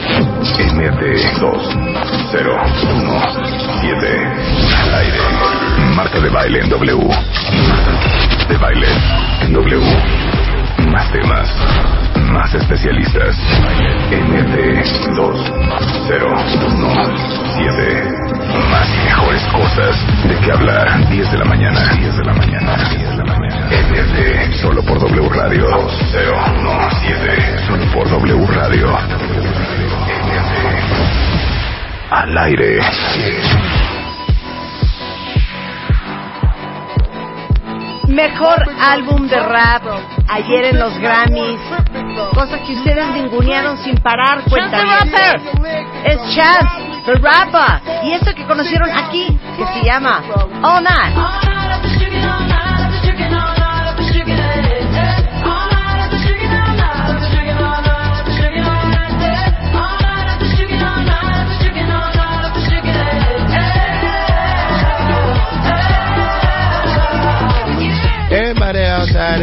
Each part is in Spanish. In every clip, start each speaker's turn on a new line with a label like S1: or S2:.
S1: NT 2017 al aire. Marta de baile en W. De baile en W. Más temas. Más especialistas. NT 2017. Más y mejores cosas de que hablar. 10 de la mañana. 10 de la mañana. 10 de la mañana. NT solo por W Radio. 2017. Solo por W Radio. Al aire.
S2: Mejor álbum de rap ayer en los Grammys. Cosa que ustedes ningunearon sin
S3: Pues
S2: parar, cuenta Es Chance, the rapper. Y esto que conocieron aquí, que se llama All Night.
S4: Everybody outside,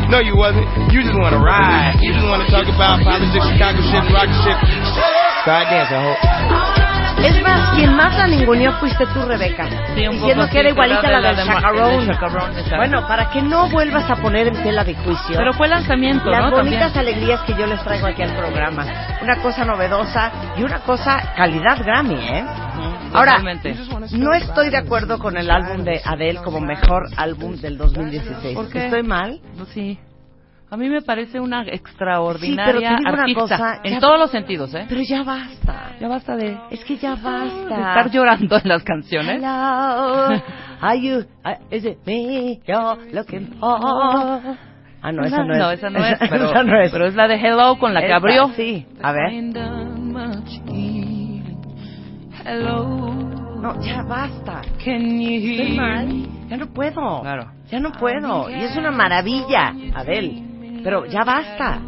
S4: No you wasn't, you just wanna ride. You just wanna talk about politics, Chicago shit, rock shit. Start dancing, ho.
S2: Es más, quien más la ninguneó fuiste tú, Rebeca.
S5: Sí, un
S2: diciendo
S5: poco
S2: que era
S5: sí,
S2: igualita
S5: pero
S2: a la
S5: de
S2: de
S5: ma-
S2: Chacarrón.
S5: de Chacarrón, exacto.
S2: Bueno, para que no vuelvas a poner en tela de juicio.
S5: Pero fue lanzamiento,
S2: Las
S5: ¿no?
S2: bonitas
S5: También.
S2: alegrías que yo les traigo aquí al programa. Una cosa novedosa y una cosa calidad Grammy, ¿eh? Ahora,
S5: Totalmente.
S2: no estoy de acuerdo con el álbum de Adele como mejor álbum del 2016.
S5: ¿Por qué?
S2: ¿Estoy mal?
S5: No, Sí. A mí me parece
S2: Sí,
S5: una
S2: pero
S5: extraordinaria
S2: te digo una
S5: artista.
S2: cosa,
S5: en
S2: ya-
S5: todos los sentidos, ¿eh?
S2: Pero ya basta.
S5: Ya basta de, de
S2: Es que ya basta.
S5: estar llorando en las canciones.
S2: Hello, are you, uh, is it me you're looking for? Ah, no, esa no, es.
S5: esa no es,
S2: Esa-
S5: pero,
S2: esa no es.
S5: pero es la de Hello con la que
S2: Esta,
S5: abrió.
S2: Sí, a ver.
S5: Hello.
S2: No, ya basta.
S5: Can you
S2: Estoy
S5: hear me?
S2: mal. Ya no puedo.
S5: Claro. Ah,
S2: Ya no puedo. Y es una maravilla, Adel. Pero ya basta.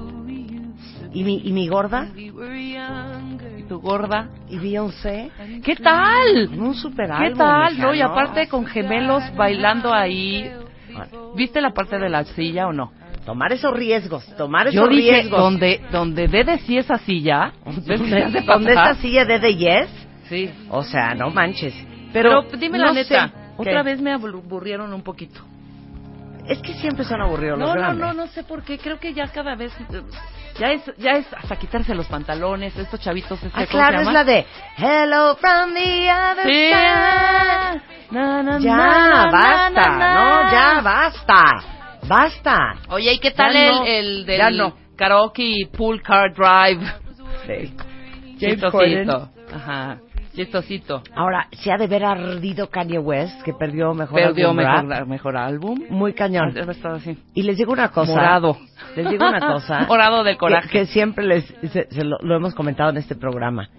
S2: ¿Y mi, y mi gorda?
S5: ¿Y tu gorda?
S2: ¿Y Beyoncé?
S5: ¿Qué tal?
S2: En un super
S5: ¿Qué
S2: álbum,
S5: tal?
S2: mija,
S5: No, y aparte con gemelos bailando ahí.
S2: Bueno,
S5: ¿Viste la parte de la silla o no?
S2: Tomar esos riesgos, tomar esos
S5: Yo dije,
S2: riesgos.
S5: donde, donde Dede sí esa silla, ¿ves que se hace
S2: ¿Dónde, ¿Dónde
S5: pasar?
S2: esta silla de The Yes?
S5: Sí.
S2: O sea, no manches. Pero,
S5: Pero, dime la
S2: no
S5: neta,
S2: sé, ¿qué?
S5: otra vez me abur- aburrieron un poquito.
S2: Es que siempre son aburridos los
S5: No, no,
S2: Grammys.
S5: no, no sé por qué, creo que ya cada vez, eh, ya es, ya es hasta quitarse los pantalones, estos chavitos, este,
S2: Ah,
S5: ¿cómo
S2: claro,
S5: se
S2: es
S5: llama?
S2: la de Hello from the other
S5: Sí.
S2: side.
S5: Na, na,
S2: Ya,
S5: na, na,
S2: basta.
S5: na, na.
S2: No, ya, basta. Basta.
S5: Oye, ¿y qué tal
S2: Ya
S5: el,
S2: no,
S5: el
S2: ya
S5: del
S2: no.
S5: karaoke y pool car drive?
S2: Sí.
S5: Chistosito. Ajá. Chistosito.
S2: Ahora, se ha de ver ardido Kanye West, que perdió Ah, mejor
S5: Perdió
S2: álbum
S5: mejor,
S2: rap.
S5: mejor álbum.
S2: Muy cañón.
S5: Debe estar así.
S2: Y les digo una cosa.
S5: Morado.
S2: Les digo una cosa.
S5: Morado del
S2: que-
S5: coraje.
S2: Que, siempre les, se- se lo, lo hemos comentado en este programa.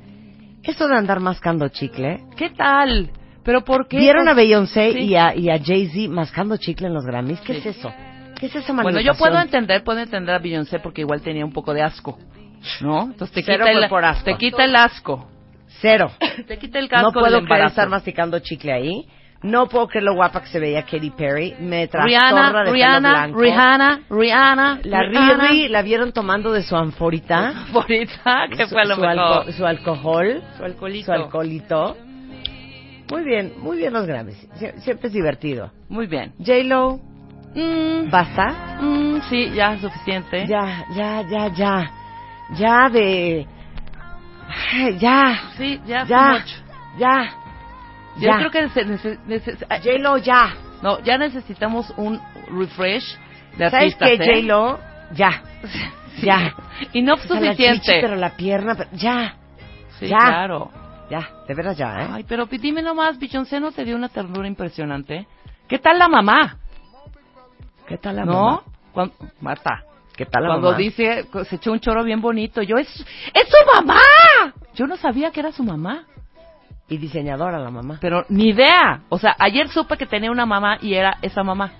S2: Esto de andar mascando chicle.
S5: ¿Qué tal? ¿Pero por qué?
S2: ¿Vieron a Beyoncé
S5: Sí.
S2: y a, y a Jay-Z mascando chicle en los Grammys? ¿Qué
S5: Sí.
S2: es eso? ¿Qué es esa
S5: Bueno,
S2: manipulación?
S5: yo puedo entender, puedo entender a Beyoncé porque igual tenía un poco de asco. ¿No? Entonces te
S2: Cero
S5: quita el
S2: fue por asco.
S5: te quita el asco.
S2: Cero.
S5: Te quita el casco
S2: No puedo
S5: del
S2: creer
S5: embarazo.
S2: estar masticando chicle ahí. No puedo creer lo guapa que se veía Katy Perry. Me trastorna
S5: Rihanna,
S2: de
S5: Rihanna,
S2: pelo blanco.
S5: Rihanna, Rihanna,
S2: La
S5: Rihanna.
S2: Riri la vieron tomando de su anforita.
S5: Favorita, que
S2: Su-
S5: ah, fue lo
S2: su
S5: mejor.
S2: alco- su alcohol.
S5: Su alcoholito.
S2: Su alcoholito. Muy bien, muy bien los Grammys. Sie- siempre es divertido.
S5: Muy bien.
S2: J-Lo,
S5: Mm,
S2: basta.
S5: mm, sí, ya suficiente.
S2: Ya, ya, ya, ya. Ya de... Ay, Ya,
S5: Sí, ya,
S2: ya,
S5: fue mucho.
S2: ya.
S5: Yo
S2: Ya.
S5: creo que se nece- nece- ah,
S2: J-Lo ya.
S5: no, ya necesitamos un refresh de
S2: ¿Sabes
S5: artistas.
S2: qué,
S5: ¿eh?
S2: J-Lo? Ya. Ya.
S5: Y no
S2: O sea, la
S5: suficiente.
S2: chichi, pero la pierna, pero- ya.
S5: Sí,
S2: ya.
S5: claro.
S2: Ya, de veras ya, ¿eh?
S5: Ay, pero dime nomás, Beyoncé no te dio una ternura impresionante. ¿Qué tal la mamá?
S2: ¿Qué tal la
S5: ¿No?
S2: mamá?
S5: Cuan- Marta,
S2: ¿Qué tal la
S5: cuando
S2: mamá?
S5: dice, cu- se echó un choro bien bonito, yo, ¡es, ¡es su mamá! Yo no sabía que era su mamá,
S2: Y diseñadora la mamá.
S5: pero ni idea. O sea, ayer supe que tenía una mamá y era esa mamá.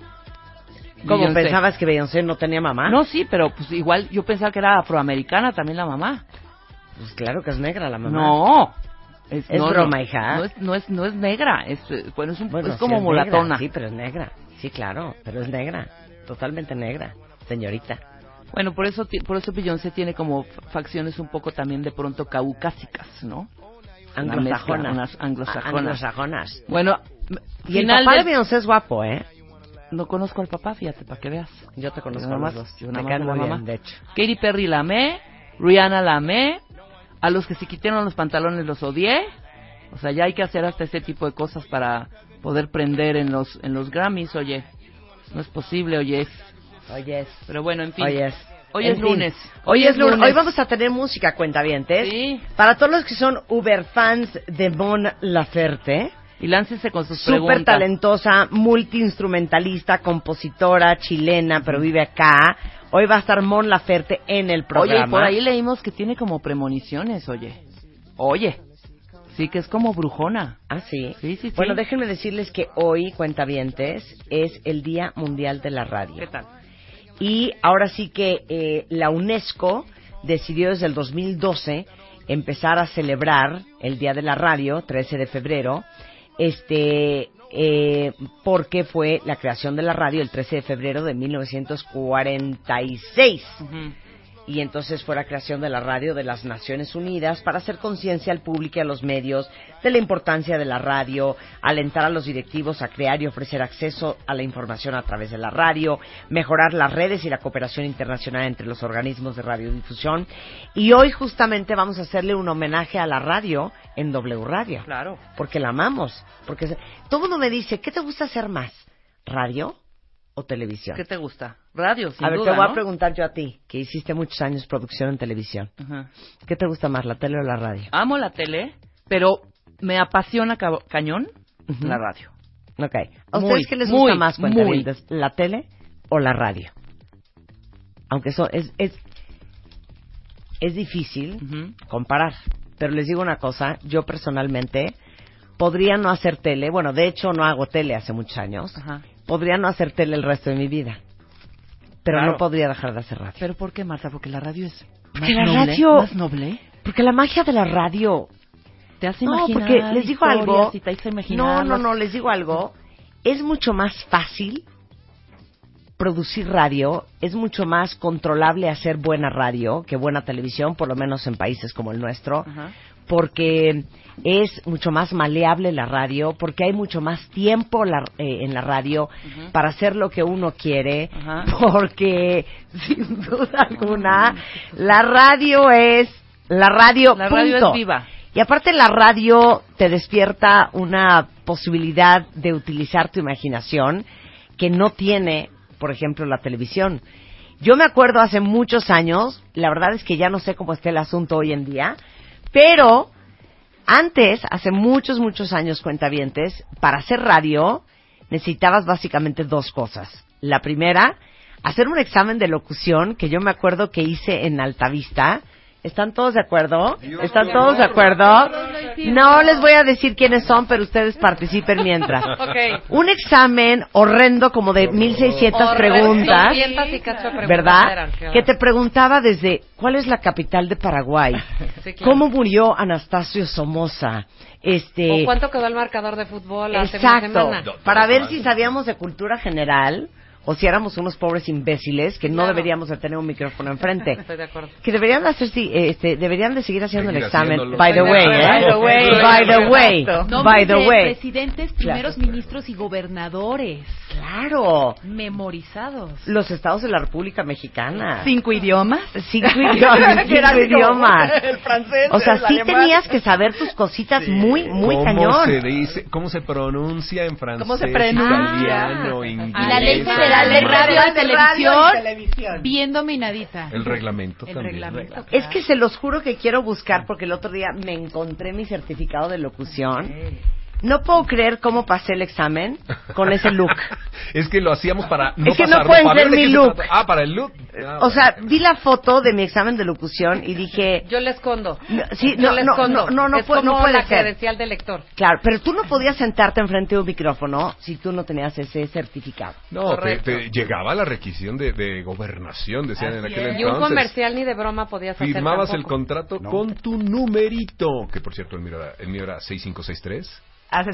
S2: ¿Cómo
S5: Beyoncé.
S2: pensabas que Beyoncé no tenía mamá?
S5: No, sí, pero pues igual yo pensaba que era afroamericana también la mamá.
S2: Pues claro que es negra la mamá.
S5: No.
S2: Es
S5: no,
S2: broma,
S5: no,
S2: hija.
S5: No es, no es, no es negra, es, eh, bueno, es, un-
S2: Bueno,
S5: es
S2: sí
S5: como
S2: negra,
S5: molatona.
S2: sí, pero es negra. Sí, claro, pero es negra. Totalmente negra, señorita.
S5: Bueno, por eso, ti- por eso Beyoncé tiene como fa- facciones un poco también de pronto caucásicas, ¿no? Una mezcla,
S2: Anglosajonas.
S5: unas anglosajonas.
S2: A- Anglosajonas.
S5: Bueno,
S2: Ah, Y el
S5: final
S2: papá de
S5: del-
S2: Beyoncé es guapo, ¿eh?
S5: no conozco al papá, fíjate, para que veas.
S2: Yo te conozco
S5: Yo
S2: a
S5: nada
S2: los
S5: más-
S2: dos.
S5: yo
S2: Me
S5: nada más
S2: caen
S5: de la
S2: muy
S5: mamá.
S2: bien, de hecho.
S5: Katy Perry la amé, Rihanna la amé, a los que se quitaron los pantalones los odié. O sea, ya hay que hacer hasta ese tipo de cosas para poder prender en los en los Grammys, oye. No es posible, oye. es-
S2: Oye, es.
S5: Pero bueno, en fin.
S2: Hoy es.
S5: Hoy
S2: En
S5: es
S2: fin.
S5: lunes.
S2: Hoy, es lunes. Hoy vamos a tener música, cuentavientes.
S5: Sí.
S2: Para todos los que son uber fans de Mon Laferte,
S5: Y láncese con sus
S2: súper
S5: preguntas.
S2: talentosa, multiinstrumentalista, compositora chilena, pero vive acá. Hoy va a estar Mon Laferte en el programa.
S5: Oye, y por ahí leímos que tiene como premoniciones, oye. Oye. Sí, que es como brujona.
S2: Ah, sí.
S5: Sí, sí, sí.
S2: Bueno, déjenme decirles que hoy, cuentavientes, es el Día Mundial de la Radio.
S5: ¿Qué tal?
S2: Y ahora sí que eh, la UNESCO decidió desde el 2012 empezar a celebrar el Día de la Radio, 13 de febrero, este, eh, porque fue la creación de la radio el 13 de febrero de 1946. Y entonces fue la creación de la radio de las Naciones Unidas para hacer conciencia al público y a los medios de la importancia de la radio, alentar a los directivos a crear y ofrecer acceso a la información a través de la radio, mejorar las redes y la cooperación internacional entre los organismos de radiodifusión. Y hoy justamente vamos a hacerle un homenaje a la radio en W Radio,
S5: Claro.
S2: porque la amamos. Porque se- todo mundo me dice, ¿qué te gusta hacer más? ¿Radio o televisión?
S5: ¿Qué te gusta? Radio, sin
S2: a ver,
S5: duda,
S2: te voy
S5: ¿no?
S2: a preguntar yo a ti, que hiciste muchos años producción en televisión.
S5: Ajá.
S2: ¿Qué te gusta más, la tele o la radio?
S5: Amo la tele, pero me apasiona ca- cañón la radio.
S2: Ok. ¿A
S5: Muy,
S2: ustedes qué les
S5: muy,
S2: gusta más,
S5: muy.
S2: cuentavientes? ¿La tele o la radio? Aunque eso es, es, es difícil
S5: Ujú.
S2: comparar. Pero les digo una cosa, yo personalmente podría no hacer tele, bueno, de hecho no hago tele hace muchos años,
S5: Ajá.
S2: podría no hacer tele el resto de mi vida, pero
S5: Claro.
S2: no podría dejar de hacer radio.
S5: ¿Pero por qué, Marta? Porque la radio es más
S2: Porque la
S5: noble,
S2: radio-
S5: más noble.
S2: Porque la magia de la radio
S5: Te hace
S2: No,
S5: imaginar
S2: porque les digo
S5: historias
S2: algo.
S5: y te hace
S2: no,
S5: imaginar
S2: no,
S5: las-
S2: no, les digo algo. Es mucho más fácil producir radio, es mucho más controlable hacer buena radio que buena televisión, por lo menos en países como el nuestro,
S5: Ajá.
S2: porque es mucho más maleable la radio, porque hay mucho más tiempo la- eh, en la radio
S5: Ujú.
S2: para hacer lo que uno quiere,
S5: Ajá.
S2: porque sin duda alguna la radio es la radio.
S5: La radio
S2: punto.
S5: es viva.
S2: Y aparte la radio te despierta una posibilidad de utilizar tu imaginación que no tiene, por ejemplo, la televisión. Yo me acuerdo hace muchos años, la verdad es que ya no sé cómo está el asunto hoy en día, pero antes, hace muchos, muchos años, cuentavientes, para hacer radio necesitabas básicamente dos cosas. La primera, hacer un examen de locución que yo me acuerdo que hice en Altavista. ¿Están todos de acuerdo? ¿Están todos de acuerdo? No les voy a decir quiénes son, pero ustedes participen mientras. Un examen horrendo como de 1600 preguntas. ¿verdad? Que te preguntaba desde cuál es la capital de Paraguay, cómo murió Anastasio Somoza, este,
S6: ¿O cuánto quedó el marcador de fútbol hace una
S2: exacto,
S6: semana?
S2: para ver si sabíamos de cultura general o si éramos unos pobres imbéciles que no
S6: Claro.
S2: deberíamos de tener un micrófono enfrente.
S6: Estoy de acuerdo.
S2: Que deberían de hacer, sí, eh, este, deberían de seguir haciendo
S7: Seguir
S2: el examen.
S7: haciéndolo.
S2: By the way, ¿eh?
S6: By the way.
S2: By the way. By
S8: Nombres
S2: the
S8: de
S2: way.
S8: presidentes,
S2: Claro.
S8: primeros ministros y gobernadores
S2: Claro.
S8: memorizados.
S2: Los estados de la República Mexicana.
S8: Cinco idiomas.
S2: Cinco idiomas.
S8: Que era
S2: cinco
S8: así como,
S2: idiomas.
S6: El francés.
S2: O sea,
S6: el
S2: sí
S6: alemán.
S2: tenías que saber tus cositas muy, muy
S9: ¿Cómo
S2: cañón.
S9: Se dice, ¿Cómo se pronuncia en francés,
S6: ¿Cómo se pronuncia?
S9: italiano, inglés?
S8: Y la ley
S9: Mm. alemán?
S8: federal de radio y televisión
S2: televisión.
S8: bien dominadita.
S9: El reglamento
S8: El
S9: también.
S8: reglamento.
S2: Es que se los juro que quiero buscar porque el otro día me encontré mi certificado de locución. No puedo creer cómo pasé el examen con ese look.
S9: es que lo hacíamos para no
S2: Es que no
S9: pasarlo,
S2: pueden
S9: para
S2: ser
S9: ver
S2: mi
S9: de qué se
S2: look.
S9: trata. Ah, para el look. Ah,
S2: O sea,
S9: bueno.
S2: vi la foto de mi examen de locución y dije,
S6: Yo la escondo.
S2: No, sí,
S6: Yo
S2: no,
S6: la
S2: no,
S6: escondo.
S2: no, no, no
S6: es
S2: puede- no
S6: como
S2: puede
S6: la
S2: ser.
S6: credencial del lector.
S2: claro, pero tú no podías sentarte enfrente de un micrófono si tú no tenías ese certificado.
S9: no, te,
S6: correcto.
S9: te llegaba la requisición de, de gobernación, decían en aquel
S6: Y
S9: entonces.
S6: un comercial ni de broma podías hacer
S9: Firmabas el
S6: tampoco.
S9: contrato con tu numerito, que por cierto el mío era, el mío era 6563.
S10: A
S9: ¿Qué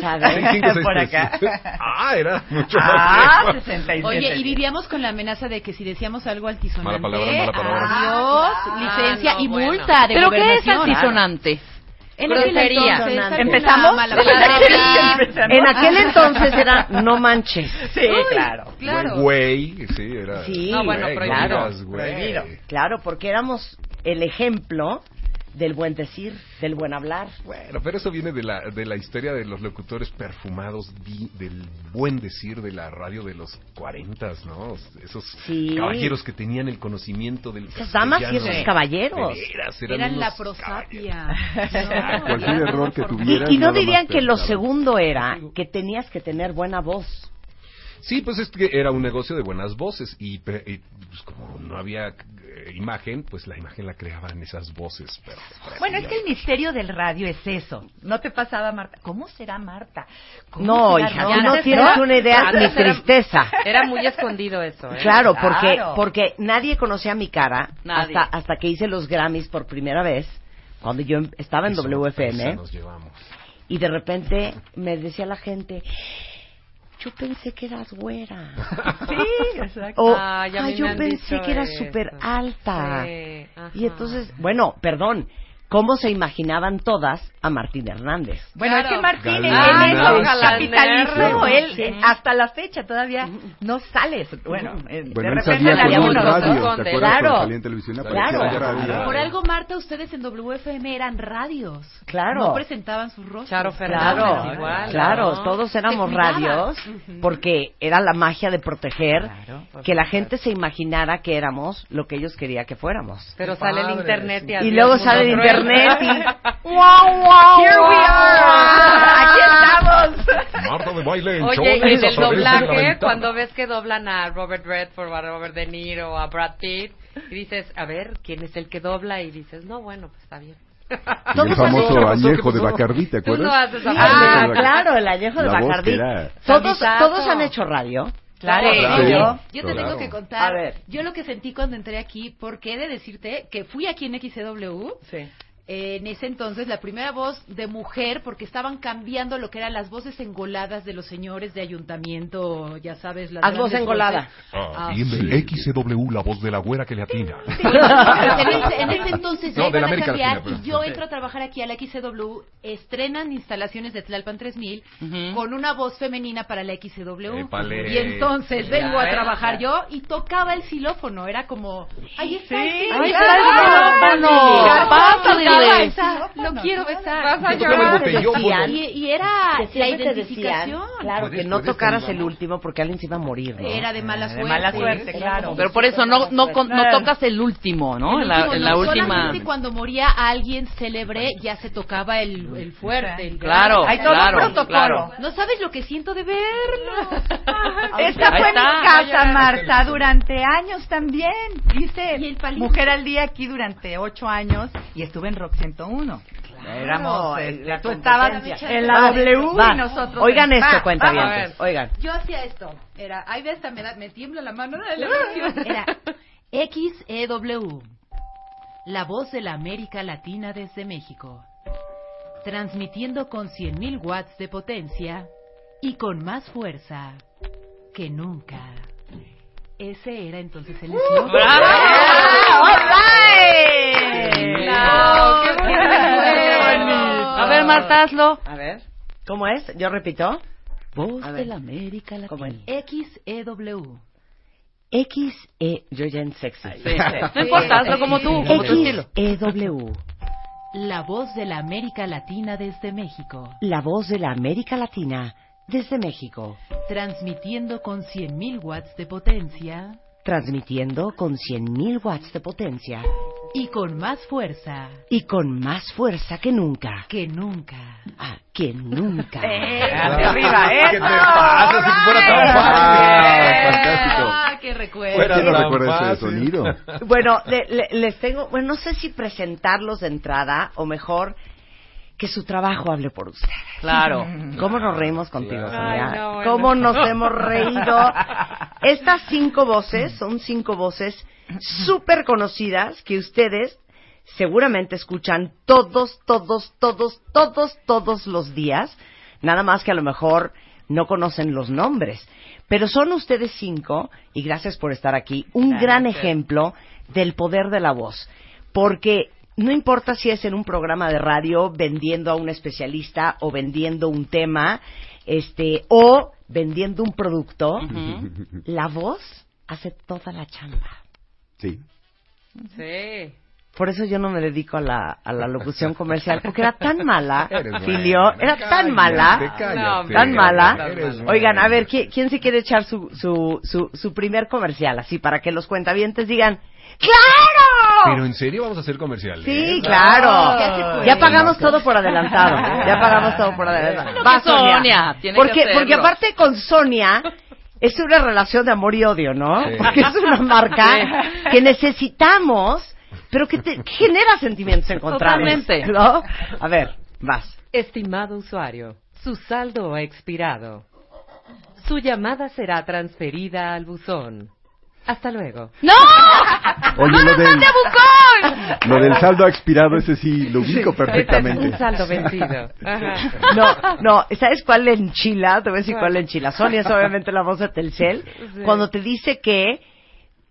S9: raro, ¿sabes?
S10: Por acá.
S9: 6563. Ah, era mucho más
S10: Ah,
S9: lejos.
S10: 6710.
S8: Oye, y vivíamos con la amenaza de que si decíamos algo altisonante,
S9: Mala palabra, mala palabra.
S8: adiós,
S6: Ah,
S8: licencia
S6: no,
S8: y
S6: bueno.
S8: multa de
S6: ¿Pero qué
S8: gobernación.
S6: es altisonante?
S8: En aquel
S6: Grosería.
S8: entonces, alguna
S10: ¿Empezamos?
S8: mala
S10: ¿Empezamos?
S8: palabra.
S2: En aquel entonces era no manches.
S10: Sí,
S8: Uy,
S10: claro.
S8: Claro.
S9: Güey, sí, era.
S2: Sí,
S6: No, bueno,
S9: güey,
S6: prohibido.
S9: digas, güey.
S10: Prohibido.
S2: Claro, porque éramos el ejemplo del buen decir, del buen hablar.
S9: Bueno, pero eso viene de la, de la historia de los locutores perfumados, di- del buen decir de la radio de los cuarentas, ¿no? Esos
S2: Sí.
S9: caballeros que tenían el conocimiento del
S2: Esas damas y
S9: castellano.
S2: esos caballeros.
S9: De veras, eran
S8: Eran la
S9: unos caballeros.
S8: prosapia.
S9: Ah,
S8: No,
S9: cualquier
S8: no,
S9: error que
S8: por-
S9: tuviera.
S2: Y,
S9: Vieran
S2: y no
S9: nada más
S2: dirían que lo
S9: pensado.
S2: segundo era que tenías que tener buena voz.
S9: Sí, pues es que era un negocio de buenas voces y, pe- y, pues, como no había eh, imagen, pues la imagen la creaban esas voces. Pero,
S10: Bueno, es que el misterio del radio es eso. ¿No te pasaba, Marta? ¿Cómo será Marta? ¿Cómo
S2: No,
S10: será
S2: hija,
S10: Marta?
S2: tú no
S6: antes
S2: tienes
S6: era-
S2: una idea
S6: antes
S2: ni
S6: era-
S2: tristeza.
S6: Era muy escondido eso, ¿eh?
S2: Claro, porque
S10: Claro.
S2: porque nadie conocía mi cara
S6: Nadie.
S2: hasta hasta que hice los Grammys por primera vez, cuando yo em- estaba en
S9: Qué sorpresa
S2: WFM
S9: Nos llevamos.
S2: y de repente me decía la gente, "Yo pensé que eras güera."
S10: Sí, exacto.
S2: O,
S3: Ah,
S6: Ay, a mí
S2: "Ay,
S6: me
S2: yo
S6: han
S2: pensé
S6: dicho
S2: que eras
S6: eso.
S2: súper alta."
S6: Sí,
S3: ah,
S6: ajá.
S2: Y entonces, bueno, perdón, ¿cómo se imaginaban todas a Martín Hernández?
S10: Bueno,
S6: Claro.
S10: es que Martín
S9: Galán,
S10: en eso
S9: galán,
S10: capitalizó.
S6: galán.
S10: Él
S6: Sí.
S10: eh, hasta la fecha todavía no sale. su- Bueno, eh,
S7: Bueno,
S10: de
S7: él
S10: repente
S7: salía con
S10: salía
S7: uno
S10: uno.
S7: en
S6: uno,
S7: radio, ¿te
S6: ¿no?
S7: acuerdas?
S2: Claro.
S7: Cuando salía en televisión aparecía
S2: Claro.
S7: en radio.
S8: Por algo, Marta, ustedes en WFM eran radios.
S2: Claro.
S8: No presentaban sus rostros.
S6: Charo Fernández
S2: Claro,
S6: igual.
S2: claro,
S6: ¿no?
S2: todos éramos
S8: Te cuidabas.
S2: radios porque era la magia de proteger
S10: Claro, por
S2: que la gente se imaginara que éramos lo que ellos querían que fuéramos.
S6: Pero sale
S8: Ah.
S6: el internet y
S2: Y
S6: adiós,
S2: luego
S6: mundo
S2: sale el internet
S6: cruel.
S2: y wow, wow,
S10: Here we
S2: wow.
S10: are. Aquí estamos.
S9: Marta de baile en
S6: Oye,
S9: chones
S6: y en
S9: a
S6: el
S9: través de la
S6: doblaje,
S9: ventana.
S6: cuando ves que doblan a Robert Redford, a Robert De Niro, a Brad Pitt, y dices, a ver, ¿quién es el que dobla? Y dices, no, bueno, pues está bien.
S7: Y el famoso
S9: ¿Qué pasó?
S7: añejo
S9: ¿Qué
S7: de
S9: pasó?
S7: Bacardí, ¿te
S6: Tú
S7: acuerdas?
S6: no haces esa
S7: Ah,
S2: Ah,
S7: Bacardi.
S2: claro, el añejo de
S7: La voz
S2: Bacardí.
S7: que era.
S2: Todos,
S6: Candidato.
S2: todos han hecho radio.
S6: Claro,
S8: Sí.
S9: claro.
S8: Yo,
S9: Sí,
S8: yo te
S9: claro.
S8: tengo que contar.
S2: A ver.
S8: Yo lo que sentí cuando entré aquí, porque he de decirte que fui aquí en XCW.
S6: Sí.
S8: eh, en ese entonces, la primera voz de mujer, porque estaban cambiando lo que eran las voces engoladas de los señores de ayuntamiento, ya sabes, las
S2: Haz
S8: grandes
S2: voz engolada.
S8: voces.
S9: Ah,
S8: Ah,
S9: y en el XCW, la voz de la güera que le atina.
S8: en, ese, en ese entonces ya
S9: No, de
S8: iban
S9: la
S8: a
S9: América
S8: cambiar
S9: Latina, pues.
S8: y
S9: pero-
S8: yo entro a trabajar aquí a la XCW, estrenan instalaciones de Tlalpan 3000
S6: Ujú.
S8: con una voz femenina para la XCW
S9: Épale.
S8: y entonces
S6: Ya,
S8: vengo a
S6: ¿eh?
S8: trabajar yo y tocaba el xilófono, era como, ahí está el
S10: Sí,
S8: xilófono,
S10: ahí está el xilófono.
S8: Ya,
S6: Pásale.
S8: tocaba esa, lo quiero besar.
S6: Vas a
S9: Yo tocaba el pues.
S6: llorar.
S9: botellón,
S2: decían-
S8: Y, y era
S2: Que
S8: la
S2: siempre te decían,
S8: identificación.
S2: claro, que
S9: Puedes-
S2: no
S9: puedes
S2: tocaras
S9: cambiar.
S2: el último porque alguien se iba a morir. ¿no?
S8: Era de mala
S10: De
S8: suerte.
S10: mala suerte, claro.
S6: Pero por eso no, no, con- no tocas el último, ¿no? En la,
S8: último,
S6: en
S8: no,
S6: la última.
S8: Solamente cuando moría alguien célebre ya se tocaba el, el fuerte. el
S6: Claro,
S8: grande.
S10: Hay todo un
S6: claro,
S10: protocolo.
S6: claro.
S8: No sabes lo que siento de verlo.
S10: Esta
S6: Ahí
S10: fue
S6: está.
S10: mi casa, Marta, durante años también. Hice
S8: Y el palito.
S10: Mujer al Día aquí durante ocho años y estuve en Rock 101. Éramos, eh,
S2: la
S10: tú estabas
S8: competencia.
S10: en la
S2: Va,
S10: W
S2: va.
S10: y nosotros.
S2: Oigan
S10: en-
S2: esto,
S10: Va,
S2: cuenta bien.
S6: vamos a ver.
S2: Oigan.
S8: Yo hacía esto. Era, ay, de esta me, da- me tiembla la mano de la emoción. Era XEW. E La voz de la América Latina desde México. Transmitiendo con 100.000 watts de potencia y con más fuerza que nunca. Ese era entonces
S5: ¡Uh!
S8: el eslogan.
S3: ¡Bravo!
S8: ¡Qué
S3: ¡Qué bonito!
S5: A ver, Marta, hazlo.
S2: A ver. ¿Cómo es? Yo repito.
S5: Voz
S2: A ver.
S5: de la América Latina. E
S2: ¿Cómo es?
S8: XEW.
S2: X E yo ya en sexy.
S5: No importa, hazlo como tú, como tu estilo.
S2: X E W.
S8: La voz de la América Latina desde México.
S2: La voz de la América Latina desde México,
S8: Transmitiendo con 100.000 watts de potencia
S2: transmitiendo con 100.000 watts de potencia
S8: y con más fuerza
S2: y con más fuerza que nunca, Eh,
S8: que nunca.
S2: ah, que nunca.
S3: ¡Hacia arriba, eso!
S9: ¿Qué te pasa? Si fuera tan
S2: Eh,
S7: ¡Wow!
S9: fácil.
S7: Fantástico.
S8: ¡Ah, qué recuerdo!
S9: Fuera
S7: ¿Quién no
S9: tan
S7: recuerda ese
S9: fácil.
S7: sonido?
S2: Bueno, le- le- les tengo, bueno, no sé si presentarlos de entrada o mejor que su trabajo hable por usted.
S5: Claro.
S2: ¿Cómo nos reímos contigo, Sonia?
S3: Ay, no, bueno.
S2: ¿Cómo nos hemos reído? Estas cinco voces son cinco voces súper conocidas que ustedes seguramente escuchan todos, todos, todos, todos, todos los días. Nada más que a lo mejor no conocen los nombres. Pero son ustedes cinco, y gracias por estar aquí, un gran ejemplo del poder de la voz. Porque no importa si es en un programa de radio vendiendo a un especialista o vendiendo un tema, este, o vendiendo un producto, la voz hace toda la chamba.
S7: Sí.
S5: Sí.
S2: Por eso yo no me dedico a la, a la locución comercial, porque era tan mala,
S9: Eres buena.
S2: Filio, era tan
S9: Cállate,
S2: mala,
S9: cállate.
S2: tan mala.
S9: Eres buena.
S2: Oigan, a ver, ¿quién, quién se quiere echar su, su, su, su primer comercial así para que los cuentavientes digan,
S9: Pero
S2: ¡Claro!
S9: en serio vamos a hacer comerciales.
S2: Sí,
S5: Ah.
S2: claro. Ya pagamos todo por adelantado. ¿eh? Ya pagamos todo por
S5: Bueno,
S2: adelantado.
S5: que Sonia tiene que
S2: porque,
S5: hacerlo.
S2: porque aparte con Sonia es una relación de amor y odio, ¿no?
S9: Sí.
S2: Porque es una marca que necesitamos, pero que te- que genera sentimientos encontrados.
S5: Totalmente.
S2: ¿no? A ver, vas.
S6: Estimado usuario, su saldo ha expirado. Su llamada será transferida al buzón. Hasta luego.
S5: ¡No!
S7: Oye,
S5: ¡No
S7: lo
S5: nos
S7: del-
S5: mande a Bucón!
S7: Lo del saldo ha expirado, ese sí lo ubico perfectamente.
S6: Es un saldo vencido. Ajá.
S2: No, no, ¿sabes cuál le enchila? Te voy a decir cuál le enchila. Sonia es obviamente la voz de Telcel. Cuando te dice que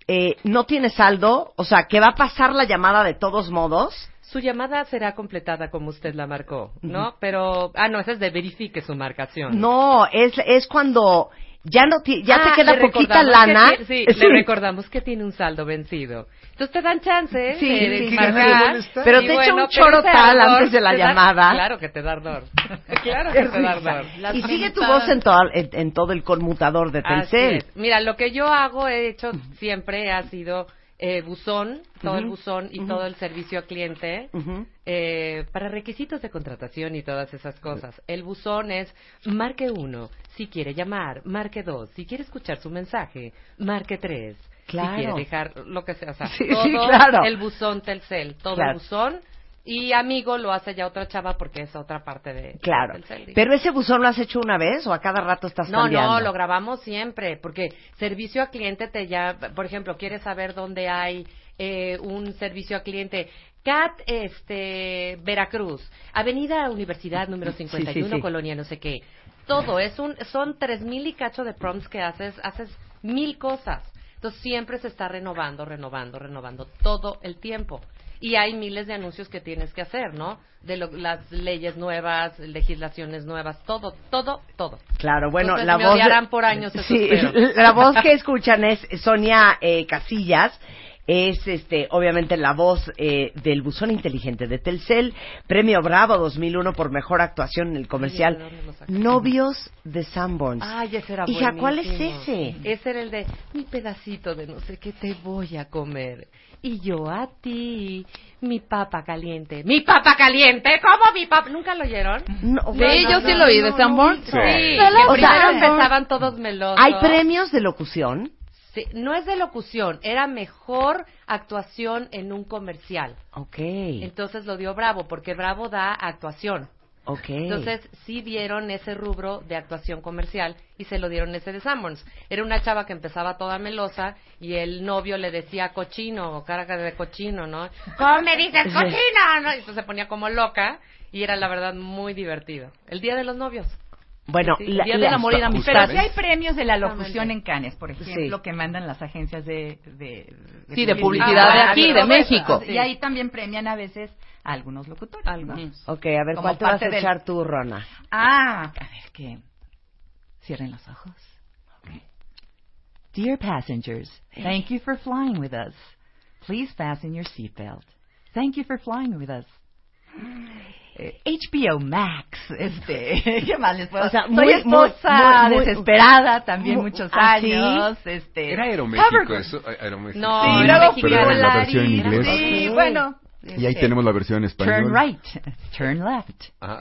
S2: eh, no tiene saldo, o sea, que va a pasar la llamada de todos modos.
S6: Su llamada será completada como usted la marcó, ¿no? Pero, ah, no, esa es de verifique su marcación.
S2: No, es, es cuando ya no ti- ya
S6: Ah,
S2: te queda
S6: le
S2: poquita
S6: recordamos
S2: lana.
S6: que ti- sí,
S2: Sí.
S6: le recordamos que tiene un saldo vencido. Entonces te dan
S3: ¿eh?
S6: chance
S2: Sí,
S6: de,
S2: sí, sí,
S6: marcar.
S2: sí. Pero
S6: y
S2: te echa un
S6: pero
S2: choro
S6: ese
S2: tal
S6: ardor
S2: antes de la
S6: te da-
S2: llamada.
S6: Claro que te da ardor. Claro
S2: Qué
S6: que te da
S2: risa.
S6: ardor.
S2: Y sigue tu voz en todo, en, en todo el conmutador de
S6: Así
S2: Telcel.
S6: es. Mira, lo que yo hago, he hecho siempre, ha sido eh, buzón, todo el buzón y todo el servicio al cliente.
S2: Ujú.
S6: eh, para requisitos de contratación y todas esas cosas, el buzón es marque uno, si quiere llamar, marque dos, si quiere escuchar su mensaje, marque tres,
S2: Claro.
S6: si quiere dejar lo que sea, o sea,
S2: Sí,
S6: todo
S2: sí, claro.
S6: el buzón Telcel, todo
S2: Claro.
S6: el buzón y amigo lo hace ya otra chava porque es otra parte de
S2: Claro.
S6: Telcel.
S2: Pero ese buzón lo has hecho una vez o a cada rato estás
S6: No,
S2: cambiando?
S6: no, lo grabamos siempre, porque servicio a cliente te ya, por ejemplo, quieres saber dónde hay eh, un servicio a cliente. CAT, este, Veracruz, Avenida Universidad número 51,
S2: sí.
S6: Colonia no sé qué. Todo, es un, son tres mil y cacho de prompts que haces, haces mil cosas. Entonces siempre se está renovando, renovando, renovando todo el tiempo. Y hay miles de anuncios que tienes que hacer, ¿no? De lo- las leyes nuevas, legislaciones nuevas, todo, todo, todo.
S2: Claro, bueno,
S6: Entonces,
S2: la
S6: me
S2: voz.
S6: odiarán por años, eso
S2: Sí,
S6: espero.
S2: la voz que escuchan es Sonia eh, Casillas. Es, este, obviamente, la voz eh, del buzón inteligente de Telcel, Premio Bravo 2001 por mejor actuación en el comercial
S6: ¿de dónde lo sacaste? Ah,
S2: Novios de Sanborns.
S6: Ay, ese era
S2: Hija, ¿cuál es
S6: buenísimo.
S2: ese?
S6: Ese era el de mi pedacito de no sé qué te voy a comer. Y yo a ti, mi papa caliente. ¡Mi papa caliente! ¿Cómo mi papa? ¿Nunca lo oyeron?
S2: No,
S5: Sí,
S2: bueno,
S5: yo
S2: no,
S5: sí lo oí,
S2: no,
S5: de
S2: no,
S5: Sanborn.
S9: Sí.
S6: Sí. que
S2: O
S6: primero
S2: sea,
S6: empezaban todos melosos.
S2: ¿Hay premios de locución?
S6: Sí, no es de locución, era mejor actuación en un comercial.
S2: Ok,
S6: Entonces lo dio Bravo, porque Bravo da actuación.
S2: ok.
S6: Entonces sí dieron ese rubro de actuación comercial y se lo dieron ese de Sammons. Era una chava que empezaba toda melosa y el novio le decía cochino o carga de cochino, ¿no? ¿Cómo me dices cochino? ¿no? Y entonces se ponía como loca y era la verdad muy divertido. El día de los novios.
S2: Bueno,
S6: Sí,
S2: la-
S6: Día del
S2: la-
S6: Amor y la Amistad.
S10: Pero sí hay premios de la locución en Cannes, por ejemplo,
S2: Sí.
S10: que mandan las agencias de... de,
S5: Sí, de publicidad de
S10: Ah,
S5: aquí, de
S10: Roberto.
S5: México.
S10: Y ahí también premian a veces a algunos locutores. ¿no?
S2: Ok, a ver,
S10: Como
S2: ¿cuál te vas
S10: parte
S2: a
S10: del-
S2: echar tú, Rona?
S10: Ah, a ver que cierren los ojos. Ok. Dear passengers, thank you for flying with us. Please fasten your seatbelt. Thank you for flying with us. Eh, HBO Max, este, ¿qué más
S3: Pues,
S10: les puedo
S2: O sea,
S10: Soy
S2: muy-
S10: esposa
S2: muy- muy- muy-
S10: desesperada también
S2: muy-
S10: muchos
S2: ¿Ah, sí?
S10: años, este.
S9: Era Aeroméxico
S10: Cover-
S9: eso, Aer- Aeroméxico.
S6: No,
S10: Sí,
S6: Ah,
S10: luego
S6: México.
S10: fui
S6: Pero
S10: a
S6: en la
S7: versión en
S10: Volaris,
S7: inglés.
S10: Sí,
S2: Ok.
S10: bueno.
S7: Y ahí
S10: este,
S7: tenemos la versión en español.
S10: Turn right, turn left.
S9: Ah,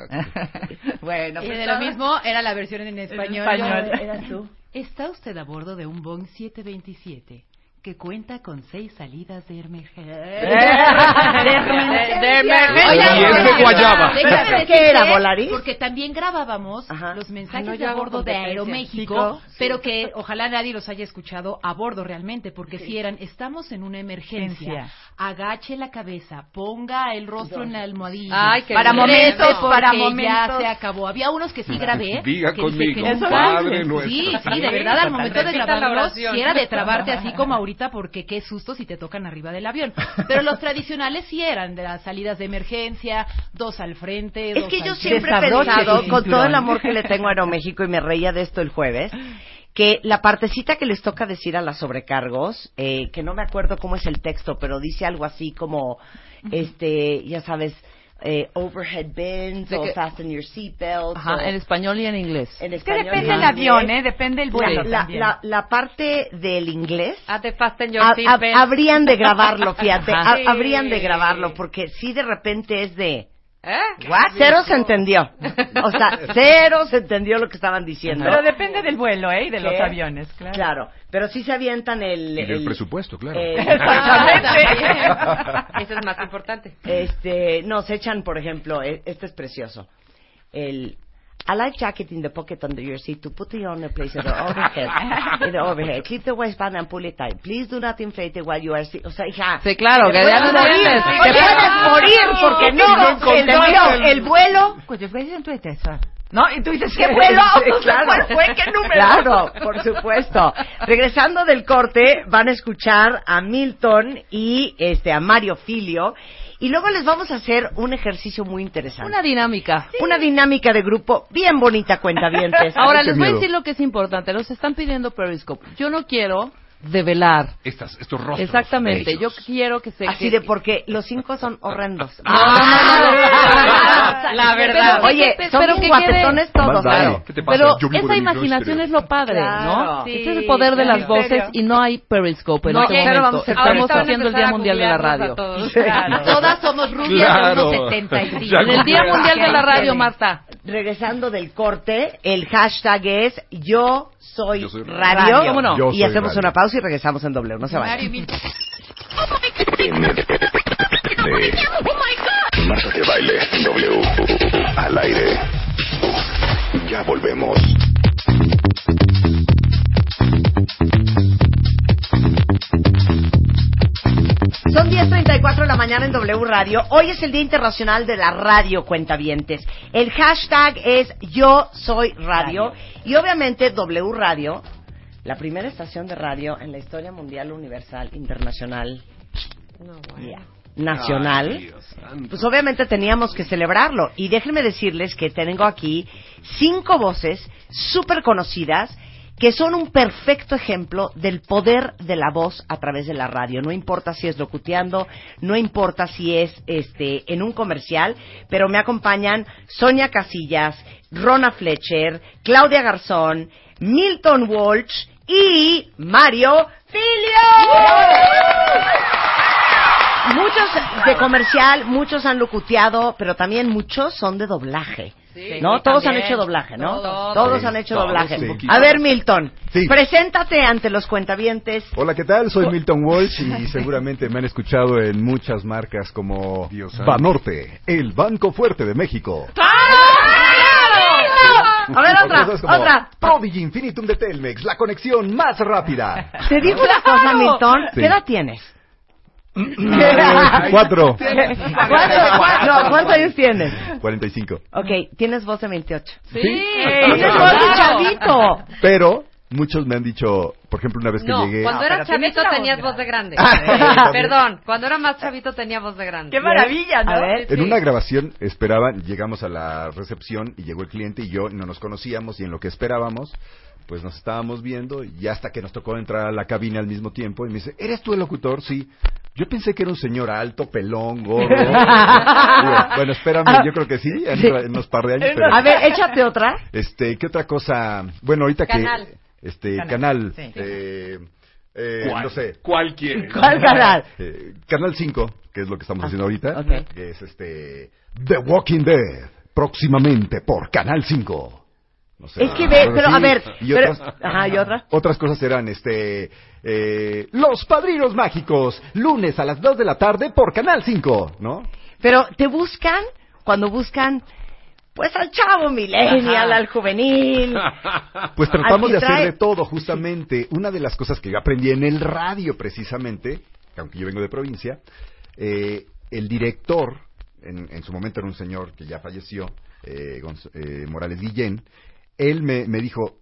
S10: bueno,
S8: Y
S10: pues
S8: de lo
S10: todo-
S8: mismo era la versión en español.
S10: español.
S8: Está usted a bordo de un Boeing 727 que cuenta con seis salidas de emergencia.
S2: De
S9: Oye, y es de guayaba.
S8: Déjame
S2: ¿Pero qué
S8: decirte,
S2: era, Volaris?
S8: Porque también grabábamos
S2: Ajá.
S8: los
S6: Ah,
S8: mensajes
S6: no, yo
S8: a
S6: hago
S8: bordo de
S6: competencia.
S8: Aeroméxico, pero que ojalá nadie los haya escuchado a bordo realmente, porque si eran, estamos en una emergencia,
S10: Emergencia.
S8: agache la cabeza, ponga el rostro en la almohadilla.
S6: Ay, qué
S10: Para
S6: lindo.
S10: momentos,
S8: Porque
S10: para
S8: Ya
S10: momentos.
S8: se acabó. Había unos que sí grabé.
S9: Diga
S8: que
S9: conmigo,
S8: dije que nunca.
S9: Padre
S8: Sí,
S9: nuestro.
S8: sí, de verdad, al
S10: Totalmente.
S8: momento de
S6: Repita la
S8: grabarlos, si
S6: oración.
S8: era de trabarte así como ahorita, porque qué susto si te tocan arriba del avión. Pero los tradicionales sí eran de las salidas de emergencia, dos al frente,
S2: Es
S8: dos
S2: que yo
S8: al-
S2: siempre he
S10: Desabroche
S2: pensado,
S10: tu
S2: con todo
S10: cinturón.
S2: el amor que le tengo a Aeroméxico, y me reía de esto el jueves, que la partecita que les toca decir a las sobrecargos, eh, que no me acuerdo cómo es el texto, pero dice algo así como, este, ya sabes, eh, overhead bins,
S5: De
S2: o
S5: que-
S2: fasten your seatbelts, o
S5: Ajá, en español y en inglés.
S2: en
S10: Es que
S2: español,
S10: depende
S2: en
S10: del avión,
S2: inglés.
S10: ¿eh? Depende del
S2: La-
S10: vuelo.
S2: la,
S10: también.
S2: la- la parte del inglés,
S6: Ah, te fasten your
S2: ha- ha-
S6: seatbelt.
S2: habrían de grabarlo, fíjate,
S5: Ajá.
S2: ha- habrían de
S6: Sí.
S2: grabarlo, porque si de repente es de...
S6: ¿Eh?
S2: Cero se entendió. O sea, cero se entendió lo que estaban diciendo.
S10: Pero depende del vuelo, ¿eh? Y de los
S2: ¿Qué?
S10: aviones, claro.
S2: Claro, pero sí se avientan el...
S9: Y del
S2: el-
S9: presupuesto, claro.
S2: eh,
S6: Ah,
S2: exactamente.
S6: Eso es más importante.
S2: este, no, se echan, por ejemplo, e- este es precioso. El... I like jacket in the pocket under your seat to put it on the place in the overhead. In the overhead. Keep the waistband and pull it tight. Please do not inflate it while you are... si- O sea, hija...
S5: Sí, claro, que ya no
S2: puedes morir,
S5: entiendes.
S2: Te puedes morir porque no se entendió el vuelo
S10: No, y tú dices, ¿qué vuelo?
S2: Sí,
S10: O sea,
S2: claro.
S10: ¿Cuál fue? ¿Qué número?
S2: Claro, por supuesto. Regresando del corte, van a escuchar a Milton y este a Mario Filio. Y luego les vamos a hacer un ejercicio muy interesante.
S5: Una dinámica.
S2: Una dinámica de grupo bien bonita, cuentavientes.
S5: Ahora
S7: Qué
S5: les voy a
S7: miedo.
S5: decir lo que es importante. Los están pidiendo Periscope. Yo no quiero develar.
S9: Estas, estos rostros.
S5: Exactamente. Yo
S9: bellos.
S5: quiero que se.
S2: Así
S5: que-
S2: de porque los cinco son horrendos.
S5: Ah,
S6: la verdad.
S5: Pero-
S2: Oye,
S5: pero
S2: son
S5: que
S2: bien
S5: quede-
S2: guapetones todos.
S7: Más vale.
S2: claro.
S9: ¿Qué te pasa?
S5: Pero
S7: Yo vivo
S5: esa
S7: de mi
S5: imaginación
S7: estéreo.
S5: es lo padre,
S2: Claro.
S5: ¿no? Ese es el poder de
S6: claro.
S5: las voces y no hay Periscope en
S2: No,
S5: este
S2: ya no
S5: momento.
S2: vamos a hacer
S5: Estamos
S2: Periscope.
S5: haciendo el Día Mundial de la Radio.
S6: Todas somos rubias
S9: Claro.
S6: de unos 73.
S9: Ya
S5: En el Día
S9: compré.
S5: Mundial de la Radio, Marta.
S2: Regresando del corte, el hashtag es Yo soy,
S9: Yo soy
S2: radio.
S5: Ah, ¿Cómo no?
S2: Y
S7: Yo soy
S2: hacemos
S7: radio.
S2: una pausa y regresamos en doble. No se vayan.
S8: Mario y Milton.
S7: de Marta de Baile W al aire. Ya volvemos.
S2: Son 10.34 de la mañana en W Radio. Hoy es el Día Internacional de la Radio Cuentavientes. El hashtag es Yo Soy Radio. Y obviamente W Radio, la primera estación de radio en la historia mundial, universal, internacional,
S6: No, bueno.
S2: yeah, nacional.
S9: Ay, Dios santo.
S2: Pues obviamente teníamos que celebrarlo. Y déjenme decirles que tengo aquí cinco voces súper conocidas que son un perfecto ejemplo del poder de la voz a través de la radio. No importa si es locuteando, no importa si es este en un comercial, pero me acompañan Sonia Casillas, Rona Fletcher, Claudia Garzón, Milton Walsh y Mario Filio. Muchos de comercial, muchos han locuteado, pero también muchos son de doblaje.
S6: Sí,
S2: ¿No?
S6: sí,
S2: Todos
S6: también.
S2: han hecho doblaje, ¿no?
S6: Todos.
S2: han hecho
S9: Todos,
S2: doblaje.
S7: sí.
S2: A ver, Milton,
S7: Sí.
S2: preséntate ante los cuentavientes.
S7: Hola, ¿qué tal? Soy Milton Walsh y seguramente me han escuchado en muchas marcas como
S9: Dios santo.
S7: Banorte, el Banco Fuerte de México.
S3: ¡Ah!
S2: A ver,
S7: O
S2: otra,
S7: cosas como
S2: otra.
S7: Prodigy Infinitum de Telmex, la conexión más rápida.
S2: Te digo una cosa, Milton.
S7: Sí.
S2: ¿Qué edad tienes?
S7: Cuatro.
S2: ¿Cuántos, no, ¿cuántos años tienes?
S7: 45.
S2: Ok, tienes voz de 28.
S3: Sí.
S2: Tienes voz de chavito.
S7: Pero muchos me han dicho, por ejemplo, una vez que
S3: No,
S7: llegué.
S3: cuando
S8: pero
S3: eras
S8: tienes
S3: chavito
S8: la voz
S3: tenías
S8: de
S3: voz de grande. Eh,
S7: Ah, sí,
S3: Perdón, cuando era más chavito tenía voz de grande.
S8: ¡Qué maravilla,
S2: A
S8: no!
S2: ver.
S7: En una grabación esperaban, llegamos a la recepción y llegó el cliente y yo no nos conocíamos y en lo que esperábamos, pues nos estábamos viendo y hasta que nos tocó entrar a la cabina al mismo tiempo y me dice, ¿eres tú el locutor? Sí. Yo pensé que era un señor alto, pelón, gordo. Digo, bueno, espérame, yo creo que sí, en, en unos par de años. pero-
S2: Ah, A ver, échate otra.
S7: Este, ¿qué otra cosa? Bueno, ahorita
S3: Canal.
S7: que este
S8: Canal,
S7: canal,
S8: sí.
S7: eh, eh,
S9: ¿Cuál?
S7: no sé,
S9: ¿Cuál quiere?
S2: ¿Cuál canal? Ah,
S7: eh, canal 5, que es lo que estamos haciendo ahorita,
S8: ok.
S7: que es este The Walking Dead, próximamente por Canal 5. No sé,
S2: Es que ve,
S7: cosas
S2: pero
S7: así.
S2: a ver.
S7: y
S2: pero-
S7: otras,
S2: Ajá, y otra.
S7: otras cosas eran este eh, Los Padrinos Mágicos, lunes a las 2 de la tarde por Canal 5, ¿no?
S2: Pero te buscan cuando buscan, pues al chavo millennial,
S8: Ajá.
S2: al juvenil.
S7: Pues tratamos de
S2: Aquí trae-
S7: hacer de todo, justamente. Una de las cosas que yo aprendí en el radio, precisamente, que aunque yo vengo de provincia, eh, el director, en, en su momento era un señor que ya falleció, eh, Gonz- eh, Morales Guillén, él me, me dijo,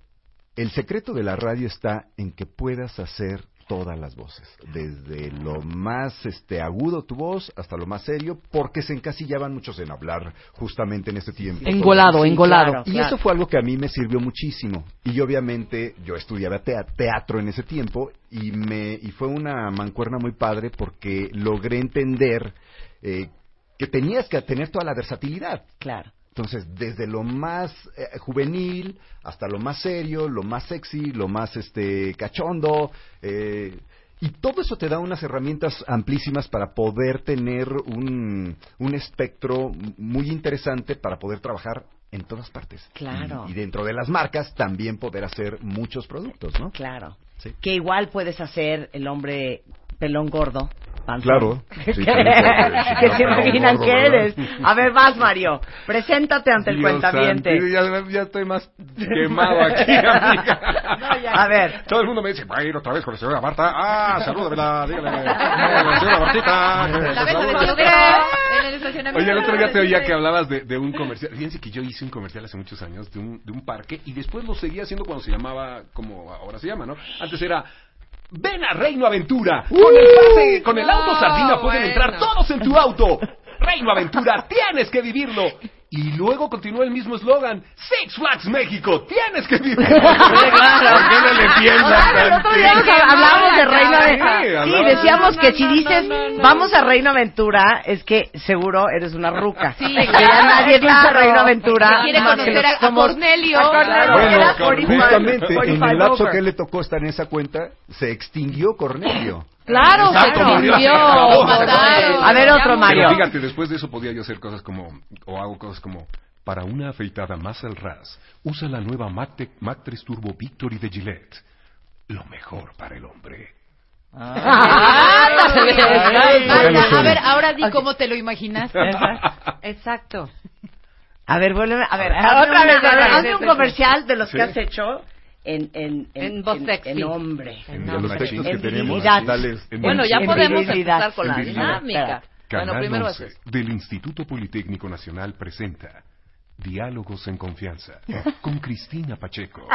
S7: el secreto de la radio está en que puedas hacer todas las voces, desde lo más este agudo tu voz hasta lo más serio, porque se encasillaban muchos en hablar justamente en este tiempo.
S5: Engolado,
S2: Sí,
S5: engolado.
S2: claro.
S7: Y eso fue algo que a mí me sirvió muchísimo. Y obviamente yo estudiaba tea- teatro en ese tiempo y, me, y fue una mancuerna muy padre porque logré entender eh, que tenías que tener toda la versatilidad.
S2: Claro.
S7: Entonces, desde lo más eh, juvenil hasta lo más serio, lo más sexy, lo más este cachondo, eh, y todo eso te da unas herramientas amplísimas para poder tener un, un espectro muy interesante para poder trabajar en todas partes.
S2: Claro.
S7: Y, y dentro de las marcas también poder hacer muchos productos, ¿no?
S2: Claro.
S7: Sí.
S2: Que igual puedes hacer el hombre pelón gordo. panzón.
S7: Claro.
S2: que
S7: Sí, claro,
S2: que se
S7: claro,
S2: imaginan
S7: gordo,
S2: que
S7: ¿verdad?
S2: eres. A ver, vas, Mario. Preséntate ante el
S9: Dios
S2: cuentaviente.
S9: santo, Ya, ya estoy más quemado aquí, amiga.
S2: A ver.
S9: Todo el mundo me dice, va a ir otra vez con la señora Marta. Ah, salúdamela, dígale. La señora Martita.
S8: La beso de
S9: Saluda.
S8: siempre en el estacionamiento.
S9: Oye, el otro día te oía que hablabas de, de un comercial. Fíjense que yo hice un comercial hace muchos años de un, de un parque y después lo seguía haciendo cuando se llamaba, como ahora se llama, ¿no? Antes era... Ven a Reino Aventura. Con el pase, con el auto
S3: No,
S9: sardina pueden entrar
S3: bueno.
S9: todos en tu auto. Reino Aventura, tienes que vivirlo. Y luego continuó el mismo eslogan, Six Flags México, tienes que vivirlo. ¿Por qué no le piensas
S2: Claro, el otro día
S9: tantito?
S2: nos hablamos de Reino
S9: Sí,
S2: Aventura. Sí,
S9: hablamos.
S2: decíamos que
S3: No,
S2: si
S3: no, no,
S2: dices
S3: no, no, no.
S2: vamos a Reino Aventura, es que seguro eres una ruca.
S3: Sí,
S2: que ya
S3: claro,
S2: nadie le gusta
S3: claro.
S2: Reino Aventura.
S3: Quiere
S2: más que
S3: conocer
S2: los
S3: a-
S2: que
S3: a
S2: somos- Ah,
S3: Cornelio.
S2: a Cornelio,
S3: Claro.
S2: que era
S9: Bueno,
S2: 45,
S7: Justamente en
S2: 45
S7: el lapso
S2: over.
S7: que le tocó estar en esa cuenta, se extinguió Cornelio.
S3: Claro,
S9: Exacto,
S3: se
S9: murió.
S3: convirtió.
S9: Acabó.
S3: Mataron.
S2: A ver,
S3: Ya
S2: otro
S3: murió.
S2: Mario.
S9: Pero fíjate, después de eso podía yo hacer cosas como, o hago cosas como, para una afeitada más al ras, usa la nueva Mac, Tec- Mac 3 Turbo Victory de Gillette. Lo mejor para el hombre.
S8: Ah,
S3: Ah, Ándale.
S8: Marta, a ver, ahora di cómo te lo imaginaste.
S3: Exacto.
S2: A ver, vuelve a ver,
S3: Hazme
S2: otra
S3: una,
S2: vez, a ver,
S3: sí,
S2: hazme
S3: sí,
S2: un
S3: sí.
S2: comercial de los
S9: Sí.
S2: que has hecho en en
S3: En voz sexy.
S2: en hombre.
S7: En
S3: No,
S7: de los
S9: machín.
S7: textos que
S2: En
S7: tenemos,
S2: virilidad.
S7: dales- en
S3: Bueno, ya
S2: En
S3: podemos
S2: virilidad,
S3: empezar con la
S9: en virilidad.
S3: dinámica. Bueno,
S9: Canal
S3: primero
S9: 11
S3: haces.
S9: del Instituto Politécnico Nacional presenta Diálogos en Confianza con Cristina Pacheco.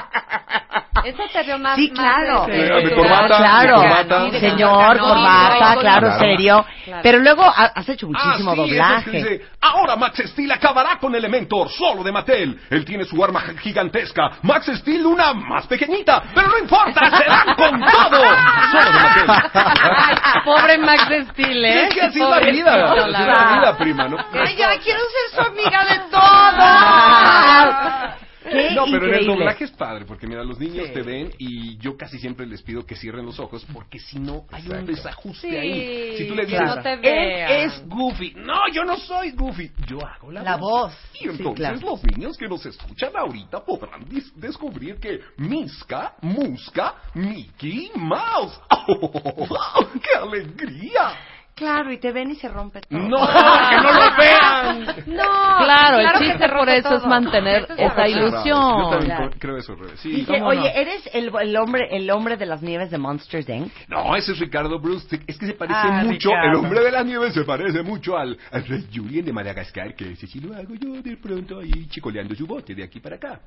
S3: Esa te veo más.
S2: Sí,
S3: más
S2: claro.
S3: de-
S9: Sí, de
S3: de-
S9: Eh, corbata,
S2: Ah, claro.
S9: de corbata.
S3: Sí, de
S2: Señor,
S3: no,
S2: corbata,
S3: no,
S2: claro,
S3: no.
S2: serio.
S3: Claro.
S2: Pero luego ha- has hecho muchísimo
S9: Ah, sí,
S2: doblaje.
S9: ese es que dice, Ahora Max Steel acabará con Elementor, solo de Mattel. Él tiene su arma gigantesca. Max Steel una más pequeñita, pero no importa, se dan con todo. Solo de Mattel.
S3: Ay,
S2: Ah,
S3: pobre Max Steel, ¿eh?
S9: Es que así es la
S3: Pobrecito,
S9: vida, así es
S3: la
S9: la
S3: verdad.
S9: vida, prima, ¿no?
S3: Ay, ya quiero ser su amiga de
S2: Ah.
S3: todo.
S2: Qué
S9: no, pero en el
S2: increíble.
S9: doblaje es padre, porque mira, los niños te ven y yo casi siempre les pido que cierren los ojos, porque si no, hay un desajuste
S3: Sí,
S9: ahí. Si tú le
S3: que
S9: dices,
S3: no te vean".
S9: él es Goofy. No, yo no soy Goofy. Yo hago la,
S8: La voz.
S9: Y entonces
S2: claro.
S9: los niños que nos escuchan ahorita podrán dis- descubrir que Miska, Muska, Mickey Mouse. ¡Oh, ¡Qué alegría!
S2: Claro, y te ven y se rompe todo.
S9: ¡No! ¡Que no lo vean!
S6: No,
S3: Claro, el
S6: que
S3: chiste por
S6: se rompe
S3: eso es
S6: todo.
S3: mantener
S6: Eso es
S3: esa
S6: la
S3: ilusión.
S9: Yo también
S2: Claro.
S9: co- creo eso, al revés. Sí,
S2: Dije,
S9: ¿cómo no?
S2: oye, ¿eres el, el hombre el hombre de las nieves de Monsters Inc?
S9: No, ese es Ricardo Bruce. Es que se parece
S2: Ah,
S9: mucho,
S2: Ricardo.
S9: el hombre de las nieves se parece mucho al, al rey Julien de Madagascar, que ese sí lo hago yo de pronto ahí chicoleando su bote de aquí para acá.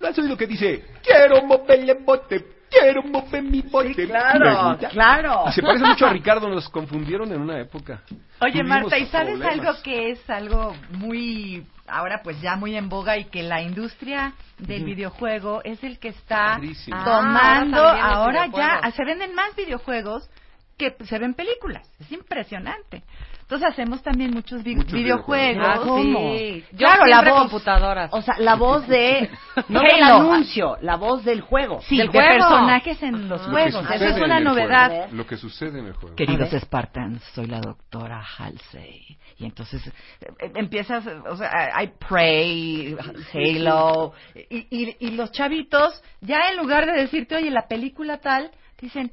S9: ¿No has oído que dice, quiero moverle bote, quiero mover mi bote?
S2: claro,
S9: Me gusta.
S2: claro.
S9: Y se parece mucho a Ricardo, nos confundieron en una época.
S10: Oye,
S9: Tuvimos
S10: Marta, ¿y sabes
S9: problemas.
S10: algo que es algo muy, ahora pues ya muy en boga y que la industria del videojuego es el que está
S9: Padrísimo. Ah,
S10: tomando, ahora,
S6: ahora también los
S10: ya
S6: videojuegos.
S10: se venden más videojuegos que se ven películas, es impresionante. Entonces hacemos también muchos, vi-
S9: Muchos
S10: videojuegos.
S6: Ah,
S2: ¿Cómo?
S6: sí. Yo
S2: Claro, la
S6: siempre
S2: voz.
S6: computadoras.
S2: O sea, la voz de... No del
S10: Halo.
S2: anuncio, la voz del juego.
S10: Sí,
S6: Del
S10: de
S6: juego.
S10: personajes en los
S9: Lo que
S10: juegos,
S9: sucede
S10: eso es
S9: en
S10: una
S9: el
S10: novedad.
S9: juego, Lo que sucede en el juego.
S5: Queridos Spartans, soy la doctora Halsey. Y entonces eh, eh, empiezas, eh, o sea, hay Prey,
S10: Halo. Y, y- y los chavitos, ya en lugar de decirte, oye, la película tal, dicen,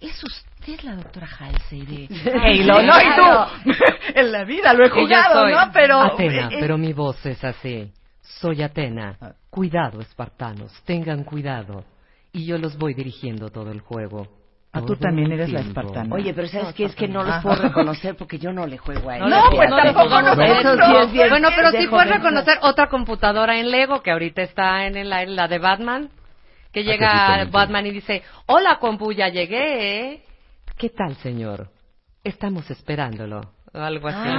S10: es usted la doctora Halsey de Halo, ¿no? Y tú, en la vida lo he jugado, ¿no? Pero,
S11: Atena,
S10: eh,
S11: pero mi voz es así. Soy Atena. Cuidado, espartanos, tengan cuidado. Y yo los voy dirigiendo todo el juego.
S5: Ah, tú
S11: Todo
S5: también
S11: el
S5: eres la
S11: tiempo.
S5: espartana.
S2: Oye, pero ¿sabes qué? Es que no los puedo reconocer porque yo no le juego a él.
S10: No, pues tampoco
S2: Eso sí es bien-
S6: Bueno, pero sí
S2: dejo
S6: puedes
S2: de-
S6: reconocer otra computadora en Lego que ahorita está en la, en la de Batman. Que
S9: Ah, que
S6: llega
S9: justamente.
S6: Batman y dice: Hola, compu, ya llegué. ¿eh?".
S11: ¿Qué tal, señor? Estamos esperándolo.
S6: Algo
S5: Ah,
S6: así.
S5: eh,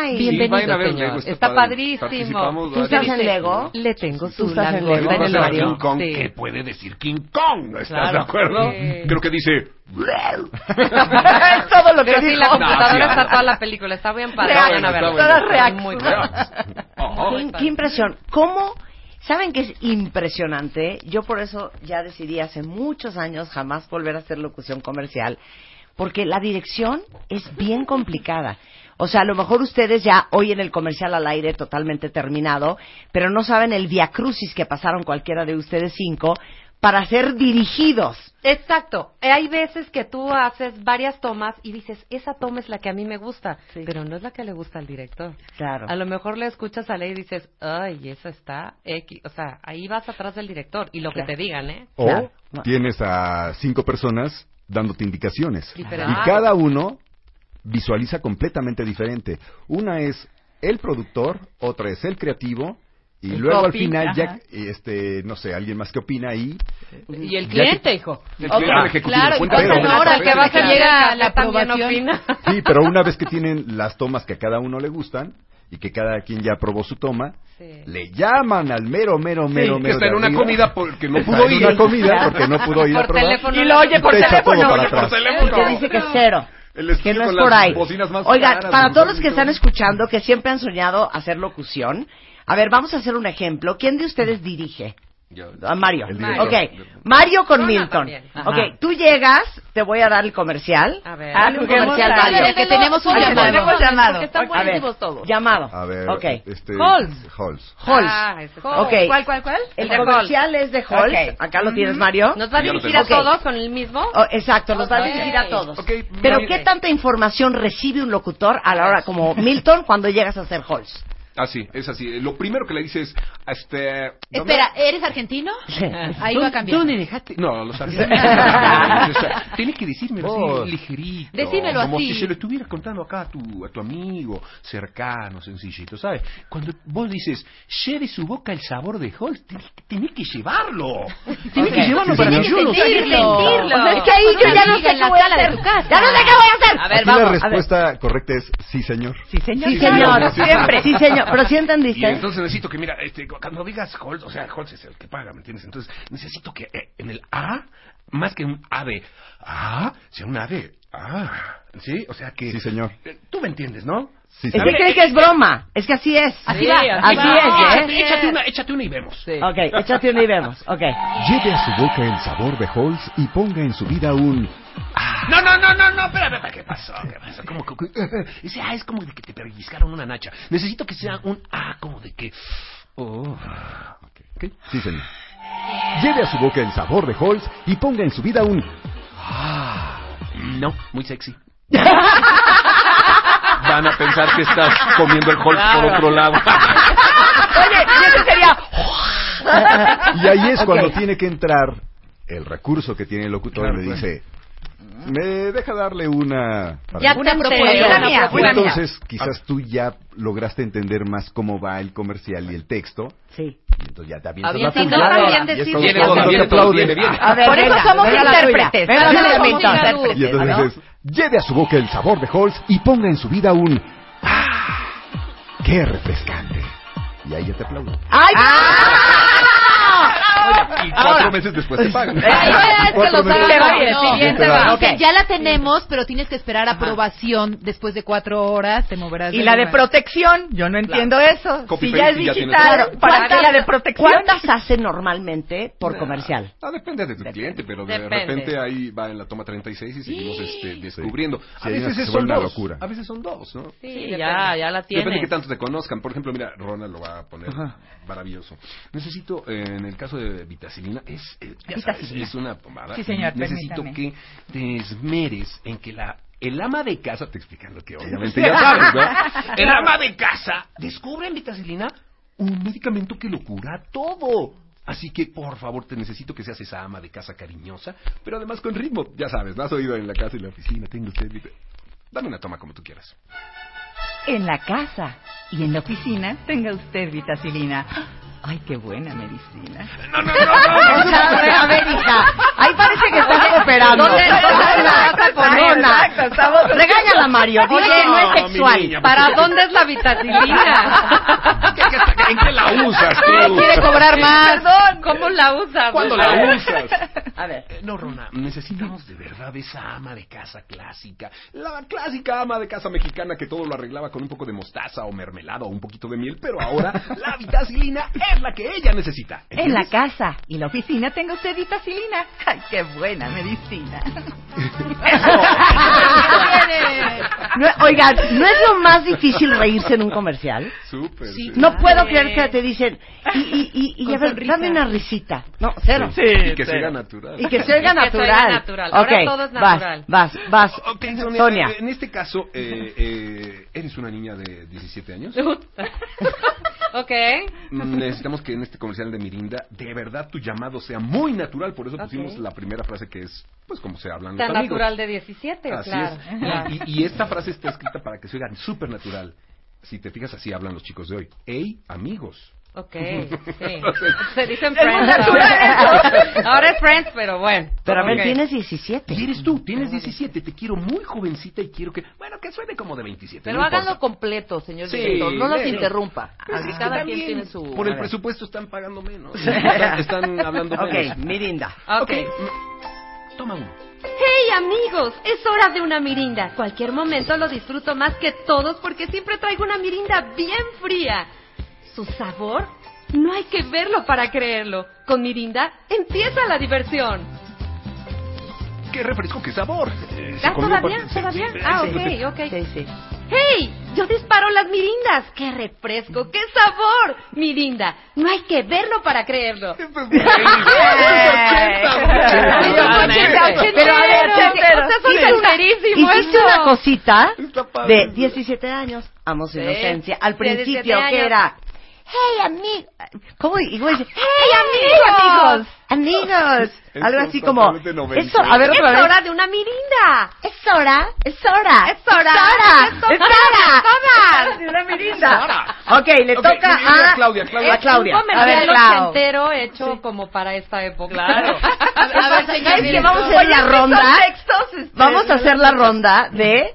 S2: Ay.
S6: Sí.
S9: Sí, vayan a
S11: Bienvenido,
S9: ver
S11: señor.
S9: Lego,
S6: Está
S9: padre.
S6: padrísimo.
S9: Participamos,
S2: ¿Tú estás en
S9: ¿vale?
S2: Lego?
S11: Le tengo
S2: ¿Tú
S11: su
S2: estás en
S11: langosta en
S2: Lego?
S11: el
S9: Luego va a ser
S11: horario.
S9: King Kong,
S6: Sí.
S9: que puede decir King Kong, ¿no estás
S6: Claro.
S9: de acuerdo?
S6: Sí.
S9: Creo que dice...
S2: Es todo lo que
S6: Pero sí, la
S2: dijo.
S6: computadora
S9: No, sí.
S6: está toda la película. Está bien padre.
S9: Está
S6: vayan a
S9: bueno,
S6: verla.
S9: está
S2: bueno.
S6: Muy
S2: Reacciona.
S6: padre.
S9: Ajá.
S2: ¿Qué, qué impresión. ¿Cómo? ¿Saben que es impresionante? Yo por eso ya decidí hace muchos años jamás volver a hacer locución comercial, porque la dirección es bien complicada. O sea, a lo mejor ustedes ya hoy en el comercial al aire totalmente terminado, pero no saben el viacrucis que pasaron cualquiera de ustedes cinco para ser dirigidos.
S6: Exacto. Eh, Hay veces que tú haces varias tomas y dices, esa toma es la que a mí me gusta,
S2: Sí.
S6: pero no es la que le gusta al director.
S2: Claro.
S6: A lo mejor le escuchas a ley y dices, ay, esa está X. O sea, ahí vas atrás del director y lo
S2: Claro.
S6: que te digan, ¿eh?
S7: O
S2: Claro.
S7: tienes a cinco personas dándote indicaciones.
S6: Claro.
S7: Y cada uno visualiza completamente diferente. Una es el productor, otra es el creativo. Y
S10: El
S7: luego
S10: copy,
S7: al final
S10: ajá.
S7: ya, este, no sé, alguien más que opina ahí.
S3: Y el
S7: Ya
S3: cliente, hijo.
S9: El
S10: Ok,
S9: cliente, el ejecutivo,
S10: claro,
S9: cuenta
S10: y
S7: todo.
S10: entonces ahora que va a
S6: que
S10: salir la,
S6: llega la también
S10: aprobación.
S6: opina.
S7: Sí, pero una vez que tienen las tomas que a cada uno le gustan y que cada quien ya probó su toma,
S6: Sí.
S7: le llaman al mero, mero, mero,
S9: que
S7: mero
S9: está
S7: de
S9: en una
S7: arriba.
S9: comida porque no
S7: Está
S9: pudo
S7: en
S9: ir.
S7: una comida porque no pudo ir a
S6: Por
S7: probar.
S6: teléfono.
S10: Y lo oye por
S7: Te echa todo
S10: teléfono.
S7: para
S9: Oye, por
S7: atrás.
S9: teléfono.
S2: Porque dice que es cero.
S9: El estudio
S2: Que no
S9: con
S2: es
S9: las
S2: por ahí.
S9: bocinas más
S2: Oigan,
S9: caras,
S2: para
S9: los
S2: todos los que están
S9: audífonos.
S2: escuchando, que siempre han soñado hacer locución, a ver, vamos a hacer un ejemplo. ¿Quién de ustedes dirige?
S9: Yo-
S2: A Mario.
S7: El
S2: Mario.
S7: director.
S2: Ok, Mario con
S6: Zona
S2: Milton.
S6: también.
S2: Ok, tú llegas, te voy a dar el comercial.
S6: A ver.
S2: Dale un
S10: Juguemos
S2: comercial,
S10: a-
S2: Mario.
S10: Ándale,
S2: Que
S10: que tenemos un
S2: Al que
S10: llamado.
S2: tenemos
S10: llamado.
S6: Porque están
S10: Ok.
S2: A ver,
S6: buenísimos todos.
S2: llamado.
S7: A ver,
S2: Ok.
S9: eh,
S7: este,
S6: Halls.
S7: Halls.
S2: Halls.
S6: Ah, ese está-
S2: Ok.
S10: ¿Cuál, cuál, cuál?
S2: El
S6: de Halls.
S2: comercial es de Halls.
S10: Ok.
S2: Acá lo tienes, Mario.
S6: ¿Nos va a
S9: Ya lo
S6: dirigir a
S2: tenemos.
S6: todos con el mismo?
S2: Oh, exacto, los va a
S6: Ok.
S2: dirigir a todos.
S9: Ok,
S2: Pero
S9: mira,
S2: ¿qué tanta información recibe un locutor a la hora como Milton cuando llegas a hacer Halls?
S9: Ah, sí, es así. Lo primero que le dices, este... ¿dónde?
S10: Espera, ¿eres argentino? Ahí va a cambiar.
S9: dejaste? No, los argentinos. O sea, Tienes que decírmelo
S7: Vos.
S9: así, ligerito.
S10: Decímelo
S9: como
S10: así.
S9: si se lo estuvieras contando acá a tu, a tu amigo, cercano, sencillito, ¿sabes? Cuando vos dices, lleve su boca el sabor de Holt, tenés, tenés que llevarlo. Tenés que llevarlo para que yo lo
S10: sentirlo.
S2: O sea, es que ahí yo ya no sé qué voy a hacer. Ya no sé qué voy a hacer.
S6: A ver,
S7: Aquí la
S6: vamos.
S7: respuesta correcta es sí, señor.
S5: Sí, señor.
S2: Sí,
S5: Claro.
S2: señor, siempre. Sí, señor. Pero sí
S9: Y
S2: entendiste.
S9: entonces necesito que, mira, este, cuando digas Holt, o sea, Holt es el que paga, ¿me entiendes? Entonces necesito que eh, en el A, más que un ave, A, sea un ave, A, ¿sí? O sea que...
S7: Sí, señor.
S9: Eh, Tú me entiendes, ¿no?
S7: Sí,
S2: Es
S7: señor.
S2: que cree que es broma. Es que así es.
S10: Así va.
S2: Así
S9: Ah,
S2: es, ¿eh?
S9: échate una, échate una y vemos.
S2: Ok, échate una y vemos. Ok.
S7: Lleve a su boca el sabor de Halls y ponga en su vida un
S9: No, no, no, no, no, espérame, espérame, ¿qué pasó? ¿Qué pasó? Como, que- ese A "Ah, es como de que te pellizcaron una nacha. Necesito que sea un A como de que... Oh.
S7: Ok, Sí, señor. Lleve a su boca el sabor de Halls y ponga en su vida un
S9: Ah, no, muy sexy. van a pensar que estás comiendo el Hulk por otro lado.
S3: Oye, y eso sería...
S7: Y ahí es
S3: Ok.
S7: cuando tiene que entrar el recurso que tiene el locutor
S9: Claro,
S7: le
S9: claro.
S7: dice, me deja darle una...
S3: Ya te Una entero, propuesta. una propuesta.
S7: Entonces,
S3: Una mía.
S7: quizás tú ya lograste entender más cómo va el comercial y el texto.
S3: Sí.
S7: Entonces ya te avientas
S3: Había
S7: la
S3: sido
S7: tuya.
S3: también
S7: Y es
S3: decir-
S7: cuando
S3: Viene
S7: ya
S3: todo,
S7: te
S9: todo,
S3: viene
S7: aplauden.
S9: viene, viene.
S3: A ver,
S2: Por eso
S3: venga,
S2: somos
S3: venga la
S2: intérpretes.
S3: tuya. Venga
S2: Venga,
S3: la
S2: somos
S3: tuya.
S2: intérpretes.
S7: Y entonces
S3: ¿no?
S7: dices, lleve a su boca el sabor de Halls y ponga en su vida un... "Ah, ¡Qué refrescante! Y ahí ya te aplauden.
S3: ¡Ay!
S9: Y cuatro
S7: Ahora.
S9: meses después te pagan.
S7: Cuatro meses
S3: Te va
S7: después.
S3: bien,
S7: Sí,
S3: bien,
S7: te
S3: te
S7: va.
S3: va.
S8: Ok,
S3: Ok.
S8: ya la tenemos, pero tienes que esperar aprobación. Después de cuatro horas te moverás.
S3: Y
S8: del
S3: la de
S8: lugar.
S3: protección, yo no entiendo eso.
S8: Copy
S3: si ya es
S8: paste y ya tienes
S3: digital,
S8: todo.
S3: ¿para qué
S8: ¿Cuántas-
S3: la de protección?
S2: ¿Cuántas hace normalmente por
S9: Nah,
S2: comercial?
S9: No, Ah, depende de tu cliente, pero de
S2: Depende.
S9: repente ahí va en la toma 36 y seguimos este, descubriendo.
S7: Sí,
S9: A
S7: hay unas que
S9: veces
S7: se
S9: son
S7: vuelven
S9: dos.
S7: una locura.
S9: A veces son dos, ¿no?
S6: Sí,
S5: Sí, ya,
S6: depende.
S5: ya la
S9: Depende de
S5: tienes.
S9: qué tanto te conozcan. Por ejemplo, mira, Ronald lo va a poner maravilloso. Necesito, eh, en el caso de vitacilina, es, eh, ya sabes,
S7: Vitacilina.
S9: es una pomada.
S7: Sí, señor,
S9: Y Necesito
S7: permítame.
S9: que te esmeres en que la... El ama de casa, te explican lo que obviamente
S12: Sí.
S9: ya sabes, ¿no? El
S12: Claro.
S9: ama de casa descubre en vitacilina un medicamento que lo cura todo. Así que, por favor, te necesito que seas esa ama de casa cariñosa, pero además con ritmo. Ya sabes, la has oído en la casa y la oficina. Tengo usted... vita- Dame una toma como tú quieras.
S10: En la casa y en la oficina tenga usted vitacilina. Ay, qué buena medicina.
S9: No, no,
S3: no, no.
S10: A ver, hija. Ahí parece que estás operando.
S3: ¿Dónde- dónde la vas a poner? Exacto, estamos-
S2: Regáñala, Mario. Dile que no es
S3: No, mi
S2: sexual.
S3: niña, ¿para ¿por qué? dónde
S2: es la vitacilina?
S9: ¿En qué la usas tú?
S6: Ay, quiere cobrar más.
S3: Perdón.
S6: ¿Cómo la usas?
S9: ¿Cuándo la usas?
S3: A ver.
S9: Eh, No, Rona, necesitamos de verdad esa ama de casa clásica. La clásica ama de casa mexicana que todo lo arreglaba con un poco de mostaza o mermelada o un poquito de miel, pero ahora la vitacilina es la que ella necesita.
S10: En la casa y la oficina tenga usted vitacilina. Ay, qué buena medicina.
S2: No, oigan, ¿no es lo más difícil reírse en un comercial?
S9: Súper.
S3: Sí,
S2: No
S3: claro.
S2: puedo creer que te dicen, y, y, y, y
S3: Con
S2: a ver,
S3: sonrisa.
S2: dame una risita. No, cero.
S9: y que sea natural.
S2: Y que se oiga
S6: Y que se oiga
S2: natural.
S6: natural. Ahora
S2: Ok,
S6: todo es
S2: vas,
S6: natural.
S2: Vas, vas,
S9: Ok, Sonia,
S2: Sonia.
S9: eh, en este caso, eh, eh, eres una niña de 17 años.
S6: ok.
S9: Mm, Necesitamos que en este comercial de Mirinda, de verdad, tu llamado sea muy natural. Por eso pusimos la primera frase que es, pues, como se hablan los
S6: Tan
S9: amigos.
S6: natural de 17,
S9: Así
S6: claro.
S9: es.
S6: claro.
S9: Y, y- y esta frase está escrita para que se oigan súper natural. Si te fijas, así hablan los chicos de hoy. ¡Ey, amigos!
S6: Ok, sí.
S9: Entonces,
S6: Se dicen
S9: Es muy
S6: friends.
S9: natural
S6: Ahora.
S9: eso.
S6: Ahora es friends, pero bueno.
S2: Pero a ver,
S6: Ok.
S2: tienes 17.
S9: Y eres tú, tienes 17. Te quiero muy jovencita y quiero que... Bueno, que suene como de 27.
S5: Pero
S9: no
S5: háganlo
S9: importa.
S5: completo, señor
S9: Sí,
S5: director. No los
S9: negro.
S5: interrumpa.
S9: Pues
S5: Así
S9: es que
S5: cada quien
S9: también
S5: tiene su...
S9: Por el
S5: A ver.
S9: presupuesto están pagando menos. Están, están hablando menos.
S2: Ok, Mirinda.
S9: Ok. mm, Toma uno.
S6: Hey amigos, es hora de una mirinda. Cualquier momento lo disfruto más que todos porque siempre traigo una mirinda bien fría. Su sabor no hay que verlo para creerlo. Con mirinda empieza la diversión.
S9: ¡Qué refresco, qué sabor! Eh, se
S6: ¿Ah,
S9: comió
S6: todavía?
S9: parte-
S6: ¿Todavía?
S9: sí,
S6: Ah,
S9: sí, sí.
S6: ok, ok. ¡Hey! Yo disparo las mirindas. ¡Qué refresco! ¡Qué sabor! Mirinda, no hay que verlo para creererlo.
S2: Pero a ver,
S6: ochentero. O sea, soy
S2: hiciste una-
S6: solterísimo,
S2: hiciste
S6: eso.
S2: una cosita de
S6: padre.
S2: 17 años, amo su
S6: Sí.
S2: inocencia. Al
S6: 17
S2: principio,
S6: años.
S2: ¿qué era? Hey, amigo. ¿Cómo? Y güey, dice,
S6: Hey,
S2: hey, amigos.
S6: amigos.
S2: Amigos.
S6: Es
S2: Algo así como.
S6: completamente
S2: Es, hor- a ver, otra
S6: es
S2: vez.
S6: hora de una mirinda.
S2: Es hora, es hora,
S6: es
S2: es
S6: hora,
S2: hora,
S6: es hora,
S2: es hora. Una mirinda. Ok, le
S6: Ok,
S2: toca
S6: mirinda,
S2: a
S6: Claudia,
S2: A Claudia.
S6: Un comercial
S2: Clau.
S6: ochentero hecho como para esta época.
S2: Claro.
S6: A ver,
S2: A ver,
S6: señor
S2: ¿sabes qué?
S6: director.
S2: Vamos a hacer
S6: Oye,
S2: la
S6: estos
S2: ronda.
S6: textos, este,
S2: Vamos a hacer la ronda de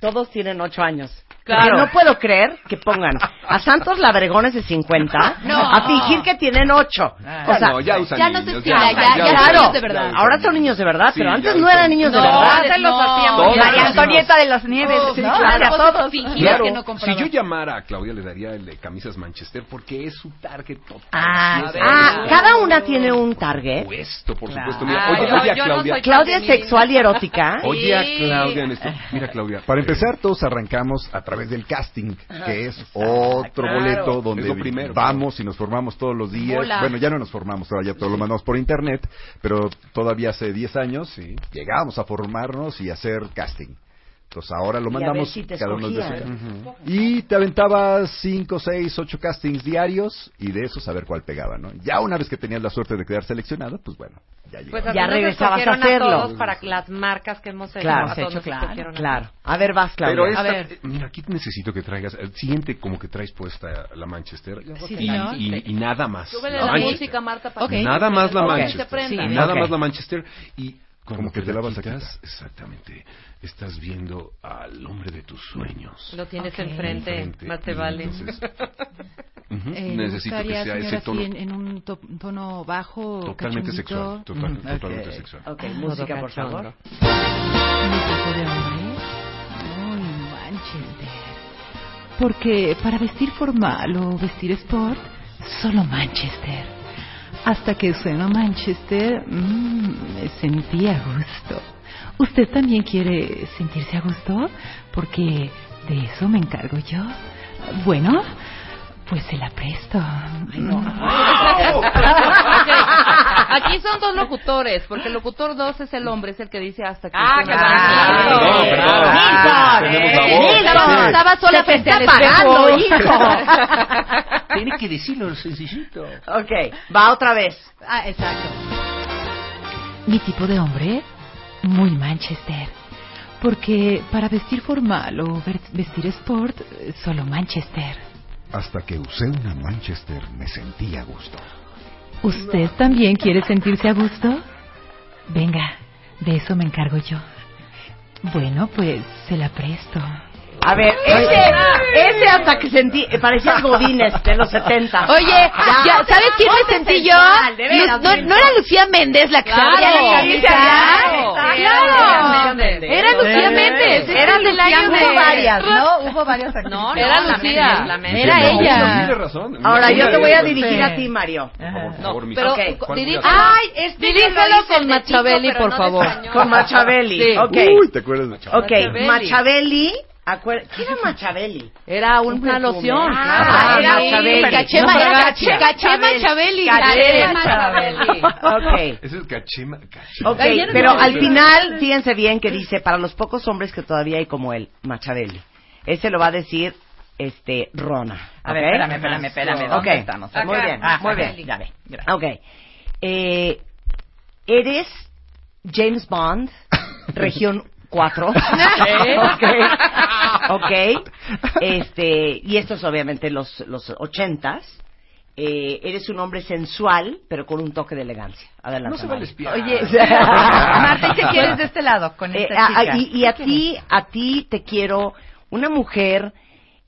S2: todos tienen ocho años.
S6: Claro.
S2: Porque no puedo creer que pongan a santos labregones de 50
S3: No.
S2: a fingir que tienen ocho.
S3: Ah,
S2: O sea,
S3: no, ya usan Ya no se niños, ya estila, usan, ya- ya
S2: claro.
S3: son niños de verdad.
S2: Ahora son niños de verdad,
S3: Sí,
S2: pero antes
S3: ya
S2: no
S3: usan.
S2: eran niños
S3: No,
S2: de verdad.
S3: antes los hacíamos. Todos María los hacíamos. Antonieta de las Nieves,
S2: Oh, sí,
S3: ¿no?
S2: claro.
S3: Hacía todos.
S9: Claro,
S3: que no compraba.
S9: si yo llamara a Claudia le daría el de camisas Manchester porque es su target total.
S2: Ah,
S9: Sí, es
S2: ah,
S9: eso.
S2: cada una tiene un target.
S9: Esto, por
S2: Claro.
S9: supuesto. Mira,
S2: Ah,
S9: oye,
S2: yo-
S9: oye a
S2: yo no
S9: Claudia.
S2: soy Claudia es femenina. sexual y erótica.
S9: Oye a
S2: Sí.
S9: Claudia en esto. Mira, Claudia.
S7: Para empezar, todos arrancamos a través del casting, que es
S2: Ah,
S7: otro
S9: claro.
S7: boleto
S9: Es
S7: donde
S9: lo primero.
S7: vamos y nos formamos todos los días.
S9: Hola.
S7: Bueno, ya no nos formamos, ahora ya todo lo mandamos por internet, pero todavía hace 10 años llegábamos a formarnos y hacer casting. Entonces ahora
S2: Y
S7: lo
S2: a
S7: mandamos
S2: ver si te
S7: cada uno de
S2: escogían. Ujú.
S7: Y te aventabas 5, 6, 8 castings diarios y de eso saber cuál pegaba, ¿no? Ya una vez que tenías la suerte de quedar seleccionado, pues bueno, ya llegaba.
S5: Pues así nos escogieron A todos para las marcas que hemos hecho.
S7: Claro,
S5: a
S7: has
S5: todos
S7: hecho,
S5: nos
S7: claro,
S5: escogieron a
S2: claro. A ver, vas, Ah, Claudia.
S3: Pero esta-
S2: A ver.
S3: eh, mira, aquí necesito que traigas. eh, Siente como que traes puesta la Manchester.
S5: Sí,
S3: y,
S5: ¿no?
S3: y- y nada más.
S5: Súbele
S3: la
S5: la
S3: Manchester.
S5: música, Marta, para que-
S3: Nada más la
S5: Ok.
S3: Manchester.
S5: Se prenda.
S3: Sí,
S5: Sí,
S3: Nada
S5: ok.
S3: más la Manchester. Y como,
S7: Como
S3: que,
S7: que
S3: te
S7: te la
S3: la
S7: vas a
S3: quitas, exactamente. Estás viendo al hombre de tus sueños.
S5: Lo tienes
S3: Ok.
S5: enfrente,
S3: Enfrente,
S5: más te
S3: y
S5: vale.
S3: entonces- Ujú,
S2: Eh, me
S3: Necesito que
S2: gustaría,
S3: sea ese
S2: señora,
S3: tono.
S2: así en, en un to- un tono bajo.
S3: Totalmente
S2: cachondito.
S3: sexual, total-
S2: Ujú.
S3: totalmente
S2: Ok,
S3: sexual.
S2: Ok,
S3: Todo
S2: música, por
S3: cachondo.
S2: favor. Música de hombre. Ay, Manchester. Porque para vestir formal o vestir sport, solo Manchester. Hasta que suena Manchester, mmm, me sentí a gusto. ¿Usted también quiere sentirse a gusto? Porque de eso me encargo yo. Bueno, pues se la presto. Mm.
S5: Ok, Aquí son dos locutores, porque el locutor 2 es el hombre, es el que dice hasta que. Ah,
S2: qué barbaridad. No, claro.
S5: Milton,
S2: Tenemos la voz.
S5: Milton,
S2: Sí.
S5: estaba sola
S2: Se te
S5: frente al
S2: está apagando,
S5: espejo.
S3: Tiene que decirlo sencillito.
S2: Ok, va otra vez.
S13: Ah, exacto.
S2: Mi tipo de hombre, muy Manchester. Porque para vestir formal o ver- vestir sport, eh, solo Manchester.
S7: Hasta que usé una Manchester me sentí a gusto.
S2: ¿Usted también quiere sentirse a gusto? Venga, de eso me encargo yo. Bueno, pues se la presto. A ver, ese, ese hasta que sentí, eh, parecías Godines de los 70.
S8: Oye, Ah, ya, ¿sabes quién me
S2: Ponte
S8: sentí yo?
S2: sensual, de veras,
S8: Lu- no,
S2: Benito.
S8: no era Lucía Méndez la que
S2: Claro,
S8: sabía la camisa.
S2: claro,
S8: Claro. Era Lucía Méndez.
S2: Era
S8: del
S2: Lucía
S8: año de-
S2: Hubo varias, ¿no? Hubo varias
S5: No,
S2: actrices.
S5: era Lucía.
S2: Era ella.
S3: Tiene razón.
S2: Ahora, yo te voy a
S3: Sí.
S2: dirigir a ti, Mario.
S3: Por favor, mi
S5: Pero
S3: ¿cuál voy a
S5: dirí-
S3: hacer?
S5: Ay, este
S2: Dirígelo
S5: yo lo hice
S2: con
S5: de
S2: Machiavelli,
S5: pero
S2: por
S5: no de
S2: favor.
S5: español.
S2: Con Machiavelli,
S5: Sí.
S2: ok.
S7: Uy, ¿te acuerdas de
S2: Ok,
S5: Machiavelli.
S2: Machiavelli. acuer- ¿Qué era Machiavelli? Era
S5: una loción,
S2: Ah, era
S5: claro. Sí,
S2: Machiavelli.
S5: Cachema,
S2: No,
S5: era
S2: Gachi-
S5: Cache-
S2: Cachema
S5: Machiavelli.
S2: Cachema Machiavelli.
S5: Machiavelli.
S2: Ok.
S3: Ese es cachema. cachema.
S2: Ok, pero al final, fíjense bien que dice, para los pocos hombres que todavía hay como él, Machiavelli. Ese lo va a decir, este, Rona.
S10: A ver,
S2: ¿ok?
S10: espérame, espérame, espérame, ¿dónde
S2: Ok,
S10: estamos?
S2: Muy
S10: Acá,
S2: bien,
S10: ah,
S2: muy
S10: acá.
S2: bien, ya ve. Ok. Eh, ¿Eres James Bond, región 4?
S8: ¿Eh?
S2: ok. Ok. Este, y esto es obviamente los, los ochentas. Eh, eres un hombre sensual, pero con un toque de elegancia. Adelante.
S10: No se vale
S2: Mario.
S10: espiar. Oye, Marta, ¿y qué quieres de este lado con
S2: Eh,
S10: esta
S2: a- a-
S10: chica?
S2: y, y a ti, a ti te quiero una mujer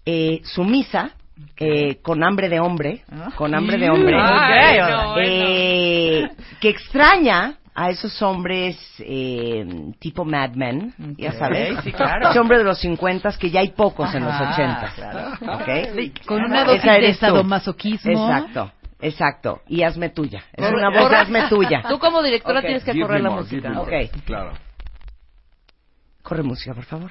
S2: eh, sumisa, eh, con hambre de hombre, con hambre de hombre,
S8: Ay, no,
S2: eh, que extraña a esos hombres eh, tipo Mad Men, ya
S8: Ok,
S2: sabes,
S8: sí, claro.
S2: ese hombre de los 50 que ya hay pocos en los
S8: Ajá,
S2: 80,
S8: claro.
S2: ¿ok?
S8: Sí, con una dosis
S2: Esa
S8: de
S2: eres tú.
S8: sadomasoquismo.
S2: Exacto, exacto, y hazme tuya, es
S5: Corre-
S2: una voz de
S5: corre-
S2: hazme tuya.
S5: Tú como directora
S2: Ok.
S5: tienes que
S2: Give
S5: correr
S2: me
S5: la
S2: more, give
S5: música.
S2: me more. Ok.
S3: Claro.
S2: Corre música, por favor.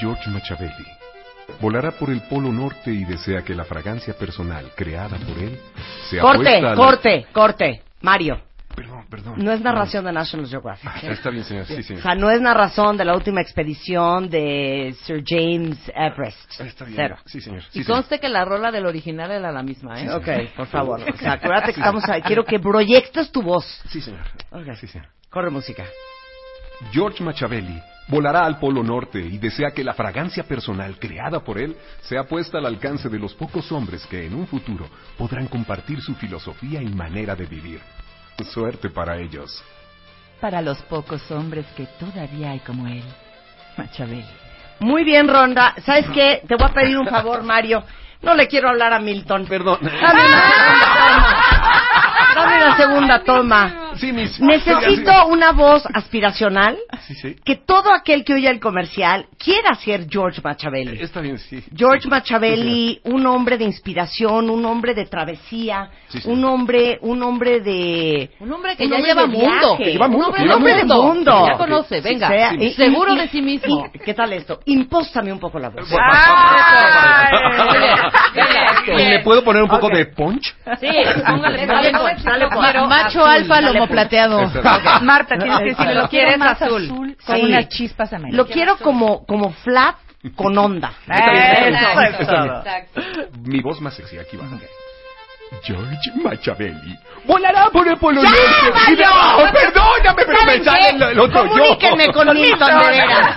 S9: George Machiavelli volará por el Polo Norte y desea que la fragancia personal creada por él sea puesta
S2: Corte,
S9: a la-
S2: corte, corte, Mario.
S3: Perdón, perdón.
S2: No es narración de National Geographic.
S3: Ah, Está bien, señor. Sí,
S2: O
S3: señor.
S2: sea, no es narración de la última expedición de Sir James Everest.
S3: Ah, Está bien.
S2: Cero.
S3: Sí, señor. Sí,
S14: Y
S3: señor.
S14: conste que la rola del original era la misma, ¿eh?
S2: Ok, por favor. O sea, acuérdate que estamos ahí. Quiero que proyectes tu voz.
S3: Sí, señor.
S9: Sí, señor.
S2: Corre música.
S9: George Machiavelli volará al Polo Norte y desea que la fragancia personal creada por él sea puesta al alcance de los pocos hombres que en un futuro podrán compartir su filosofía y manera de vivir. Suerte para ellos.
S10: Para los pocos hombres que todavía hay como él, Machiavelli.
S2: Muy bien, Ronda. ¿Sabes qué? Te voy a pedir un favor, Mario. No le quiero hablar a Milton.
S3: Perdón.
S2: Dame una segunda toma. Dame una segunda toma.
S3: Sí, mis-
S2: Necesito una voz aspiracional
S3: Sí, sí.
S2: que todo aquel que oye el comercial quiera ser George Machiavelli.
S3: Está bien, sí.
S2: George Machiavelli, un hombre de inspiración, un hombre de travesía,
S3: Sí, sí.
S2: un hombre, un hombre de
S14: Un hombre
S5: que
S2: un
S5: ya
S2: hombre
S5: lleva
S2: de
S5: mundo.
S2: viaje,
S5: Que lleva mundo, que
S2: un
S5: lleva
S2: hombre de
S5: mundo.
S2: mundo,
S5: Ya conoce,
S2: Sí,
S5: venga.
S2: sea,
S5: Sí.
S2: y-
S5: Seguro
S2: y-
S5: de sí mismo.
S2: y- ¿Qué tal esto? Impóstame un poco la voz.
S3: ¿Le puedo poner un poco de punch?
S5: Sí,
S2: Dale
S5: póngale, póngale,
S2: punch, dale punch.
S5: pero
S2: Macho
S5: azul,
S2: alfa
S5: dale
S10: como plateado.
S2: Exacto.
S10: Marta, tienes que decirle,
S2: Lo
S10: lo quieres
S2: quieres
S10: más azul.
S2: azul
S10: con
S2: sí.
S10: unas chispas amarillas.
S2: Lo quiero como, como flat con onda.
S9: Exacto.
S2: Eso.
S9: Exacto. Mi voz más sexy, aquí va. George Machiavelli volará por el Polo
S2: ¡Ya,
S9: Norte y
S2: vaya!
S9: de abajo, perdóname, pero
S2: ¿Saben
S9: me sale
S2: qué?
S9: el, el otro yo.
S2: Comuníquenme con Milton, de veras.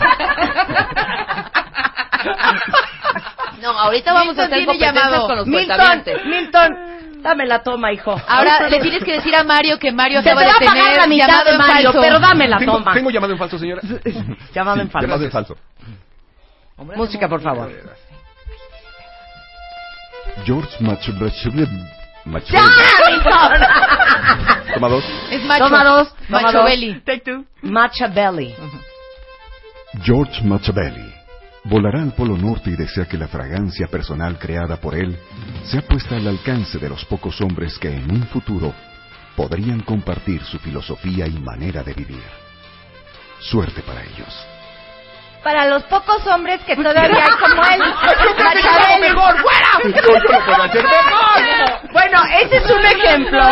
S8: No, ahorita vamos a hacer
S2: Milton tiene
S8: competencias
S2: llamado.
S8: con los
S2: Milton,
S8: cuentavientes.
S2: Milton, dame la toma, hijo.
S8: Ahora le tienes que decir a Mario que Mario
S2: Se
S8: acaba
S2: te va a
S8: de
S2: pagar
S8: tener
S2: la mitad
S8: llamado
S2: de
S8: en
S2: Mario,
S8: falso.
S2: pero dame la
S9: tengo,
S2: toma.
S9: tengo llamado en falso, señora.
S2: Llamado en falso.
S7: Llamado en falso.
S2: Música, por favor.
S7: George Machiavelli. Machiavelli.
S2: ¡Ya, Milton!
S7: Toma dos.
S2: Es
S8: macho.
S2: Toma dos. toma
S8: Macho
S2: dos.
S8: Belli.
S2: Machiavelli.
S1: George Machiavelli volará al Polo Norte y desea que la fragancia personal creada por él sea puesta al alcance de los pocos hombres que en un futuro podrían compartir su filosofía y manera de vivir. Suerte para ellos.
S10: Para los pocos hombres que todavía hay como él.
S2: Yo creo que yo
S10: Machiavelli.
S2: hago mejor, fuera.
S10: No, yo lo puedo hacer mejor.
S2: Bueno, ese es un ejemplo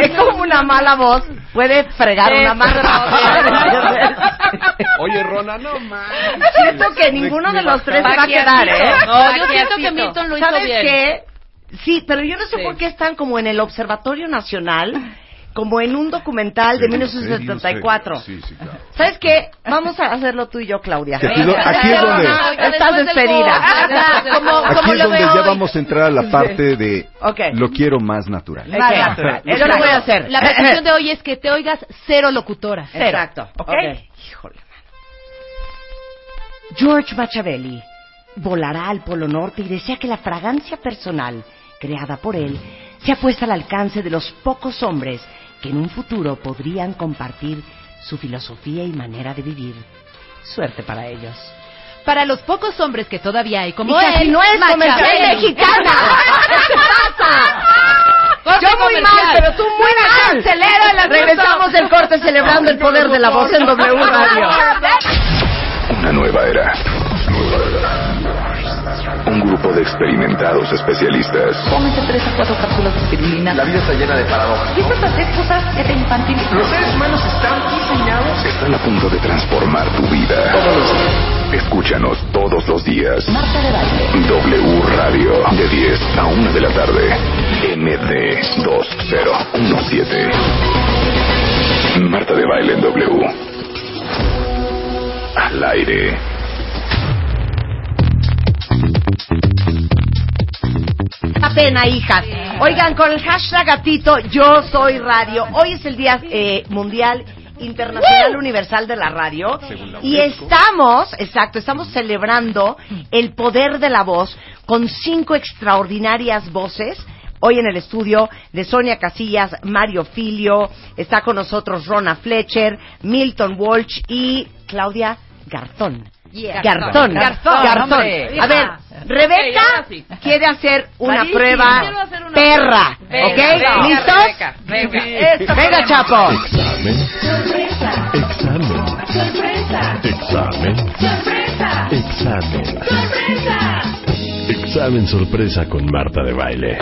S2: de cómo una mala voz puede fregar una mala.
S9: Oye, Rona, no más.
S2: Siento que ninguno de los tres se va a quedar, ¿eh?
S15: No, yo siento que Milton lo hizo
S2: ¿Sabes
S15: bien.
S2: qué? Sí, pero yo no sé
S15: Sí.
S2: por qué están como en el Observatorio Nacional, como en un documental de 1974.
S9: Sí, sí, claro.
S2: ¿Sabes qué? Vamos a hacerlo tú y yo, Claudia.
S7: Te pido- aquí es donde-
S2: Estás despedida.
S8: Como,
S7: Aquí
S8: como
S7: es
S8: lo
S7: donde
S8: veo
S7: ya
S8: hoy.
S7: vamos a entrar a la parte de
S2: Ok.
S7: lo quiero más natural.
S2: Más natural. Yo lo voy a hacer.
S8: La pretensión de hoy es que te oigas cero locutora.
S2: Cero. Exacto. ¿Ok? Híjole, mano. George Machiavelli volará al Polo Norte y desea que la fragancia personal creada por él sea puesta al alcance de los pocos hombres que en un futuro podrían compartir su filosofía y manera de vivir. Suerte para ellos.
S8: Para los pocos hombres que todavía hay como
S2: Hija,
S8: él.
S2: si no es
S8: Machiavelli.
S2: comercial mexicana. ¿Qué te pasa?
S8: Corte
S2: Yo muy
S8: comercial.
S2: mal, pero tú muy
S15: Ah,
S2: mal.
S8: Acelera el asunto.
S2: Regresamos del corte celebrando el poder de la voz en W Radio.
S1: Una nueva era. Un grupo de experimentados especialistas.
S3: Cómete tres a cuatro cápsulas de espirulina.
S1: La vida está llena de paradojas.
S3: Empiezas a hacer cosas que te infantilizan.
S1: Los seres humanos están diseñados. Están a punto de transformar tu vida. Escúchanos todos los días.
S3: Marta de baile.
S1: W Radio de 10 a 1 de la tarde. MD 2017. Marta de Baile en W. Al aire.
S2: La pena, hijas. Oigan, con el hashtag gatito, yo soy radio. Hoy es el Día eh, Mundial Internacional Universal de la Radio. Y estamos, exacto, estamos celebrando el poder de la voz con cinco extraordinarias voces. Hoy en el estudio de Sonia Casillas, Mario Filio, está con nosotros Rona Fletcher, Milton Walsh y Claudia Garzón.
S8: Yeah.
S2: Garzón,
S8: Garzón,
S2: Garzón.
S8: hombre.
S2: A ver, Rebeca
S8: Ey, ahora sí.
S2: quiere hacer una
S8: Clarísimo.
S2: prueba
S8: Quiero hacer una
S2: perra,
S8: prueba.
S2: ¿ok?
S8: Venga,
S2: ¿Listos?
S8: Rebeca, venga.
S2: Esto venga, Chapo.
S1: Examen. Examen. Examen. Examen. Examen sorpresa con Marta de Baile.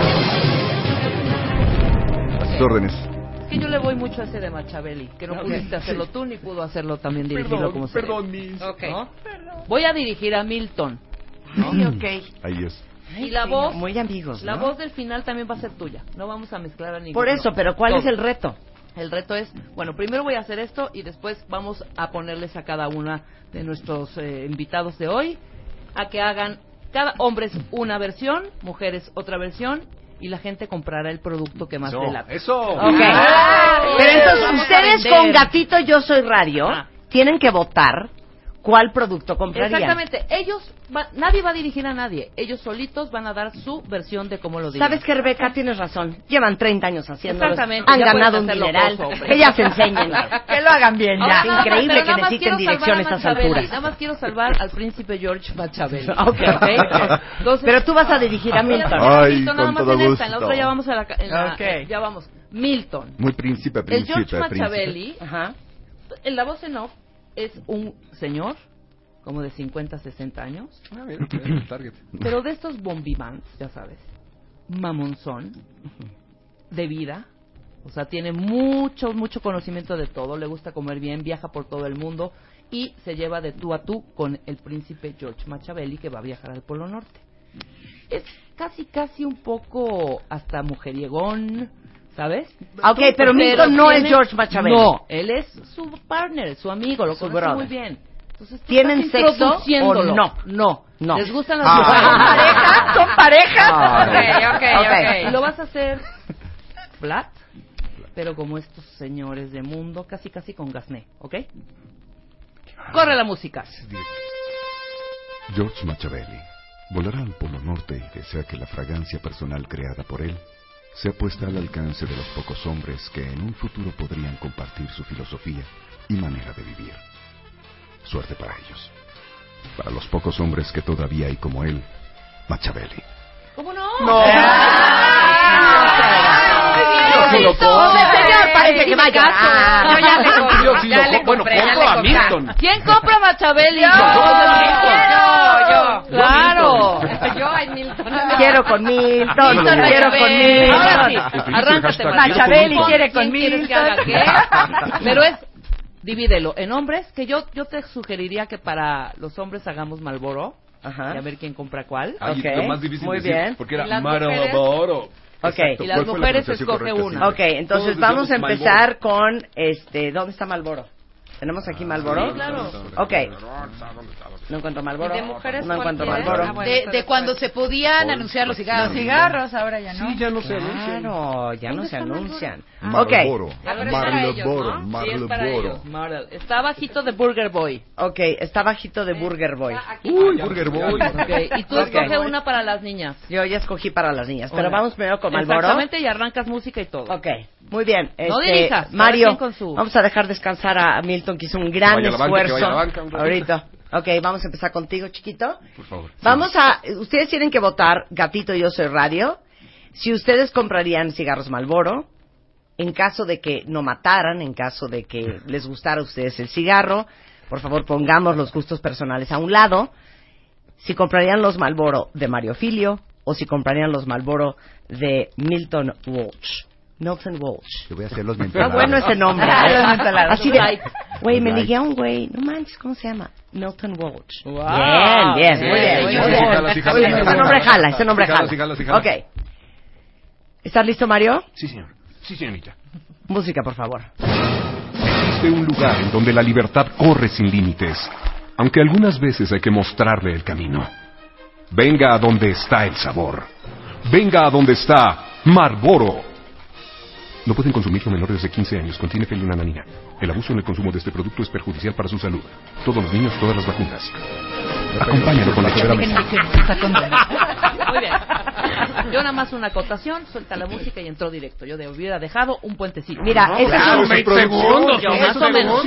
S7: A sus órdenes.
S5: Es que yo le voy mucho a ese de Machiavelli, que no
S15: Ok.
S5: pudiste hacerlo tú ni pudo hacerlo también dirigirlo
S15: Perdón,
S5: como se
S15: perdón,
S5: debe. Ok. Voy a dirigir a Milton.
S7: Ahí es.
S5: y la voz,
S2: Muy amigos,
S5: la
S2: ¿no?
S5: voz del final también va a ser tuya. No vamos a mezclar a ninguno.
S2: Por eso, pero ¿cuál
S5: Todo.
S2: es el reto?
S5: El reto es, bueno, primero voy a hacer esto y después vamos a ponerles a cada una de nuestros eh, invitados de hoy a que hagan cada hombres una versión, mujeres otra versión y la gente comprará el producto que más
S9: Eso,
S5: le late.
S9: eso.
S5: Ok.
S2: Pero entonces
S5: Ah, Vamos a
S2: ustedes
S5: vender. Ah.
S2: con Gatito Yo Soy Radio
S5: Ajá.
S2: tienen que votar cuál producto comprarían.
S5: Exactamente, ellos, va- nadie va a dirigir a nadie, ellos solitos van a dar su versión de cómo lo dirigen.
S2: ¿Sabes qué, Rebeca? Tienes razón. Llevan 30 años haciéndolo.
S5: Exactamente,
S2: Han
S5: ya
S2: ganado un
S5: puedes hacerlo
S2: dineral.
S5: vos, hombre.
S2: Que ya se enseñen. que lo hagan bien
S5: Ahora nada más,
S2: Increíble
S5: Ah, pero
S2: que
S5: nada más
S2: necesiten
S5: quiero
S2: dirección
S5: salvar
S2: a estas
S5: Machiavelli,
S2: alturas.
S5: Nada más quiero salvar al príncipe George Machiavelli.
S2: Ok. Pero tú vas a dirigir
S5: ah,
S2: a Milton.
S7: Ay,
S5: Milton, nada
S7: con
S5: más
S7: todo
S5: en esta, en la
S7: gusto.
S5: otra ya vamos a la... ca- en la-
S2: Ok.
S5: eh, ya vamos. Milton.
S7: Muy príncipe,
S5: El
S7: príncipe,
S5: George
S7: príncipe.
S5: Machiavelli, en la voz en off, es un señor como de 50, 60 años,
S9: Ah, mira, mira, el target.
S5: pero de estos bombivans, ya sabes, mamonzón, de vida, O sea, tiene mucho, mucho conocimiento de todo. Le gusta comer bien, viaja por todo el mundo y se lleva de tú a tú con el príncipe George Machiavelli que va a viajar al Polo Norte. Es casi, casi un poco hasta mujeriegón, ¿sabes?
S2: Ok, pero Milton no es George Machiavelli.
S5: No, él es su partner, su amigo, lo
S2: Su
S5: conoce
S2: brother.
S5: muy bien. Entonces, tú
S2: ¿Tienen
S5: estás
S2: sexo
S5: introduciéndolo.
S2: o no?
S5: No, no. ¿Les gustan las
S2: Ah.
S5: mujeres?
S2: ¿Son parejas? ¿Son parejas?
S5: Ok, ok,
S2: Ok.
S5: ok. Lo vas a hacer flat, pero como estos señores de mundo, casi casi con gasné, ¿ok? Corre la música.
S7: George Machiavelli volará al Polo Norte y desea que la fragancia personal creada por él sea puesta al alcance de los pocos hombres que en un futuro podrían compartir su filosofía y manera de vivir. Suerte para ellos. Para los pocos hombres que todavía hay como él, Machiavelli.
S5: ¿Cómo no?
S7: No.
S2: Yo se lo compro. Ese señor parece que va a llorar.
S5: ¿eh? No, ya le compré,
S2: Yo sí lo
S5: ya le
S2: compro. Bueno,
S5: compré, ya
S2: compro
S5: le
S2: a
S5: compré.
S2: Milton.
S5: ¿Quién compra a Machiavelli?
S2: Yo,
S5: yo,
S2: yo, yo.
S5: Claro.
S6: Yo a Milton.
S2: Quiero con Milton,
S6: Milton
S2: quiero con
S6: Machiavelli. Ahora sí,
S2: Milton.
S6: El arráncate,
S2: Machiavelli quiere con
S5: ¿Quién quieres que
S2: Milton.
S5: haga qué? Pero es, divídelo en hombres, que yo, yo te sugeriría que para los hombres hagamos Malboro. Y a ver quién compra cuál.
S9: Ay,
S5: Ok.
S9: lo más difícil
S5: Muy
S9: decir,
S5: bien.
S9: porque era
S5: ¿Y las
S9: Marlboro.
S5: mujeres?
S2: Ok.
S9: Exacto,
S5: Y las
S9: ¿cuál fue la
S5: mujeres
S9: pronunciación
S5: escoge
S9: correcta,
S5: una.
S9: señor?
S2: Ok, entonces
S9: Todos
S2: vamos a
S9: decíamos Marlboro.
S2: empezar con, este, ¿dónde está Malboro? ¿Tenemos
S9: Ah,
S2: aquí Malboro?
S5: sí, claro.
S2: Ok. No encuentro Malboro.
S8: ¿Y de mujeres
S2: No encuentro
S8: cuál quieres?
S2: Malboro.
S8: Ah, bueno, De- de cuando se podían
S16: pues,
S2: Por
S8: anunciar los
S2: supuesto.
S8: cigarros.
S10: Cigarros, ahora ya no.
S2: Sí, ya no se anuncian. Claro, ya no se anuncian. Ah. Ok.
S7: Marlboro,
S5: Ah, Marlboro,
S7: Marlboro.
S5: Marl- Está bajito de Burger Boy.
S2: Ok, está bajito de Burger Boy.
S7: Uy, Burger Boy.
S5: Ah, Ok, Y tú
S2: Ok.
S5: escoge una para las niñas.
S2: Yo ya escogí para las niñas, pero
S5: Ahora.
S2: vamos primero con Malboro.
S5: Exactamente, y arrancas música y todo.
S2: Ok. Muy bien.
S5: No
S2: este,
S5: dirijas, cada
S2: Mario,
S5: quien con su-
S2: vamos a dejar descansar a a Milton, que hizo un gran
S5: vaya a la banca, que
S2: esfuerzo.
S5: vaya a la banca un ratito.
S2: Ahorita. Ok, vamos a empezar contigo, chiquito.
S9: Por favor.
S2: Vamos a, ustedes tienen que votar, gatito, yo soy radio, si ustedes comprarían cigarros Malboro, en caso de que no mataran, en caso de que les gustara a ustedes el cigarro, por favor pongamos los gustos personales a un lado, si comprarían los Malboro de Mario Filio o si comprarían los Malboro de Milton Walsh. Milton Walsh.
S3: Yo voy a hacer los
S2: Está
S3: mentolados.
S2: bueno ese nombre.
S3: Ah,
S2: ¿eh?
S3: los mentolados.
S2: Así de,
S3: Right.
S2: güey, me
S3: Right.
S2: ligué a un güey, no manches, ¿cómo se llama? Milton Walsh.
S3: Wow.
S2: Bien, bien,
S3: Ah,
S2: muy
S3: Sí,
S2: bien.
S3: sí,
S2: muy
S3: sí,
S2: bien.
S3: jala, sí, jala,
S2: Oye,
S3: sí,
S2: ese
S3: jala.
S2: nombre jala, ese nombre
S3: Sí, jala,
S2: jala.
S3: sí, jala, sí, jala.
S2: Ok. ¿Estás listo, Mario?
S9: Sí, señor. Sí, señorita.
S2: Música, por favor.
S7: Existe un lugar en donde la libertad corre sin límites, aunque algunas veces hay que mostrarle el camino. Venga a donde está el sabor. Venga a donde está Marlboro. No pueden consumirlo menores de 15 años. Contiene felinanamina. El abuso en el consumo de este producto es perjudicial para su salud. Todos los niños, todas las vacunas. Acompáñalo con la primera mesa.
S5: Muy bien. Yo nada más una acotación, suelta la música y entró directo. Yo de- hubiera dejado un puentecito.
S2: Mira,
S5: No,
S2: este
S5: claro,
S2: es un
S5: veinte segundos, yo, más o menos.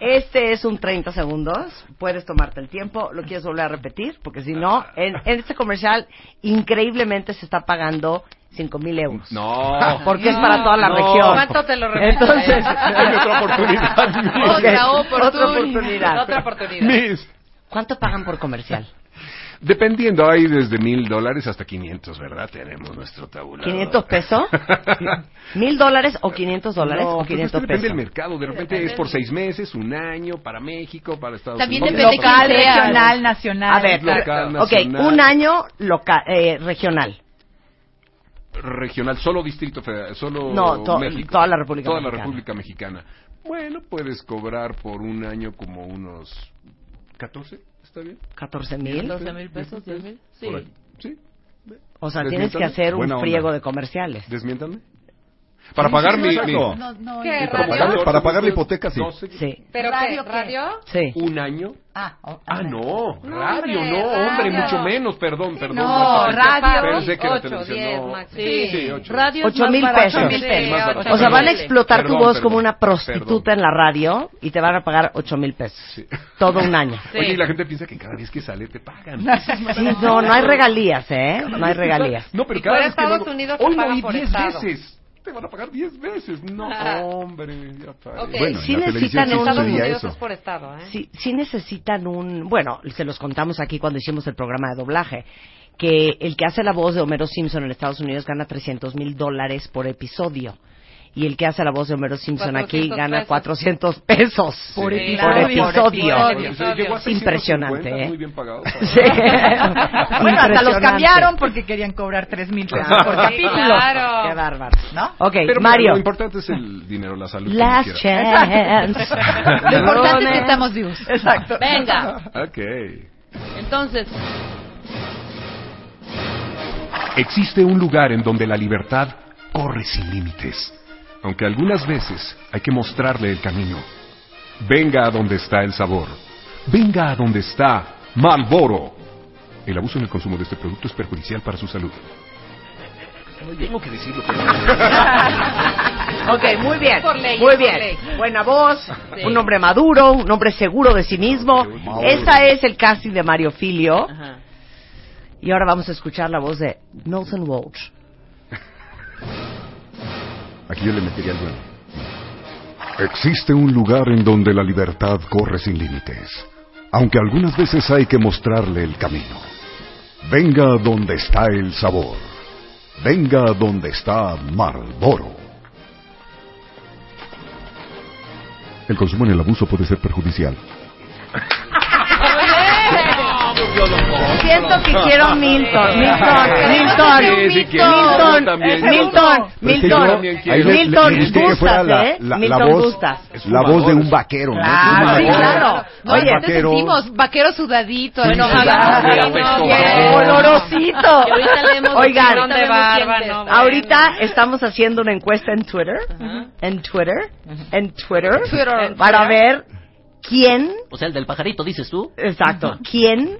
S2: Este es un 30 segundos. Puedes tomarte el tiempo. Lo quieres volver a repetir, porque si no, en, en este comercial increíblemente se está pagando 5 mil euros.
S9: No.
S2: Porque es para toda la
S9: No.
S2: región.
S9: ¿Cuánto te lo repito?
S2: Entonces,
S9: Hay otra oportunidad, Miss.
S2: Otra
S9: Otra
S2: oportunidad.
S9: oportunidad. Otra oportunidad. Miss.
S2: ¿Cuánto pagan por comercial?
S9: Dependiendo, hay desde mil dólares hasta 500, ¿verdad? Tenemos nuestro tabulador.
S2: ¿500 pesos? ¿Mil dólares o 500 dólares
S9: No,
S2: o
S9: pues es que
S2: 500
S9: depende
S2: pesos?
S9: del mercado. De repente es por seis meses, un año, para México, para Estados
S10: También
S9: Unidos.
S10: depende de quién sea. Regional,
S2: nacional. A ver,
S9: Local,
S2: pero- ok,
S9: nacional.
S2: un año loca- eh, regional.
S9: Regional, solo Distrito Federal, solo
S2: No, to-
S9: México.
S2: toda la República
S9: Toda la
S2: Mexicana.
S9: República Mexicana. Bueno, puedes cobrar por un año como unos 14, ¿está bien?
S2: 14 mil.
S5: 12 mil pesos, 10 mil. Sí.
S9: Por ahí. Sí.
S2: O sea,
S9: Desmiéntame.
S2: tienes que hacer
S9: Buena
S2: un
S9: onda.
S2: friego de comerciales.
S9: Desmiéntame. Para pagar mi... mi-
S10: ¿Qué,
S3: Para pagar, para pagar la hipoteca, sí.
S2: Sí.
S6: ¿Pero
S10: ¿Radio
S6: qué? ¿Radio?
S2: Sí.
S9: ¿Un año?
S10: Ah, oh,
S9: Ah, no,
S10: No,
S9: radio,
S10: hombre,
S9: no, hombre,
S10: radio.
S9: mucho menos, perdón, perdón.
S10: no,
S9: más fácil.
S10: radio.
S9: Pensé que era
S10: Ocho,
S9: televisión,
S10: diez,
S9: no.
S10: máximo.
S9: Sí,
S10: Sí.
S9: sí, ocho.
S10: Radio
S2: Ocho mil pesos.
S9: Sí, más barato.
S2: O sea, van a
S9: Perdón,
S2: explotar
S9: perdón,
S2: tu voz
S9: perdón,
S2: como una
S9: perdón.
S2: prostituta en la radio y te van a pagar ocho mil pesos. Todo un año.
S9: Oye, y la gente piensa que cada vez que sale te pagan.
S2: Sí, no, no hay regalías, ¿eh? No hay regalías.
S9: No, pero
S6: Si
S9: cada
S6: fuera
S9: vez que
S6: Estados
S9: lo-
S6: Unidos,
S9: Hoy lo
S6: te pagan
S9: vi
S6: por
S9: 10
S6: estado.
S9: veces. Te van a pagar 10 veces. No,
S6: Ajá.
S9: hombre, ya pagué.
S6: Ok. Bueno, en
S2: sí
S6: la televisión
S2: necesitan
S6: sí
S2: un...
S6: Estados sucedía Unidos eso. es por estado, ¿eh?
S2: sí, sí necesitan un... Bueno, se los contamos aquí cuando hicimos el programa de doblaje. que el que hace la voz de Homero Simpson en Estados Unidos gana 300 mil dólares por episodio. Y el que hace la voz de Homero Simpson aquí
S17: 400
S2: gana
S17: pesos.
S2: 400 pesos
S17: Por episodio.
S2: episodio.
S17: Por episodio. Llegó a 650,
S2: Impresionante, ¿eh?
S9: muy bien pagado.
S2: Sí.
S18: Bueno, hasta los
S2: Impresionante.
S18: cambiaron porque querían cobrar tres mil pesos por
S2: Sí,
S18: capítulo.
S2: claro.
S18: Qué bárbaro, ¿no?
S2: Ok,
S9: Pero mira,
S2: Mario.
S9: lo importante es el dinero, la salud.
S2: Last
S9: como quiera.
S2: chance.
S18: Lo importante es que estamos vivos. Exacto.
S5: Venga.
S9: Ok.
S5: Entonces,
S9: Existe un lugar en donde la libertad corre sin límites, aunque algunas veces hay que mostrarle el camino. Venga a donde está el sabor. Venga a donde está Malboro. El abuso en el consumo de este producto es perjudicial para su salud. Tengo que decirlo.
S2: Ok, muy bien.
S6: Por ley,
S2: muy
S6: por
S2: bien.
S6: ley.
S2: Buena voz,
S6: Sí.
S2: un hombre maduro, un hombre seguro de sí mismo. Ese es el casting de Mario Filio. Y ahora vamos a escuchar la voz de Nelson Walsh.
S7: Aquí yo le metería el bueno.
S1: Existe un lugar en donde la libertad corre sin límites, aunque algunas veces hay que mostrarle el camino. Venga donde está el sabor. Venga donde está Marlboro.
S7: El consumo en el abuso puede ser perjudicial.
S2: Siento que quiero Milton, Milton, Milton,
S7: Sí, sí quiero, yo
S2: Milton,
S7: también.
S2: Milton,
S7: Pero es que
S2: Milton,
S7: yo- ahí le- le-
S2: Milton,
S7: le busqué que fuera
S2: gustas,
S7: la-
S2: ¿eh?
S7: la- la
S2: Milton,
S7: voz-
S2: gustas.
S7: La voz de un vaquero, ¿no?
S16: Claro,
S7: De un
S16: sí,
S7: vaquero.
S16: claro. No,
S7: Ay,
S16: ya te
S7: vaquero.
S16: sentimos, vaquero sudadito,
S7: Bueno,
S16: enojado.
S7: sudado,
S16: Ay,
S7: ya
S16: no,
S7: apestó,
S16: bien.
S7: cabrón.
S2: Olorosito.
S16: Que ahorita le hemos
S2: Oigan,
S16: dicho, ¿dónde
S2: ahorita
S16: va,
S2: vemos
S16: va,
S2: quién
S16: no,
S2: es.
S16: bueno.
S2: ahorita estamos haciendo una encuesta en Twitter, en Twitter, en Twitter,
S19: Twitter.
S2: para ver quién,
S19: O sea, el del pajarito, dices tú.
S2: exacto, quién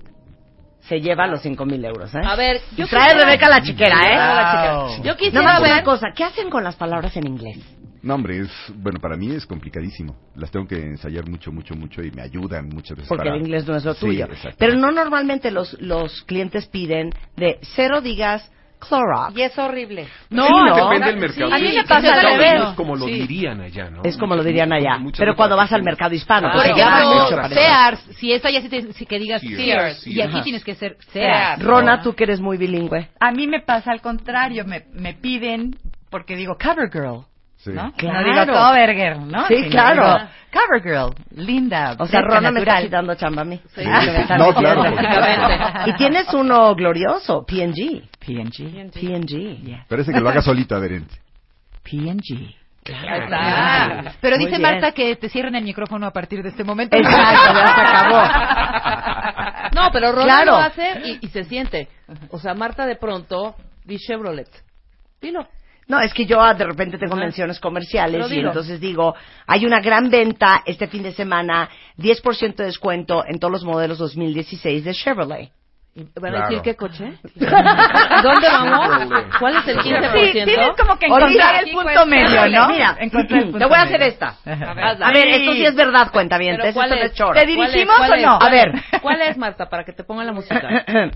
S2: se lleva los cinco mil euros, ¿eh?
S19: A ver,
S2: y
S19: yo
S2: trae
S19: quisiera-
S2: Rebeca la chiquera, ¿eh?
S19: Wow.
S2: La chiquera.
S19: Yo quisiera
S2: Nada más
S19: ver-
S2: una cosa, ¿qué hacen con las palabras en inglés?
S7: No, hombre, es, bueno, para mí es complicadísimo. Las tengo que ensayar mucho, mucho, mucho y me ayudan muchas veces.
S2: Porque
S7: para-
S2: el inglés no es lo
S7: Sí,
S2: tuyo.
S7: exacto.
S2: Pero no normalmente los, los clientes piden de cero digas Clorox.
S6: Y es horrible.
S2: No,
S9: Sí,
S2: no.
S9: depende del mercado.
S2: A mí me
S9: Sí,
S2: pasa
S9: sí,
S2: al
S9: sí,
S2: revés.
S9: Es como lo
S2: Sí.
S9: dirían allá, ¿no?
S2: Es como lo dirían allá.
S9: Muchas
S2: Pero cuando
S9: veces-
S2: vas al mercado hispano,
S9: Ah,
S2: porque
S9: por
S2: ya van
S9: ejemplo,
S2: mucho para allá.
S16: Sears, si es allá sí, te- sí que digas
S2: Sears,
S16: Sears,
S2: Sears.
S16: y aquí
S2: Ajá.
S16: tienes que ser
S18: Sears.
S16: Sears.
S2: Rona, tú que eres muy bilingüe.
S18: A mí me pasa al contrario, me, me piden, porque digo cover girl. ¿No?
S2: Claro.
S18: No digo cover girl, ¿no?
S2: Sí,
S18: Sino
S2: claro.
S18: digo, cover girl, linda.
S2: O sea,
S18: fresca,
S2: Rona me está
S18: natural.
S2: quitando chamba a mí. Que
S18: Sí.
S2: me están
S18: No,
S2: metiendo.
S18: claro, por supuesto.
S2: Y tienes uno glorioso, PNG.
S18: PNG.
S2: PNG.
S7: Parece que lo haga solita, Berente.
S18: PNG.
S2: Claro.
S16: Ah, Pero
S18: Muy
S16: dice
S18: bien.
S16: Marta que te cierren el micrófono a partir de este momento.
S2: Exacto, ya se acabó.
S5: No, pero Ron
S16: Claro.
S5: lo hace y, y se siente. O sea, Marta de pronto di Chevrolet. Dilo.
S2: No, es que yo ah, de repente tengo menciones
S5: Lo
S2: comerciales y
S5: digo.
S2: entonces digo, hay una gran venta este fin de semana, 10% de descuento en todos los modelos 2016 de Chevrolet.
S5: ¿Van
S2: Claro.
S5: a decir qué coche? ¿Dónde vamos? ¿Cuál es el 15%?
S18: Sí, tienes como que
S2: Olvida,
S18: encontrar el
S2: sí,
S18: punto
S2: cuenta.
S18: medio, ¿no?
S2: Mira, mm,
S18: Encontrar el punto
S2: te voy a
S18: medio.
S2: hacer esta.
S18: Ajá.
S2: A ver, esto sí es verdad, cuenta bien.
S5: Pero ¿cuál es?
S18: ¿Te dirigimos
S5: ¿Cuál es?
S18: o no?
S5: ¿Cuál
S18: A
S5: es?
S18: ver.
S5: ¿Cuál es, Marta, para que te ponga la música?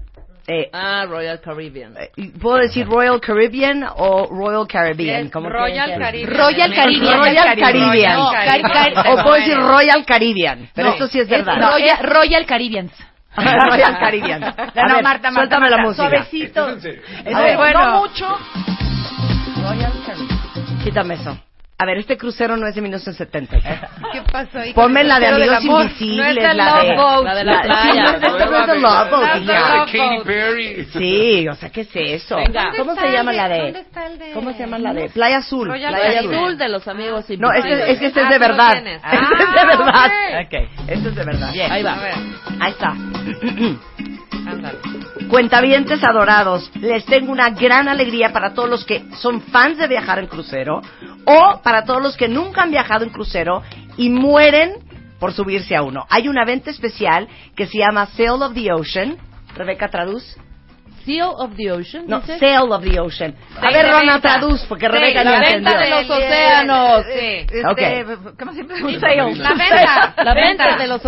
S2: Eh,
S5: ah, Royal Caribbean.
S2: ¿Puedo decir Royal Caribbean o Royal Caribbean?
S5: Es
S2: como
S5: Royal
S2: quieran.
S5: Caribbean.
S2: Royal Caribbean. Royal
S16: Royal
S2: Caribbean.
S16: Caribbean. No, Cari- Cari-
S2: o puedo decir Royal Caribbean. Pero
S16: No,
S2: esto sí es verdad.
S16: no, Royal, Royal Caribbeans.
S2: Royal Caribbean. A
S18: No,
S2: ver,
S18: Marta, Marta,
S2: suéltame la
S18: Marta,
S2: música.
S18: Suavecito.
S2: A ver,
S18: no
S2: no
S18: mucho.
S2: Quítame eso. A ver, este crucero no es de 1970.
S16: ¿Qué pasó ahí?
S2: Ponme la de
S16: Pero del
S2: Amigos
S16: amor.
S2: Invisibles,
S16: No es el
S2: la de-
S16: Love Boat.
S2: la de la playa.
S16: Sí, no,
S2: Esta no es el Love Boat,
S16: That's the
S2: ya.
S16: Love
S2: Katy
S16: Boat.
S2: Sí, o sea, ¿qué es eso?
S5: Venga.
S2: ¿Cómo
S5: ¿Dónde
S2: se
S5: está
S2: llama
S5: el
S2: la
S5: de-
S2: de?
S5: dónde
S2: ¿Cómo se llama la de? Playa Azul.
S5: Royal
S2: Playa
S5: Azul. de los amigos
S2: No, este, es que este es
S5: Ah,
S2: de
S5: tú lo
S2: verdad.
S5: tienes.
S2: Este es de
S5: Ah,
S2: verdad.
S5: ok.
S2: Este es de verdad.
S5: Bien. Ahí va. A ver.
S2: Ahí está. Cuentavientes adorados, les tengo una gran alegría para todos los que son fans de viajar en crucero o para todos los que nunca han viajado en crucero y mueren por subirse a uno. Hay una venta especial que se llama Sail of the Ocean. Rebeca, traduz.
S5: Seal of the Ocean,
S2: No,
S5: dices?
S2: Sail of the Ocean. A
S5: Sí,
S2: ver,
S5: la
S2: Rona,
S5: venta.
S2: traduz, porque
S5: Sí,
S2: Rebeca no
S5: la venta
S2: entendió.
S5: de los océanos.
S2: Sí.
S18: Este, ¿Cómo se
S2: Un
S18: llama?
S2: sail.
S18: La venta.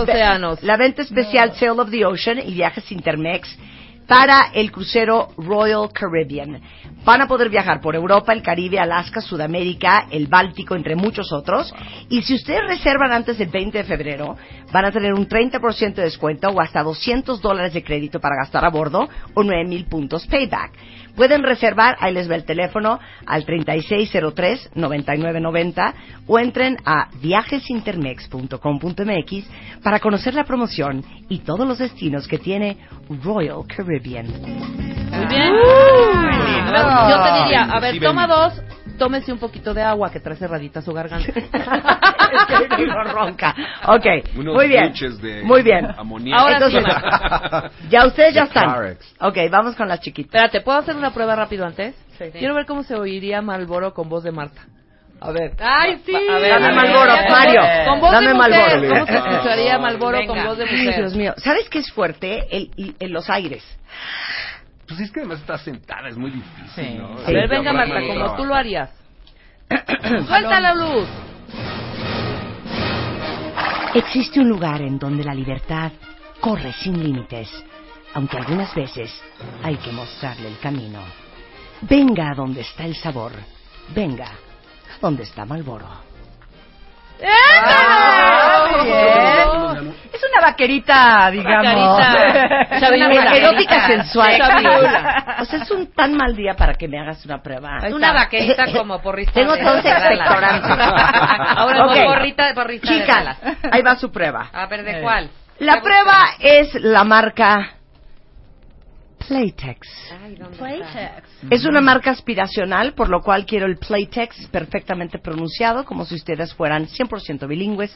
S2: Ve- La venta especial Sale of the Ocean y viajes Intermex. para el crucero Royal Caribbean. Van a poder viajar por Europa, el Caribe, Alaska, Sudamérica, el Báltico, entre muchos otros. Y si ustedes reservan antes del 20 de febrero, van a tener un 30% de descuento o hasta 200 dólares de crédito para gastar a bordo o 9000 puntos payback. Pueden reservar, ahí les va el teléfono, al 3603-9990 o entren a viajesintermex.com.mx para conocer la promoción y todos los destinos que tiene Royal Caribbean.
S5: Muy bien.
S3: Uh.
S2: lindo.
S5: Yo te diría, a ver,
S2: Inclusive-
S5: toma dos, tómese un poquito de agua que trae cerradita su garganta.
S2: ronca. Ok,
S9: Unos
S2: muy bien.
S9: buches de
S2: muy bien.
S9: amoníaco.
S5: Ahora
S2: Entonces, ya ustedes ya están.
S5: Carex.
S2: Ok, vamos con las chiquitas.
S5: Espérate, ¿puedo hacer una prueba rápido antes?
S2: Sí.
S5: Quiero ver cómo se oiría Malboro con voz de Marta. A ver.
S3: Ay, sí.
S5: A ver,
S2: Dame
S5: a ver,
S2: Marlboro,
S5: a ver,
S2: Mario.
S5: Con voz
S2: Dame
S5: de mujer.
S2: Marlboro.
S5: ¿Cómo se escucharía Malboro con
S2: Venga.
S5: voz de
S2: Ay,
S5: mujer?
S2: Dios mío. ¿Sabes qué es fuerte? El, y- en los aires.
S9: Pues es que además estás sentada, es muy difícil, ¿no?
S5: A ver, venga
S9: Habrá
S5: Marta,
S9: más
S5: como
S9: trabajo.
S5: tú lo harías. Suelta la luz.
S2: Existe un lugar en donde la libertad corre sin límites, aunque algunas veces hay que mostrarle el camino. Venga a donde está el sabor. Venga, donde está Malboro. Ah,
S10: Ah,
S3: ¡Muy bien! Es una vaquerita, digamos.
S2: Chavirula.
S3: Una
S2: Erótica sensual.
S3: Chavirula.
S2: O sea, es un tan mal día para que me hagas una prueba.
S5: Es una vaquerita como porrista.
S2: Tengo
S5: de-
S2: todos
S5: de alas.
S2: expectorantes.
S5: Ahora
S2: Ok.
S5: con porrita, porrista de
S2: Chicas,
S5: alas.
S2: ahí va su prueba.
S5: A ver, ¿de cuál?
S2: La prueba es la marca Playtex.
S8: Playtex.
S2: Es una marca aspiracional, por lo cual quiero el Playtex perfectamente pronunciado, como si ustedes fueran 100% bilingües,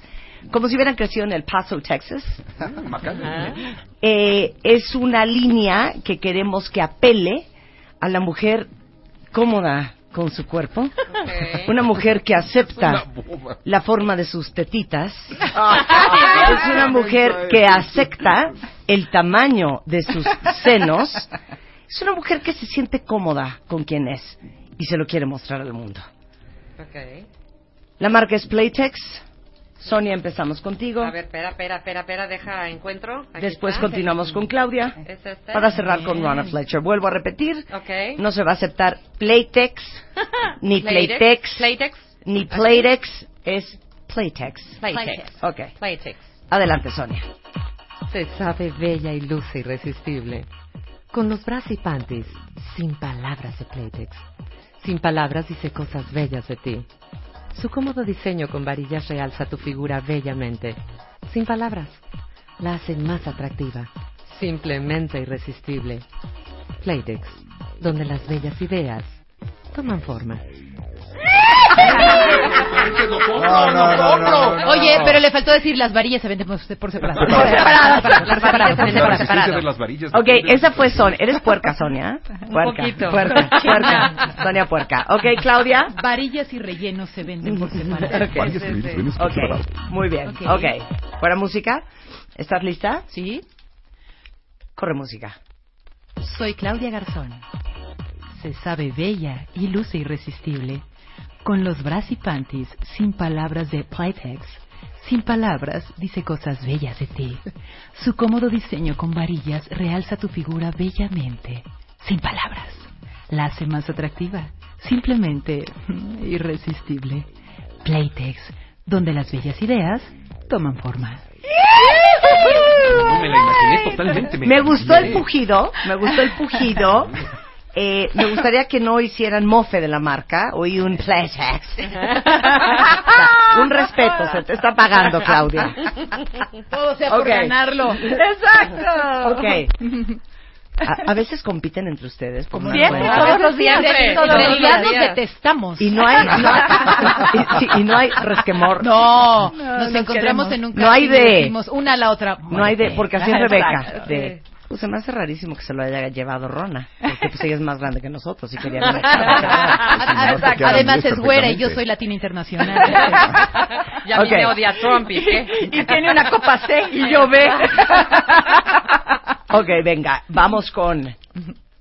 S2: como si hubieran crecido en El Paso, Texas.
S5: Ah.
S2: Eh, es una línea que queremos que apele a la mujer cómoda con su cuerpo, una mujer que acepta la forma de sus tetitas,
S5: Ah.
S2: es una mujer que acepta el tamaño de sus senos, es una mujer que se siente cómoda con quien es y se lo quiere mostrar al mundo.
S5: Ok.
S2: La marca es Playtex. Sonia, empezamos contigo.
S5: A ver, espera, espera, espera, espera, deja encuentro. Aquí
S2: Después
S5: está.
S2: continuamos con Claudia.
S5: ¿Es este?
S2: Para cerrar con
S5: Bien.
S2: Ronna Fletcher. Vuelvo a repetir.
S5: Ok.
S2: No se va a aceptar Playtex, ni
S5: Playtex,
S2: Playtex,
S5: Playtex.
S2: ni
S5: Ok.
S2: Playtex. Es Playtex.
S5: Playtex.
S2: Ok.
S5: Playtex.
S2: Adelante, Sonia.
S6: Se sabe bella y luce irresistible. Con los bras y panties, sin palabras de Playtex. Sin palabras dice cosas bellas de ti. Su cómodo diseño con varillas realza tu figura bellamente. Sin palabras, la hacen más atractiva. Simplemente irresistible. Playtex, donde las bellas ideas toman forma.
S3: Este
S8: No,
S6: no, no, no, no,
S8: Oye,
S6: no.
S8: pero le faltó decir las varillas se venden por por separado.
S2: Separadas.
S8: Las varillas se venden por separado.
S9: las varillas.
S2: Ok, esa fue Sonia. Eres puerca, Sonia. Puerca.
S8: poquito.
S2: Puerca. Puerca. Sonia puerca. Ok, Claudia.
S8: Varillas y rellenos se venden por separado.
S2: Ok. Ok, Muy bien.
S8: Ok.
S2: Ok. Fuera música. ¿Estás lista? Sí. Corre música.
S8: Soy Claudia Garzón. Se sabe bella y luce irresistible. Con los bras y panties, sin palabras de Playtex. Sin palabras, dice cosas bellas de ti. Su cómodo diseño con varillas realza tu figura bellamente. Sin palabras. La hace más atractiva. Simplemente mm, irresistible. Playtex, donde las bellas ideas toman forma.
S9: No me la imaginé totalmente.
S2: Me gustó el
S9: imaginé.
S2: pujido, me gustó el pujido. Eh, me gustaría que no hicieran mofe de la marca. Oí un playtex. un respeto, se te está pagando, Claudia.
S8: Todo sea
S2: Ok.
S8: por ganarlo.
S2: Exacto. Ok. A, a veces compiten entre ustedes. por una
S8: Siempre,
S2: cuenta.
S8: todos los días.
S2: Siempre,
S8: todos
S2: todos
S8: los
S2: los
S8: días nos
S2: días.
S8: detestamos.
S2: Y no hay, no hay- y, sí, y no hay resquemor.
S8: No, nos encontramos en un
S2: No hay
S8: casting y
S2: de,
S8: decimos "Oh, una a la otra.
S2: no hay de, porque así es
S8: Exacto.
S2: Rebeca. De, pues se me hace rarísimo que se lo haya llevado Rona, porque pues ella es más grande que nosotros y quería.
S8: Pues, Exacto. Además es güera y yo soy latina internacional.
S5: Ya a mí
S2: Ok.
S5: me odia Trump y qué.
S2: Y tiene una copa C y yo B. Ok, venga, vamos con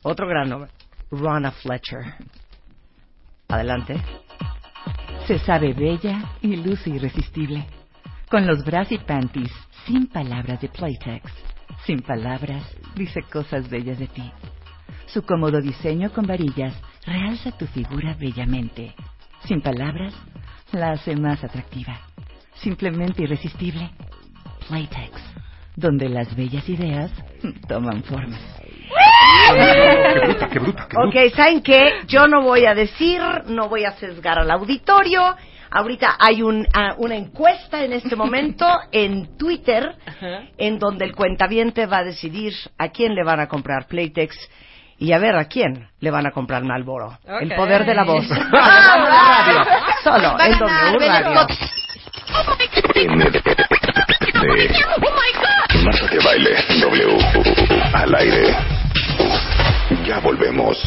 S2: otro gran nombre. Ronna Fletcher. Adelante.
S10: Se sabe bella y luce irresistible. Con los bras y panties, sin palabras de Playtex. Sin palabras, dice cosas bellas de ti. Su cómodo diseño con varillas realza tu figura bellamente. Sin palabras, la hace más atractiva. Simplemente irresistible. Playtex, donde las bellas ideas toman forma.
S9: Qué bruta, qué bruta, qué bruta.
S2: Ok, ¿saben qué? Yo no voy a decir, no voy a sesgar al auditorio. Ahorita hay un, ah, una encuesta en este momento en Twitter en donde el cuentaviente va a decidir a quién le van a comprar Playtex y a ver a quién le van a comprar Malboro. El poder de la voz. Solo
S20: Va a
S2: en
S20: ganar,
S2: W
S20: Belén
S2: Radio.
S1: Marta de baile W al aire. Ya volvemos.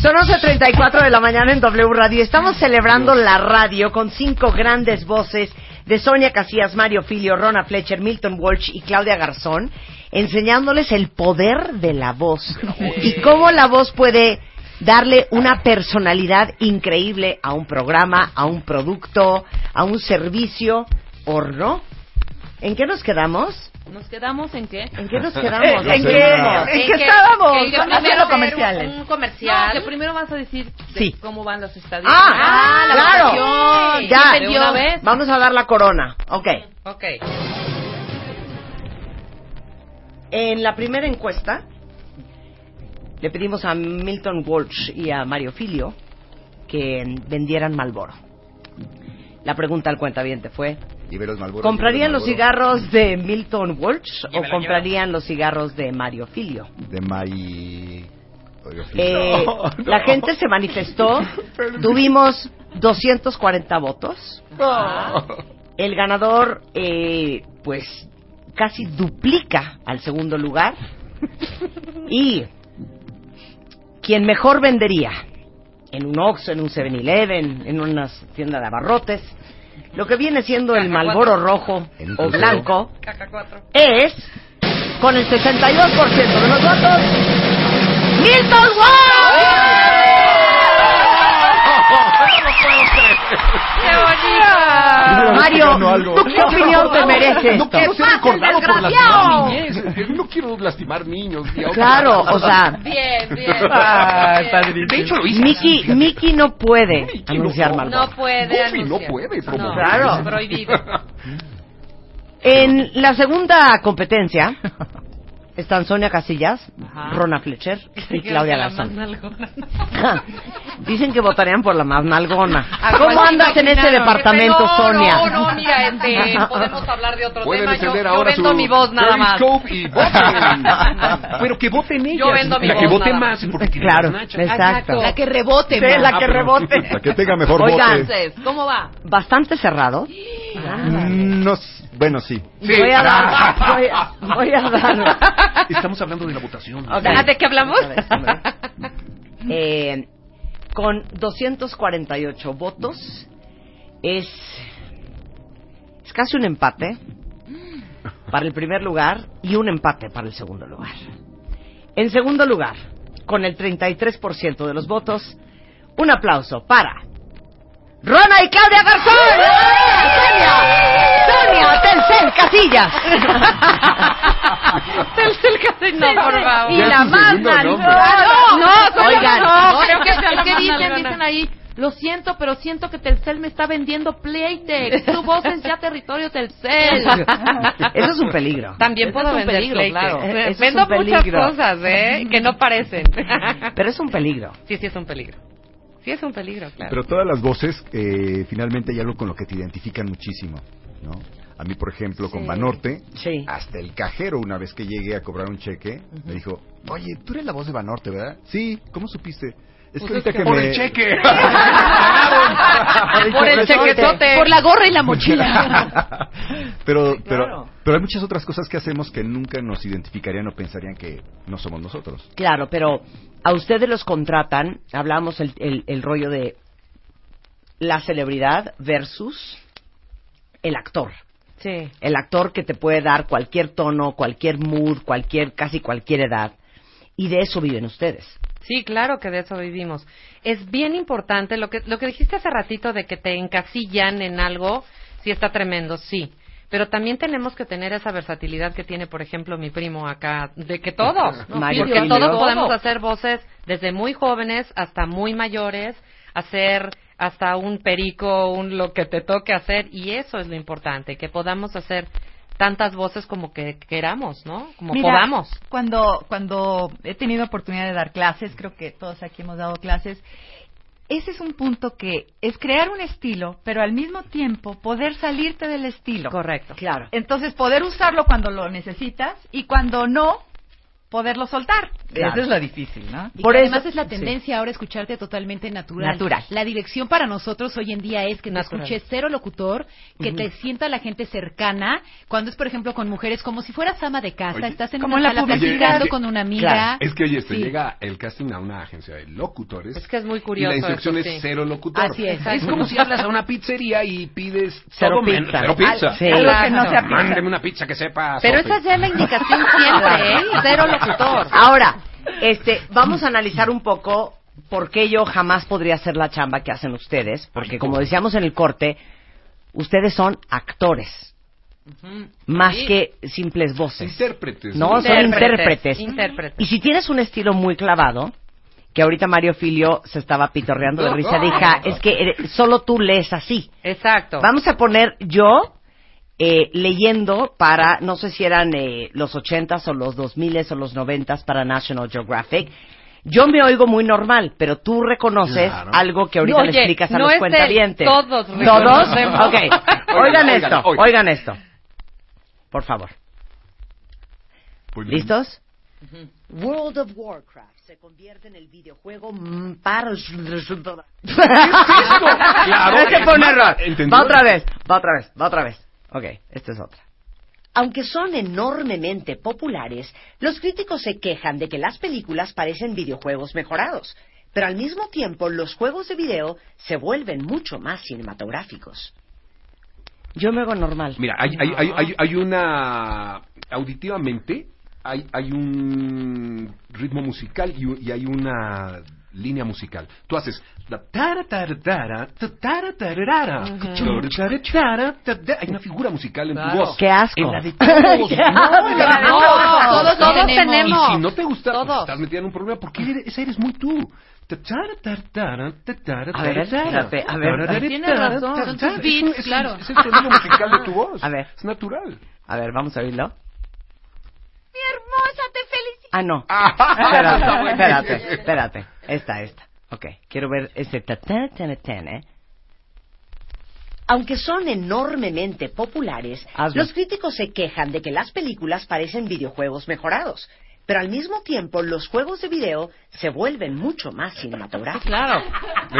S2: Son 11.34 de la mañana en W Radio. Estamos celebrando la radio con cinco grandes voces de Sonia Casillas, Mario Filio, Rona Fletcher, Milton Walsh y Claudia Garzón, enseñándoles el poder de la voz y cómo la voz puede darle una personalidad increíble a un programa, a un producto, a un servicio o no. ¿En qué nos quedamos?
S5: ¿Nos quedamos en qué? ¿En
S2: qué nos quedamos? ¿En qué? ¿En qué
S5: que-
S2: estábamos?
S5: que yo
S2: Haciendo
S5: primero
S2: comerciales.
S6: un comercial.
S5: No, que primero vas a decir de
S2: Sí.
S5: cómo van las estadísticas.
S2: Ah,
S6: la
S2: claro.
S6: votación.
S2: Ya,
S6: ¿De una vez?
S2: vamos a dar la corona. Ok.
S6: Ok.
S2: En la primera encuesta le pedimos a Milton Walsh y a Mario Filio que vendieran Malboro. La pregunta al cuentaviente fue, ¿comprarían los cigarros de Milton Walsh o
S7: Llévelo,
S2: comprarían los cigarros de Mario Filio?
S7: De Mari... Oiga, sí.
S2: Eh, La gente se manifestó, tuvimos 240 votos. El ganador, eh, pues, casi duplica al segundo lugar. Y quien mejor vendería, en un Oxxo, en un 7-Eleven, en una tienda de abarrotes, lo que viene siendo el Malboro rojo
S6: En un
S2: o
S6: crucero.
S2: blanco,
S6: Caca 4.
S2: es, con el 62% de los votos, Milton ¡Eh!
S20: bonito!
S2: Mario, ¿qué opinión te mereces?
S9: No quiero
S2: ¡Que
S9: ser
S2: pase el
S9: recordado por las
S2: desgraciado!
S9: niñez. No quiero lastimar niños. ni a otras
S2: Claro, o
S9: personas. Ah,
S2: sea.
S9: Ay, padrísimo. De hecho, lo hice.
S2: Mickey, Mickey no puede anunciar mal.
S6: No puede.
S9: Goofy no puede.
S6: No,
S9: promover.
S2: Claro.
S6: Prohibido.
S2: En la segunda competencia están Sonia Casillas,
S6: Ajá.
S2: Rona Fletcher y
S6: Que
S2: Claudia
S6: sea la
S2: Garzón.
S6: más nalgona.
S2: Dicen que votarían por la más nalgona.
S6: Ah,
S2: ¿Cómo
S6: pues,
S2: andas en ese
S6: imaginaron.
S2: departamento,
S6: No,
S2: Sonia?
S6: No, no, mira, este, podemos hablar de otro
S9: Pueden
S6: tema. Yo,
S9: encender
S6: yo
S9: ahora
S6: vendo
S9: su
S6: mi voz nada más.
S9: Periscope y voten. Pero que voten ellas.
S6: vendo mi
S9: la que
S6: voz
S9: vote
S6: nada
S9: más. Porque tiene
S2: Claro,
S9: más nachas.
S2: exacto.
S8: La que rebote,
S2: Sí, la que rebote.
S7: La que tenga mejor
S2: Oigan,
S7: bote.
S6: ¿Cómo va?
S2: Bastante cerrado.
S7: No, s- bueno, sí.
S2: Voy a dar, voy a- voy a dar
S9: Estamos hablando de la votación.
S2: Ok.
S6: Ah, ¿De qué hablamos?
S2: Eh, con 248 votos es, es casi un empate para el primer lugar y un empate para el segundo lugar. En segundo lugar, con el 33% de los votos, un aplauso para Rona y Claudia Garzón. ¡Sonia! ¡Sonia! ¡Telcel Casillas!
S6: Telcel Casillas. No, por favor.
S2: Y la más nalgona.
S6: Ah, No, no, soy la
S2: Oigan.
S6: más-
S2: No,
S6: no,
S2: creo que
S6: es
S2: sea la
S6: que
S2: más
S6: dicen,
S2: nalgona.
S6: dicen ahí. Lo siento, pero siento que Telcel me está vendiendo Playtex. Tu voz es ya territorio Telcel.
S2: Eso es un peligro.
S6: También
S2: Eso
S6: puedo
S2: es un
S6: vender
S2: peligro,
S6: Playtex.
S2: claro. Eso es
S6: Vendo
S2: un
S6: muchas
S2: peligro.
S6: cosas, ¿eh? Que no parecen.
S2: Pero es un peligro.
S6: Sí, sí es un peligro. Sí es un peligro, claro.
S7: Pero todas las voces, eh, finalmente hay algo con lo que te identifican muchísimo, ¿no? A mí, por ejemplo, con
S1: Sí.
S7: Banorte,
S2: Sí.
S7: hasta el cajero, una vez que llegué a cobrar un cheque, me dijo, oye, tú eres la voz de Banorte, ¿verdad? Sí, ¿cómo supiste? Es
S1: Pues
S7: que
S1: es
S7: ahorita
S1: que-
S7: que,
S1: por
S7: me-
S1: el cheque.
S7: Por
S6: Por el chequezote.
S8: Por la gorra y la mochila.
S7: pero, pero,
S8: Claro.
S7: pero hay muchas otras cosas que hacemos que nunca nos identificarían o pensarían que no somos nosotros.
S2: Claro, pero a ustedes los contratan, hablamos el, el- el rollo de la celebridad versus el actor.
S6: Sí.
S2: El actor que te puede dar cualquier tono, cualquier mood, cualquier, casi cualquier edad. Y de eso viven ustedes.
S6: Sí, claro que de eso vivimos. Es bien importante lo que lo que dijiste hace ratito de que te encasillan en algo, sí está tremendo, sí. Pero también tenemos que tener esa versatilidad que tiene, por ejemplo, mi primo acá, de que todos, ¿no?
S18: Mario
S6: porque
S18: Filio.
S6: todos podemos hacer voces desde muy jóvenes hasta muy mayores, hacer hasta un perico, un lo que te toque hacer, y eso es lo importante, que podamos hacer tantas voces como que queramos, ¿no? Como
S18: Mira,
S6: podamos.
S18: Cuando, cuando he tenido oportunidad de dar clases, creo que todos aquí hemos dado clases, ese es un punto que es crear un estilo, pero al mismo tiempo poder salirte del estilo.
S6: Correcto.
S18: Claro. Entonces, poder usarlo cuando lo necesitas y cuando no, poderlo soltar.
S10: Claro.
S18: Eso es lo difícil, ¿no?
S8: Y que además es la tendencia ahora escucharte totalmente natural.
S18: Natural.
S8: La dirección para nosotros hoy en día es que te
S18: Natural.
S8: escuches cero locutor, que
S18: Ujú.
S8: te sienta la gente cercana, cuando es, por ejemplo, con mujeres, como si fueras ama de casa,
S9: Oye,
S8: estás en
S9: como
S8: una
S9: en la
S8: sala
S9: publicidad.
S8: platicando con una amiga.
S9: Es que, oye, se
S8: Sí.
S9: llega el casting a una agencia de locutores.
S6: Es que es muy
S9: Y
S6: curioso
S9: la instrucción
S6: eso,
S9: es
S6: sí.
S9: cero locutor.
S6: Así es.
S9: Es como si hablas a una pizzería y pides
S6: Cero
S9: todo menos-
S6: pizza.
S9: Cero
S6: Al-
S9: pizza.
S6: sí. Algo que no sea pizza.
S9: Mándeme una pizza que sepa.
S2: Pero
S9: Sofi.
S2: esa
S6: es la indicación siempre, ¿eh? Cero locutor.
S2: Ahora, este, vamos a analizar un poco por qué yo jamás podría hacer la chamba que hacen ustedes, porque como decíamos en el corte, ustedes son actores, más
S6: Sí.
S2: que simples voces.
S9: Intérpretes.
S2: No, son intérpretes.
S6: Intérpretes.
S2: Y si tienes un estilo muy clavado, que ahorita Mario Filio se estaba pitorreando de risa, dije, "Ah, es que eres- solo tú lees así.
S6: Exacto.
S2: Vamos a poner yo eh, leyendo para, no sé si eran eh, los 80s o los 2000s o los 90s para National Geographic. Yo me oigo muy normal, pero tú reconoces
S6: Claro.
S2: algo que ahorita
S6: No,
S2: le
S6: oye,
S2: explicas a
S6: no
S2: los
S6: es él,
S2: cuentavientes.
S6: todos
S2: ¿Todos?
S6: reconocemos.
S2: Ok. Oigan,
S6: Oigan,
S2: esto,
S6: oigan,
S2: oigan.
S6: oigan.
S2: esto. Por favor. ¿Listos? World of Warcraft se convierte en el videojuego mm, para...
S20: Claro.
S2: Es que fue un error.
S20: ¿Entendió?
S2: Va otra vez, va otra vez, va otra vez. Ok, esta es otra. Aunque son enormemente populares, los críticos se quejan de que las películas parecen videojuegos mejorados, pero al mismo tiempo los juegos de video se vuelven mucho más cinematográficos. Yo me hago normal.
S9: Mira, hay, hay, hay, hay, hay una. Auditivamente, hay, hay un ritmo musical y, un- y hay una línea musical. Tú haces. la tara, tara, tara, ta, tara, tararara, tara, tara, tara, ta, ta. Hay una figura musical en tu
S2: Claro.
S9: voz.
S2: ¡Qué asco!
S9: En la de todos.
S2: ¡Qué
S9: No, en la de
S2: asco!
S9: todos.
S2: Todos, todos tenemos.
S9: Y si no te gusta, pues, estás metida en un problema porque eres, esa eres muy tú. Ta, tara, tara, tara, ta, tara,
S2: A ver,
S9: tara, tara.
S2: espérate, a ver.
S9: Tara, tara,
S2: Tienes
S9: tara,
S2: razón,
S9: ta,
S2: son tus
S9: ta. Es un-
S2: beats,
S9: es un-
S2: claro.
S9: Es el sonido musical de tu voz.
S2: A ver.
S9: Es natural.
S2: A ver, vamos a oírlo.
S20: Mi hermosa, te felicito.
S2: Ah, no.
S20: Está
S2: Espérate,
S20: bueno.
S2: espérate, espérate. Esta, esta. Ok, quiero ver este. ta, ta, ta, ta, ta, ¿eh? Aunque son enormemente populares,
S20: Hazlo.
S2: los críticos se quejan de que las películas parecen videojuegos mejorados. Pero al mismo tiempo, los juegos de video se vuelven mucho más cinematográficos.
S6: Claro.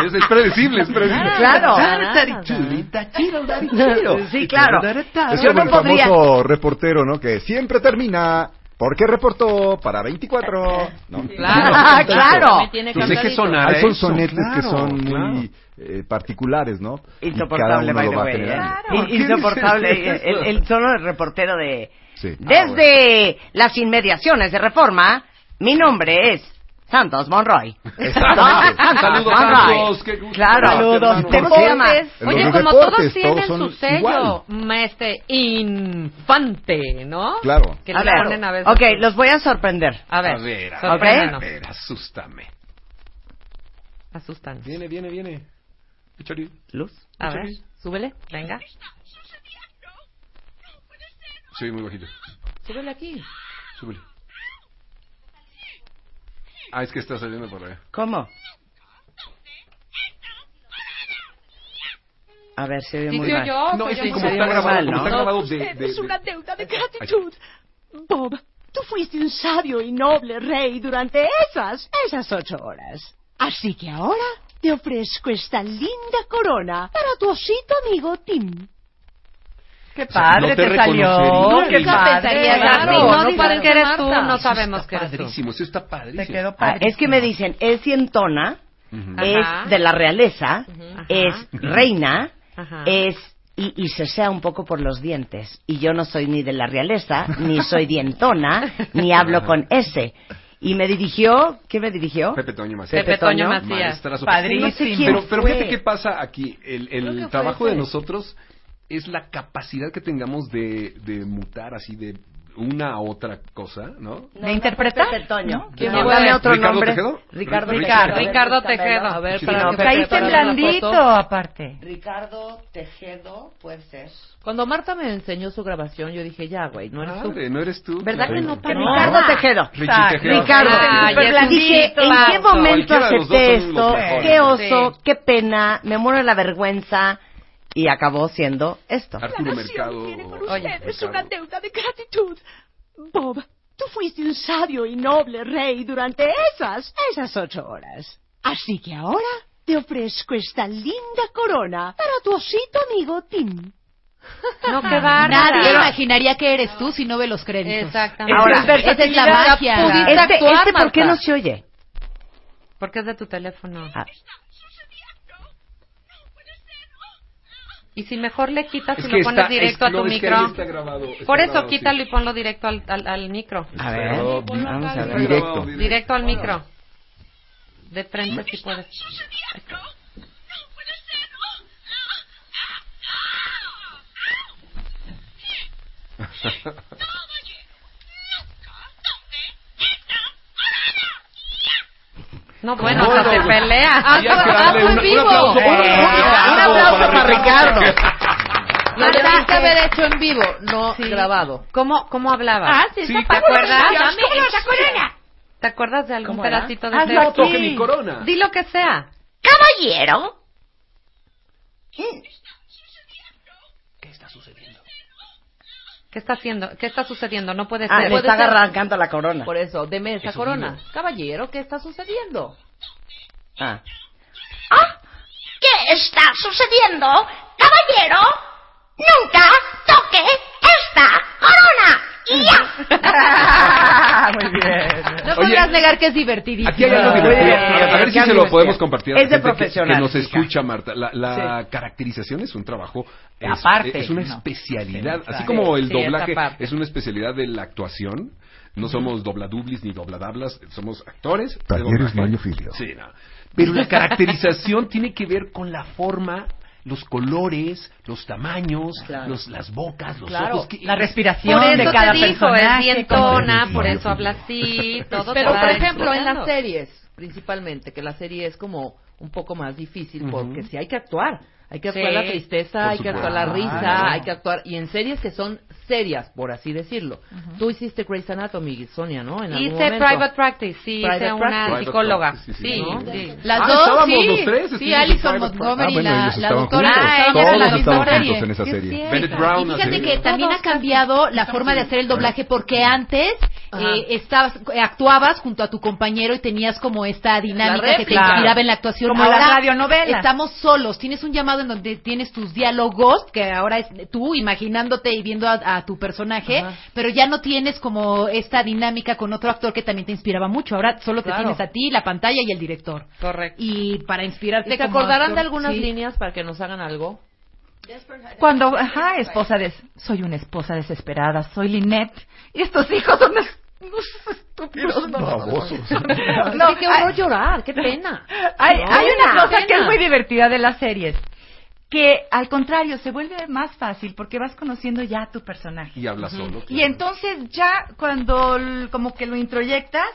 S9: Es, es predecible, es predecible.
S2: Claro.
S9: Tara, tara, churi, ta, chiro, tari, chiro.
S2: Sí, claro.
S7: Es
S2: Yo
S7: como
S2: no
S7: el
S2: podría.
S7: famoso reportero, ¿no? Que siempre termina. Porque reportó para 24. No.
S20: Claro, claro. También tiene
S7: Entonces,
S20: que sonar
S7: Hay
S2: ¿eh?
S7: son
S20: eso,
S7: sonetes que
S20: claro,
S7: son
S20: claro.
S7: muy eh, particulares, ¿no? Y cada
S2: Insoportable,
S7: uno
S2: by
S7: lo
S2: the
S7: va
S2: way, ¿eh?
S7: generando.
S2: In- Insoportable.
S7: ¿Qué es
S2: El,
S7: eso?
S2: el solo reportero de.
S9: Ah,
S7: Sí.
S2: Desde las inmediaciones de Reforma, mi nombre es Santos Monroy. Ah,
S20: Exactamente.
S2: Santos
S20: Saludos,
S2: Monroy.
S20: Santos, qué gusto
S2: Claro.
S20: saludarte, hermano.
S2: ¿Cómo se llama?
S6: Oye,
S7: Los
S6: como
S7: deportes,
S6: todos tienen
S7: todos
S6: su
S7: son
S6: sello,
S7: igual.
S6: ma- este infante, ¿no?
S7: Claro.
S6: Que
S2: A
S6: le
S2: ver,
S6: ponen a veces.
S2: ok, los voy a sorprender.
S6: A ver,
S9: A ver, a ver,
S6: sorpréndenos.
S9: a ver, asústame.
S6: Asustan.
S9: Viene, viene, viene. Échale.
S2: Luz.
S6: A ver,
S9: Échale.
S6: súbele, venga.
S9: Sí, muy bajito.
S6: Súbele aquí.
S9: Súbele. Ah, es que está saliendo por allá.
S2: ¿Cómo? A ver, se oye
S6: Sí,
S2: muy
S6: se
S2: mal.
S6: oyó, se
S20: No, es
S6: oyó
S20: que
S6: muy
S20: como
S6: mal.
S20: está grabado,
S2: mal,
S20: como
S2: ¿no?
S20: está grabado
S9: de- de-
S20: Es
S9: de-
S20: una deuda de gratitud. Bob, tú fuiste un sabio y noble rey durante esas, esas ocho horas. Así que ahora te ofrezco esta linda corona para tu osito amigo Tim.
S18: ¡Qué
S20: padre
S9: te te salió, reconocería. qué padre. No,
S6: Claro, no,
S9: dices
S6: sabes
S9: que
S6: que eres
S9: Marta.
S6: tú,
S9: Eso
S6: no
S9: está
S6: sabemos que eres tú.
S9: Padrísimo, eso está padrísimo.
S2: Ah, es que me dicen, es cientona,
S6: Ajá.
S2: es de la realeza, es
S6: Ajá.
S2: reina,
S6: Ajá.
S2: es y, y se sea un poco por los dientes. Y yo no soy ni de la realeza, ni soy dientona, ni hablo con S. Y me dirigió, ¿qué me dirigió?
S9: Pepe Toño Macías.
S2: Pepe Toño Macías.
S9: Maestrazo.
S2: Padrísimo.
S9: No sé quién pero, pero
S2: fue.
S9: fíjate qué pasa aquí. El, el
S2: que fue
S9: trabajo de
S2: ese.
S9: nosotros es la capacidad que tengamos de, de mutar así de una a otra cosa, ¿no?
S18: ¿De interpretar?
S2: Toño.
S18: ¿Quién
S9: No,
S18: fue?
S9: dame otro ¿Ricardo nombre. Tejedo?
S18: Ricardo
S9: Ri-
S18: Tejedo.
S6: Ricardo Tejedo.
S18: A ver,
S6: Sí,
S18: para
S6: no,
S18: que
S6: Pepe,
S18: caíste
S6: para la
S18: blandito,
S6: foto.
S18: aparte.
S2: Ricardo Tejedo, puede ser.
S5: Cuando Marta me enseñó su grabación, yo dije, ya, güey, no eres
S9: Madre,
S5: tú.
S9: no eres tú.
S5: ¿Verdad que no,
S9: parece?
S5: Ricardo Tejedo. Ah,
S9: Richie Tejedo.
S2: Ah,
S9: Ah,
S2: Ricardo,
S5: Ay,
S2: pero
S5: es
S2: la
S5: un
S2: dije,
S5: mito,
S2: ¿en qué
S5: Marco.
S2: momento
S5: Cualquiera de los
S2: acepté
S5: dos son los
S2: esto?
S5: mejores.
S2: Qué oso,
S5: Sí.
S2: qué pena, me muero de la vergüenza. Y acabó siendo esto.
S9: Arturo Mercado.
S20: Oye, es una deuda de gratitud. Bob, tú fuiste un sabio y noble rey durante esas, esas ocho horas. Así que ahora te ofrezco esta linda corona para tu osito amigo Tim.
S6: No,
S20: qué bárbaro.
S8: Nadie
S20: Pero-
S8: imaginaría que eres tú si no ve los créditos.
S6: Exactamente.
S8: Ahora,
S2: Esa es
S8: esa es la
S2: versatilidad.
S8: magia.
S2: Pudiste Este- actuar, este, ¿por qué Marta? no se oye?
S6: Porque es de tu teléfono.
S9: Ah.
S6: Y si mejor le quitas
S9: Es
S6: y
S9: que
S6: lo pones
S9: está-
S6: directo
S9: es-
S6: a tu
S9: no, es que ahí
S6: micro.
S9: está grabado, está
S6: Por eso
S9: grabado, sí.
S6: quítalo y ponlo directo al, al, al micro.
S9: A ver, Pero, vamos a ver.
S6: Directo.
S9: directo.
S6: Directo al micro. De frente si puedes. No, bueno,
S21: No,
S6: hasta
S21: no,
S6: se
S21: güey.
S6: pelea. Ah,
S21: Había que darle
S6: hazlo
S21: un- un aplauso,
S6: Eh,
S21: un aplauso
S6: un aplauso
S21: para
S6: para
S21: Ricardo.
S6: Lo tenías que haber
S5: hecho en vivo, no
S6: grabado. eh. ¿Cómo, cómo hablaba?
S5: Ah, sí,
S6: ¿Te
S5: esa parte
S6: acuerdas?
S5: me llame, ¿Cómo esa corona?
S6: ¿Te acuerdas de algún
S5: ¿Cómo era?
S6: pedacito de
S5: Hazlo
S6: ese?
S5: aquí. No toque mi corona.
S6: Di lo que sea. ¡Caballero!
S21: ¿Qué está sucediendo?
S6: ¿Qué está haciendo? ¿Qué está sucediendo? No puede ser.
S2: Ah, le
S6: Puede
S2: está
S6: ser.
S2: arrancando la corona.
S5: Por eso, deme esa
S2: Eso
S5: corona.
S2: digo.
S5: Caballero, ¿qué está sucediendo?
S2: Ah.
S21: ¿Qué está sucediendo? Caballero, nunca toque esta corona.
S18: Muy bien.
S8: No
S9: Oye,
S8: podrás negar que es divertidísimo.
S9: Aquí hay algo divertido. A a ver si se lo podemos compartir. a la
S8: Es de
S9: gente que-
S8: profesionales,
S9: Que nos
S8: hija.
S9: escucha, Marta. La, la caracterización es un trabajo. Es,
S7: Aparte,
S9: Es una
S7: no.
S9: especialidad.
S7: Sí,
S9: Así
S7: claro.
S9: como el
S7: Sí,
S9: doblaje
S7: esa parte.
S9: es una especialidad de la actuación. No somos dobladublis ni dobladablas. Somos actores. de
S7: Talleres
S9: doblaje.
S7: Mario Filio.
S9: Sí, no. Pero la caracterización tiene que ver con la forma, los colores, los tamaños, los- las bocas, los
S18: Claro,
S9: ojos.
S18: la respiración
S6: Por
S18: de
S6: eso
S18: cada
S6: te dijo, es
S18: personaje,
S6: dientona,
S18: cómo-
S6: por eso habla así, todo
S5: Pero,
S6: te va
S5: por ejemplo, en
S6: explotando.
S5: las series, principalmente, que la serie es como un poco más difícil porque sí hay que actuar. Hay que actuar
S6: Sí.
S5: la tristeza,
S6: Por
S5: hay que actuar la
S6: supuesto.
S5: risa,
S6: Claro.
S5: hay que actuar... Y en series que son serias, por así decirlo. Tú hiciste Grey's Anatomy, Sonia, ¿no? En algún
S6: Hice
S5: momento.
S6: private practice, sí, hice
S5: Private
S6: una
S5: practice.
S6: psicóloga.
S5: Private practice,
S6: sí,
S5: ¿no?
S6: sí.
S5: Las Ah, dos, estábamos sí. los tres,
S8: Sí,
S5: estuvimos en
S8: Alison
S5: Private
S8: Montgomery,
S7: Ah, bueno,
S8: la,
S7: ellos
S8: la
S7: estaban
S8: doctora.
S7: juntos.
S8: Ah, ella
S7: Todos
S8: era la
S7: estaban
S8: doctora.
S7: juntos en esa
S8: Sí, es
S7: serie.
S8: cierto.
S7: Bennett Brown
S8: Y fíjate
S7: hace-
S8: que también ha cambiado la forma de hacer el doblaje porque antes
S6: Ajá.
S8: eh, estabas, eh, actuabas junto a tu compañero y tenías como esta dinámica que te
S18: réplica.
S8: inspiraba en la actuación.
S18: Como
S8: Ahora
S18: las radionovelas.
S8: Estamos solos. Tienes un llamado en donde tienes tus diálogos que ahora es tú imaginándote y viendo a, a tu personaje, pero ya no tienes como esta dinámica con otro actor que también te inspiraba mucho. Ahora solo te
S5: Claro.
S8: tienes a ti, la pantalla y el director.
S6: Correcto.
S8: Y para inspirarte.
S5: ¿Y ¿Se
S8: como
S5: acordarán
S8: actor,
S5: de algunas
S8: sí.
S5: líneas para que nos hagan algo?
S10: Cuando, ajá, esposa des... Soy una esposa desesperada, soy Linette. Y estos hijos son unos unos estúpidos. No,
S5: No,
S10: No,
S5: qué horror
S10: hay-
S5: llorar, qué pena.
S10: Hay,
S5: No,
S10: hay una
S5: pena,
S10: cosa que es
S5: pena.
S10: muy divertida de las series, que al contrario se vuelve más fácil porque vas conociendo ya a tu personaje.
S9: Y habla solo.
S10: Y entonces ya cuando l- como que lo introyectas,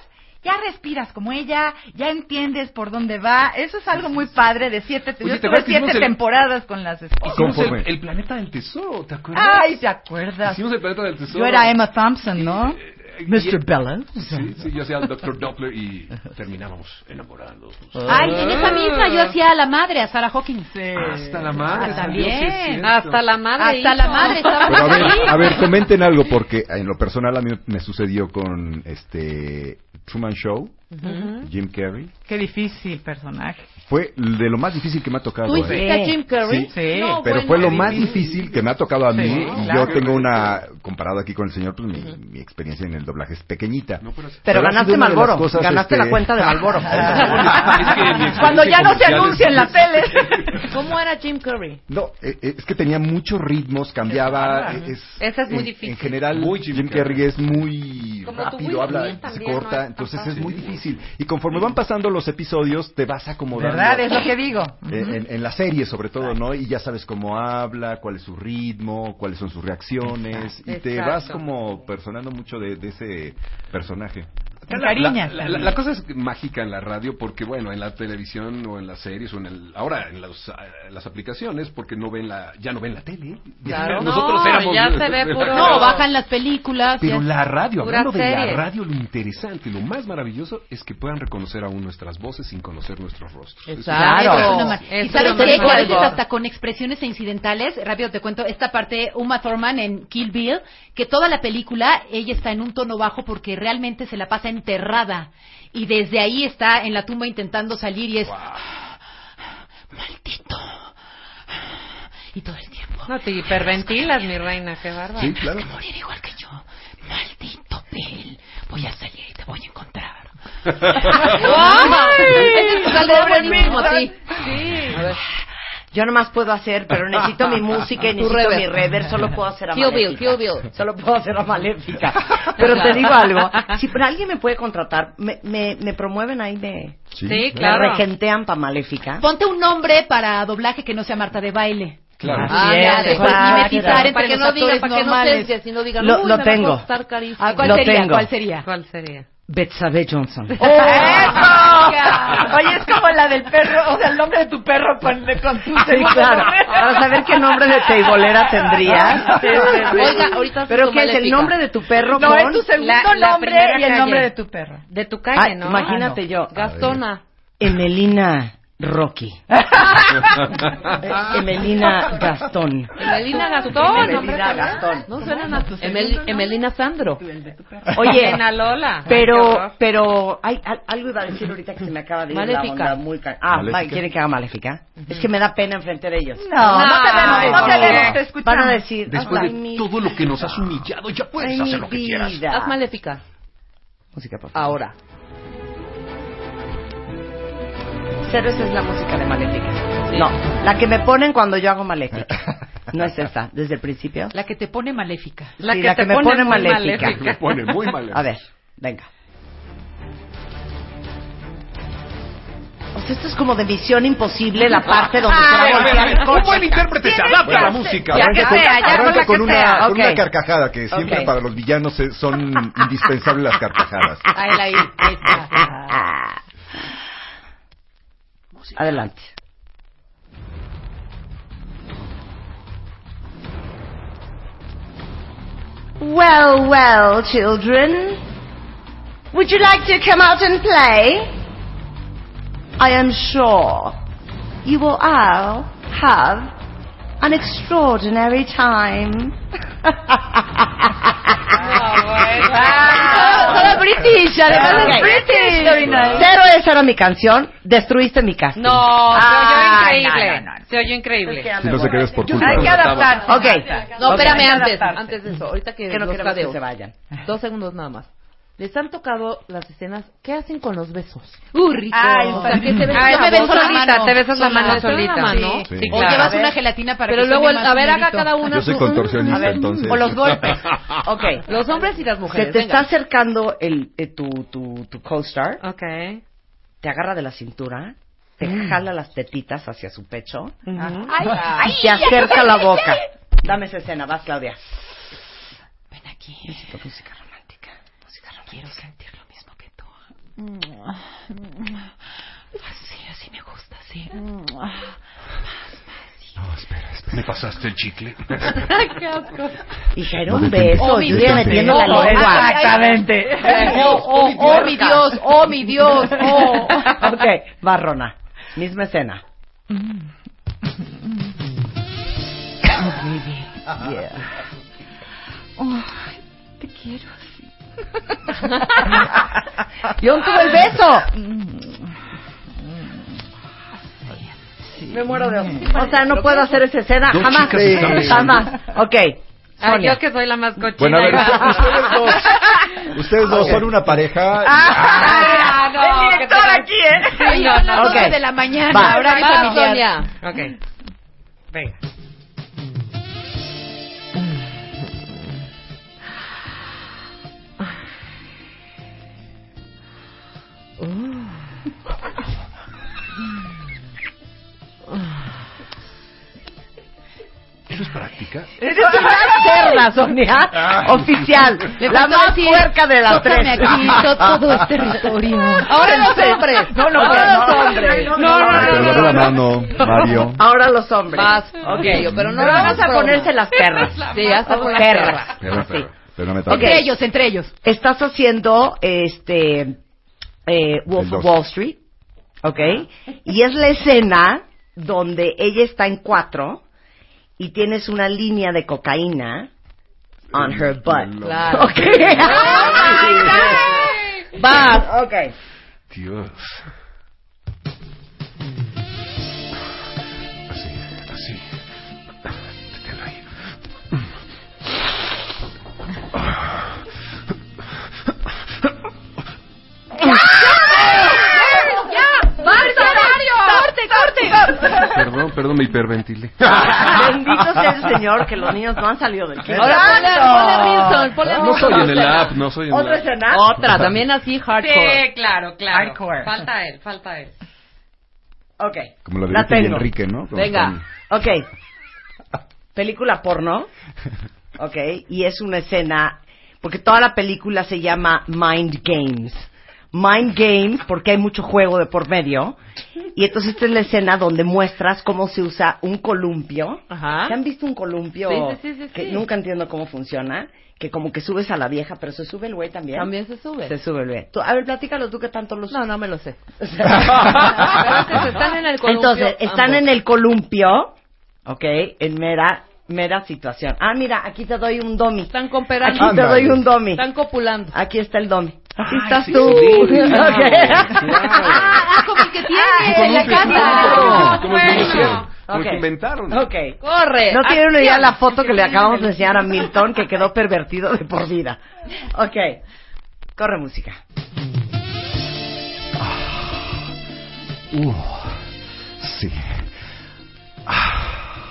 S10: ya respiras como ella, ya entiendes por dónde va. Eso es algo muy padre de siete,
S9: Oye,
S10: yo
S9: ¿te
S10: estuve
S9: acuerdas que
S10: siete
S9: hicimos el-
S10: temporadas con las esposas.
S9: Hicimos el, el planeta del tesoro, ¿te acuerdas?
S10: Ay, ¿te acuerdas?
S9: Hicimos el planeta del tesoro.
S10: Yo era Emma Thompson, ¿no?
S9: eh,
S10: Mr. Bellows.
S9: Sí, sí, yo hacía al Dr. Doppler y terminábamos enamorados.
S8: Ay, en esa misma yo hacía a la madre, a Sarah Hawkins.
S9: Hasta la madre.
S8: Ah,
S9: salió, sí es
S8: también.
S9: cierto.
S8: Hasta la madre. Hasta la madre
S7: Pero a
S8: estábamos ahí.
S7: ver, a ver, comenten algo porque en lo personal a mí me sucedió con este Truman Show,
S10: Ujú.
S7: Jim Carrey.
S10: Qué difícil personaje.
S7: Fue de lo más difícil que me ha tocado.
S10: ¿Tú
S7: ¿eh?
S10: hiciste a Jim Carrey?
S7: Sí,
S10: Sí.
S7: pero
S10: No, bueno,
S7: fue lo más
S10: difícil.
S7: difícil que me ha tocado a
S10: Sí,
S7: mí. y
S10: claro.
S7: Yo tengo una, comparado aquí con el señor, pues mi, mi experiencia en el doblaje es pequeñita. pero,
S2: Pero
S7: ha sido
S2: ganaste
S7: una de las
S2: Malboro,
S7: cosas,
S2: ganaste
S7: este, Ah,
S2: la cuenta de Malboro.
S10: Cuando ya no se
S7: comercial es-
S10: anuncia en la tele.
S5: ¿Cómo era Jim Curry?
S7: No, eh, eh, es que tenía muchos ritmos, cambiaba.
S5: Ajá.
S7: eh, Es,
S5: Esa es muy
S7: en-
S5: difícil.
S7: En general,
S5: Muy
S7: Jim, Carrey es muy
S5: Como tu
S7: rápido,
S5: Will
S7: habla,
S5: Smith
S7: se
S5: también,
S7: corta,
S5: ¿no?
S7: entonces
S5: Ajá.
S7: es muy
S5: Sí.
S7: difícil difícil. Y conforme van pasando los episodios, te vas acomodando.
S18: ¿Verdad? Es lo que digo.
S7: Eh, en, en la serie, sobre todo, ¿no? Y ya sabes cómo habla, cuál es su ritmo, cuáles son sus reacciones. Y te
S9: Exacto.
S7: vas como personando mucho de, de ese personaje.
S9: La-
S18: Cariñas
S9: La, la-
S18: también.
S9: la cosa es mágica en la radio porque, bueno, en la televisión o en las series o en el, ahora en los, ah, las aplicaciones porque no ven la, ya no ven la tele.
S8: Claro.
S9: Nosotros
S8: No,
S9: éramos-
S8: ya se ve puro- No, bajan las películas.
S9: Pero
S8: ya-
S9: la radio,
S8: pura
S9: hablando de la
S8: serie.
S9: radio, lo interesante, lo más maravilloso es que puedan reconocer aún nuestras voces sin conocer nuestros rostros. Eso es
S8: Claro.
S9: maravilloso.
S8: Eso nomás. Y
S6: Eso
S8: sabes
S6: nomás.
S8: qué? que a veces
S6: Algo.
S8: hasta con expresiones e incidentales, rápido te cuento, esta parte, Uma Thurman en Kill Bill, que toda la película ella está en un tono bajo porque realmente se la pasa enterrada. Y desde ahí está en la tumba intentando salir y es... Maldito. Y todo el tiempo.
S6: No te hiperventilas, mi reina, qué bárbaro.
S8: Sí, claro. Tienes que
S6: morir igual que yo.
S8: Maldito Bill. Voy a salir y te voy a encontrar.
S2: Yo nomás puedo hacer, pero necesito mi música y
S3: Tu
S2: necesito
S3: reverb.
S2: mi rever, solo puedo hacer a
S3: Kill Bill,
S2: Maléfica. Solo puedo hacer a Maléfica. Pero te digo algo, si por alguien me puede contratar, me, me, me promueven ahí, me,
S6: Sí,
S2: me
S6: claro.
S2: regentean para Maléfica.
S8: Ah. Ponte un nombre para doblaje que no sea Marta de baile.
S2: Claro.
S8: Ah, ya, de- para mimetizar entre
S6: Para que
S8: los
S6: no diga,
S8: actores
S6: para que no
S8: normales.
S6: se, si no digan,
S2: Lo-
S6: "Uy,
S2: lo
S6: me va a
S2: tengo.
S6: costar carísimo".
S2: Ah, ¿cuál Lo sería? tengo. ¿Cuál
S6: sería? ¿Cuál sería?
S2: Betsabe Johnson.
S18: ¡Eso! Oye, es como la del perro, o sea, el nombre de tu perro con, con tu
S2: Sí, claro. Para saber qué nombre de teibolera tendrías.
S18: Sí, sí, sí. Oiga, ahorita
S2: Pero
S18: soy
S2: qué es el
S18: maléfica.
S2: nombre de tu perro
S18: No,
S2: con-
S18: es tu segundo
S6: La- la
S18: nombre
S6: primera
S18: y el
S6: calle.
S18: nombre de tu perro.
S6: De tu calle,
S2: Ah,
S6: ¿no?
S2: imagínate
S6: Ah, no.
S2: yo.
S6: Gastona.
S2: Emelina Rocky.
S18: Ah.
S2: Emelina Gastón.
S6: Emelina Gastón.
S2: Emelina
S6: hombre,
S2: Gastón.
S6: No suenan a tus Emel- Emelina Sandro.
S2: Oye,
S6: Elena Lola.
S2: Pero, pero, hay, al- algo iba a decir ahorita que se me acaba de ir
S6: Maléfica.
S2: la onda muy ca- Ah,
S6: Maléfica.
S2: ma- ¿quieren que haga maléfica? Es que me da pena enfrente de ellos.
S18: No, no te vemos,
S2: Ay,
S18: no te
S2: por
S18: vemos,
S2: favor.
S18: te escuchamos.
S2: Van a decir,
S9: Después
S2: ay,
S9: de
S2: mi
S9: todo lo que nos has humillado, ya puedes
S2: Ay,
S9: hacer
S2: mi
S9: Pues lo que quieras.
S2: vida.
S6: Haz maléfica.
S2: Música, por
S6: Ahora.
S2: Cero, esa es la música de Maléfica. No, la que me ponen cuando yo hago Maléfica. No es esa, desde el principio.
S8: La que te pone maléfica.
S2: Sí, La que, me pone maléfica. A ver, venga. O sea, esto es como de Misión Imposible, la parte donde se va a
S9: Ay,
S2: golpear el
S9: un
S2: coche.
S9: buen intérprete se adapta a la música.
S2: Ya que sea, ya con la
S7: Arranca
S2: que
S7: con una,
S2: sea.
S7: con
S2: ok.
S7: una carcajada que siempre
S2: Ok.
S7: para los villanos eh, son indispensables las carcajadas.
S8: Ahí la- ahí está.
S2: Adelante. Well, well, children. Would you like to come out and play? I am sure you will all have an extraordinary time.
S3: Solo British, además es
S2: Ok.
S3: British. Very nice.
S2: Cero, esa era mi canción. Destruiste mi casa.
S6: No,
S2: Ah,
S6: se oyó increíble.
S2: no, no,
S6: Se oyó increíble.
S7: Si no se quedas por culpa.
S6: Hay que adaptar.
S2: Ok.
S6: No,
S2: Ok.
S6: espérame
S2: Hay que
S6: antes,
S2: adaptarse.
S6: antes de eso, ahorita que,
S2: Que no
S6: los
S2: queremos que
S6: cadeos.
S2: se vayan.
S6: Dos segundos nada más. Les han tocado las escenas, ¿qué hacen con los besos?
S8: ¡Uh, rico!
S6: Ay, o sea, que te besas
S8: Ay,
S6: la
S8: me beso
S6: voz
S8: la
S6: solita,
S8: mano.
S6: te besas la
S8: Sola.
S6: mano
S8: Te besas la
S6: solita.
S8: mano.
S6: Sí.
S8: Sí,
S6: O
S8: claro.
S6: llevas
S8: A ver.
S6: una gelatina para
S8: Pero
S6: que
S8: luego,
S6: suene más
S8: a ver, haga
S6: bonito.
S8: cada una
S7: Yo soy contorsionista, entonces.
S6: O los golpes.
S2: Ok.
S6: Los hombres y las
S2: Se
S6: mujeres.
S2: te
S6: venga.
S2: está acercando el, eh, tu, tu, tu co-star.
S6: Ok.
S2: Te agarra de la cintura, te jala las tetitas hacia su pecho,
S3: Ay, ay,
S2: y te acerca
S3: ay,
S2: la
S3: ay,
S2: boca.
S3: ay.
S2: Dame esa escena, vas Claudia. Ven aquí. Necesito música romántica. Música romántica. Quiero sentir lo mismo que tú.
S3: Así, así me gusta, así.
S9: No, espera, espera. ¿Me pasaste el chicle?
S3: Qué asco.
S2: Hija,
S9: era
S2: era un beso. Yo iba metiendo la lengua.
S18: Exactamente.
S8: Oh, oh, oh, mi Dios, oh, mi Dios, oh.
S2: ok, Barrona. Misma escena.
S3: Oh, baby.
S2: Yeah.
S3: Oh, te quiero así.
S2: Yo tuve el beso. Me muero de O sea, no puedo hacer esa escena
S6: Dos
S2: jamás.
S6: chicas están besando.
S2: Jamás. Ok.
S6: Ay,
S2: Sonia.
S6: Ah, yo que soy la más cochina.
S7: Bueno, a ver,
S6: hija.
S7: ustedes Ustedes dos son una pareja.
S6: Ah, no,
S3: El director
S6: ¿qué tal?
S3: aquí, ¿eh?
S6: Sí, no, no,
S3: Ok.
S6: no.
S3: de la mañana,
S6: Va,
S3: horario
S6: va,
S3: familiar.
S6: Sonia. Ok. Venga.
S3: Ay,
S9: ¿Eso es práctica?
S2: Esa es una cerda, Sonia. Oficial. La más puerca de las tres.
S3: Ahora los hombres.
S2: No, no,
S3: Ahora
S2: no,
S3: los
S2: no,
S3: hombres.
S2: no,
S3: No, no, no, no,
S7: Perdona, no, no, Mario.
S2: Ahora los hombres.
S5: Vas, ok, pero no
S2: vamos
S5: hagas
S2: a
S5: broma.
S2: ponerse las perras.
S5: Sí, hasta
S2: Vamos,
S5: por las perras.
S7: Pero, pero, pero no me tardo.
S2: Ok. entre ellos. Estás haciendo este eh, Wolf of Wall Street, ¿ok? Y es la escena donde ella está en cuatro y tienes una línea de cocaína on her butt.
S5: Claro.
S2: Ok. Vas. Ok.
S9: Dios. Así, así. Detén ahí.
S22: ¡Ya! ¡Basta, Mario! ¡Corte, corte!
S9: Perdón, perdón, me hiperventilé.
S2: Bendito sea el Señor que los niños Oh. no han salido
S5: Ah,
S2: del kinder.
S5: Ahora ponle-
S2: ¡Exacto!
S5: ponle Wilson, ponle
S9: No soy en el
S7: Ah,
S9: app,
S7: pues
S9: no soy en el
S2: ¿Otra
S9: app.
S2: escena?
S5: Otra, también así hardcore.
S2: Sí, claro, claro. Hardcore.
S5: Falta él, falta él.
S2: Ok.
S7: Como la de
S2: La
S7: Betty y
S2: tengo.
S7: Enrique, ¿no? Como
S2: Venga.
S7: están-
S2: Ok. Película porno. Ok. Y es una escena. Porque toda la película se llama Mind Games. Mind Games, porque hay mucho juego de por medio. Y entonces esta es la escena donde muestras cómo se usa un columpio. ¿Se han visto un columpio?
S5: Sí, sí, sí, sí,
S2: que
S5: sí.
S2: nunca entiendo cómo funciona. Que como que subes a la vieja, pero se sube el güey también.
S5: También se sube.
S2: Se sube el güey. Tú- a ver, platícalo tú que tanto lo No, no me lo sé.
S5: Entonces, están en el columpio
S2: Entonces, están
S5: ambos.
S2: en el columpio, ¿ok? En mera, mera situación. Ah, mira, aquí te doy un domi. Están cooperando. Aquí te
S5: Ándale.
S2: doy un domi.
S5: Están copulando.
S2: Aquí está el domi. Aquí
S5: Ay,
S2: estás
S5: sí,
S2: tú.
S5: sí, sí,
S2: Ok.
S5: claro.
S3: Como el que
S2: Ah,
S3: tiene en la
S2: como un
S3: casa.
S2: pescado, como el que hicieron, como el que
S3: Ok.
S9: inventaron.
S2: Ok.
S3: Corre.
S2: No tienen una idea
S3: acción.
S2: la foto que le acabamos de enseñar a Milton que quedó pervertido de por vida. Ok. Corre música.
S7: Uh, sí. Ah.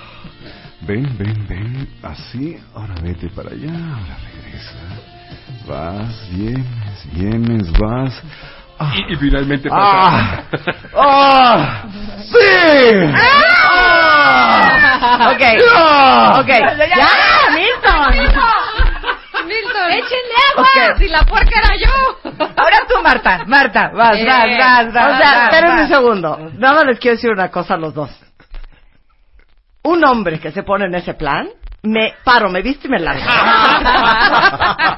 S7: Ven, ven, ven. Así. Ahora vete para allá. Ahora regresa. Vas, vienes, vienes, vas.
S9: Y, y finalmente pasa.
S7: ¡Ah! ¡Ah! ¡Sí!
S22: ¡Ah!
S2: Ok.
S22: ¡Ya!
S2: Ok. ¡Ya! ¡Milton!
S5: Milton, échenle
S2: agua, si
S5: la puerca era yo.
S2: Ahora tú, Marta. Marta, vas,
S5: Eh.
S2: vas, vas, vas. O sea,
S5: vas,
S2: espérenme un
S5: vas.
S2: segundo. Nada más les quiero decir una cosa a los dos. Un hombre que se pone en ese plan, me paro, me visto y me largo.
S9: Ah,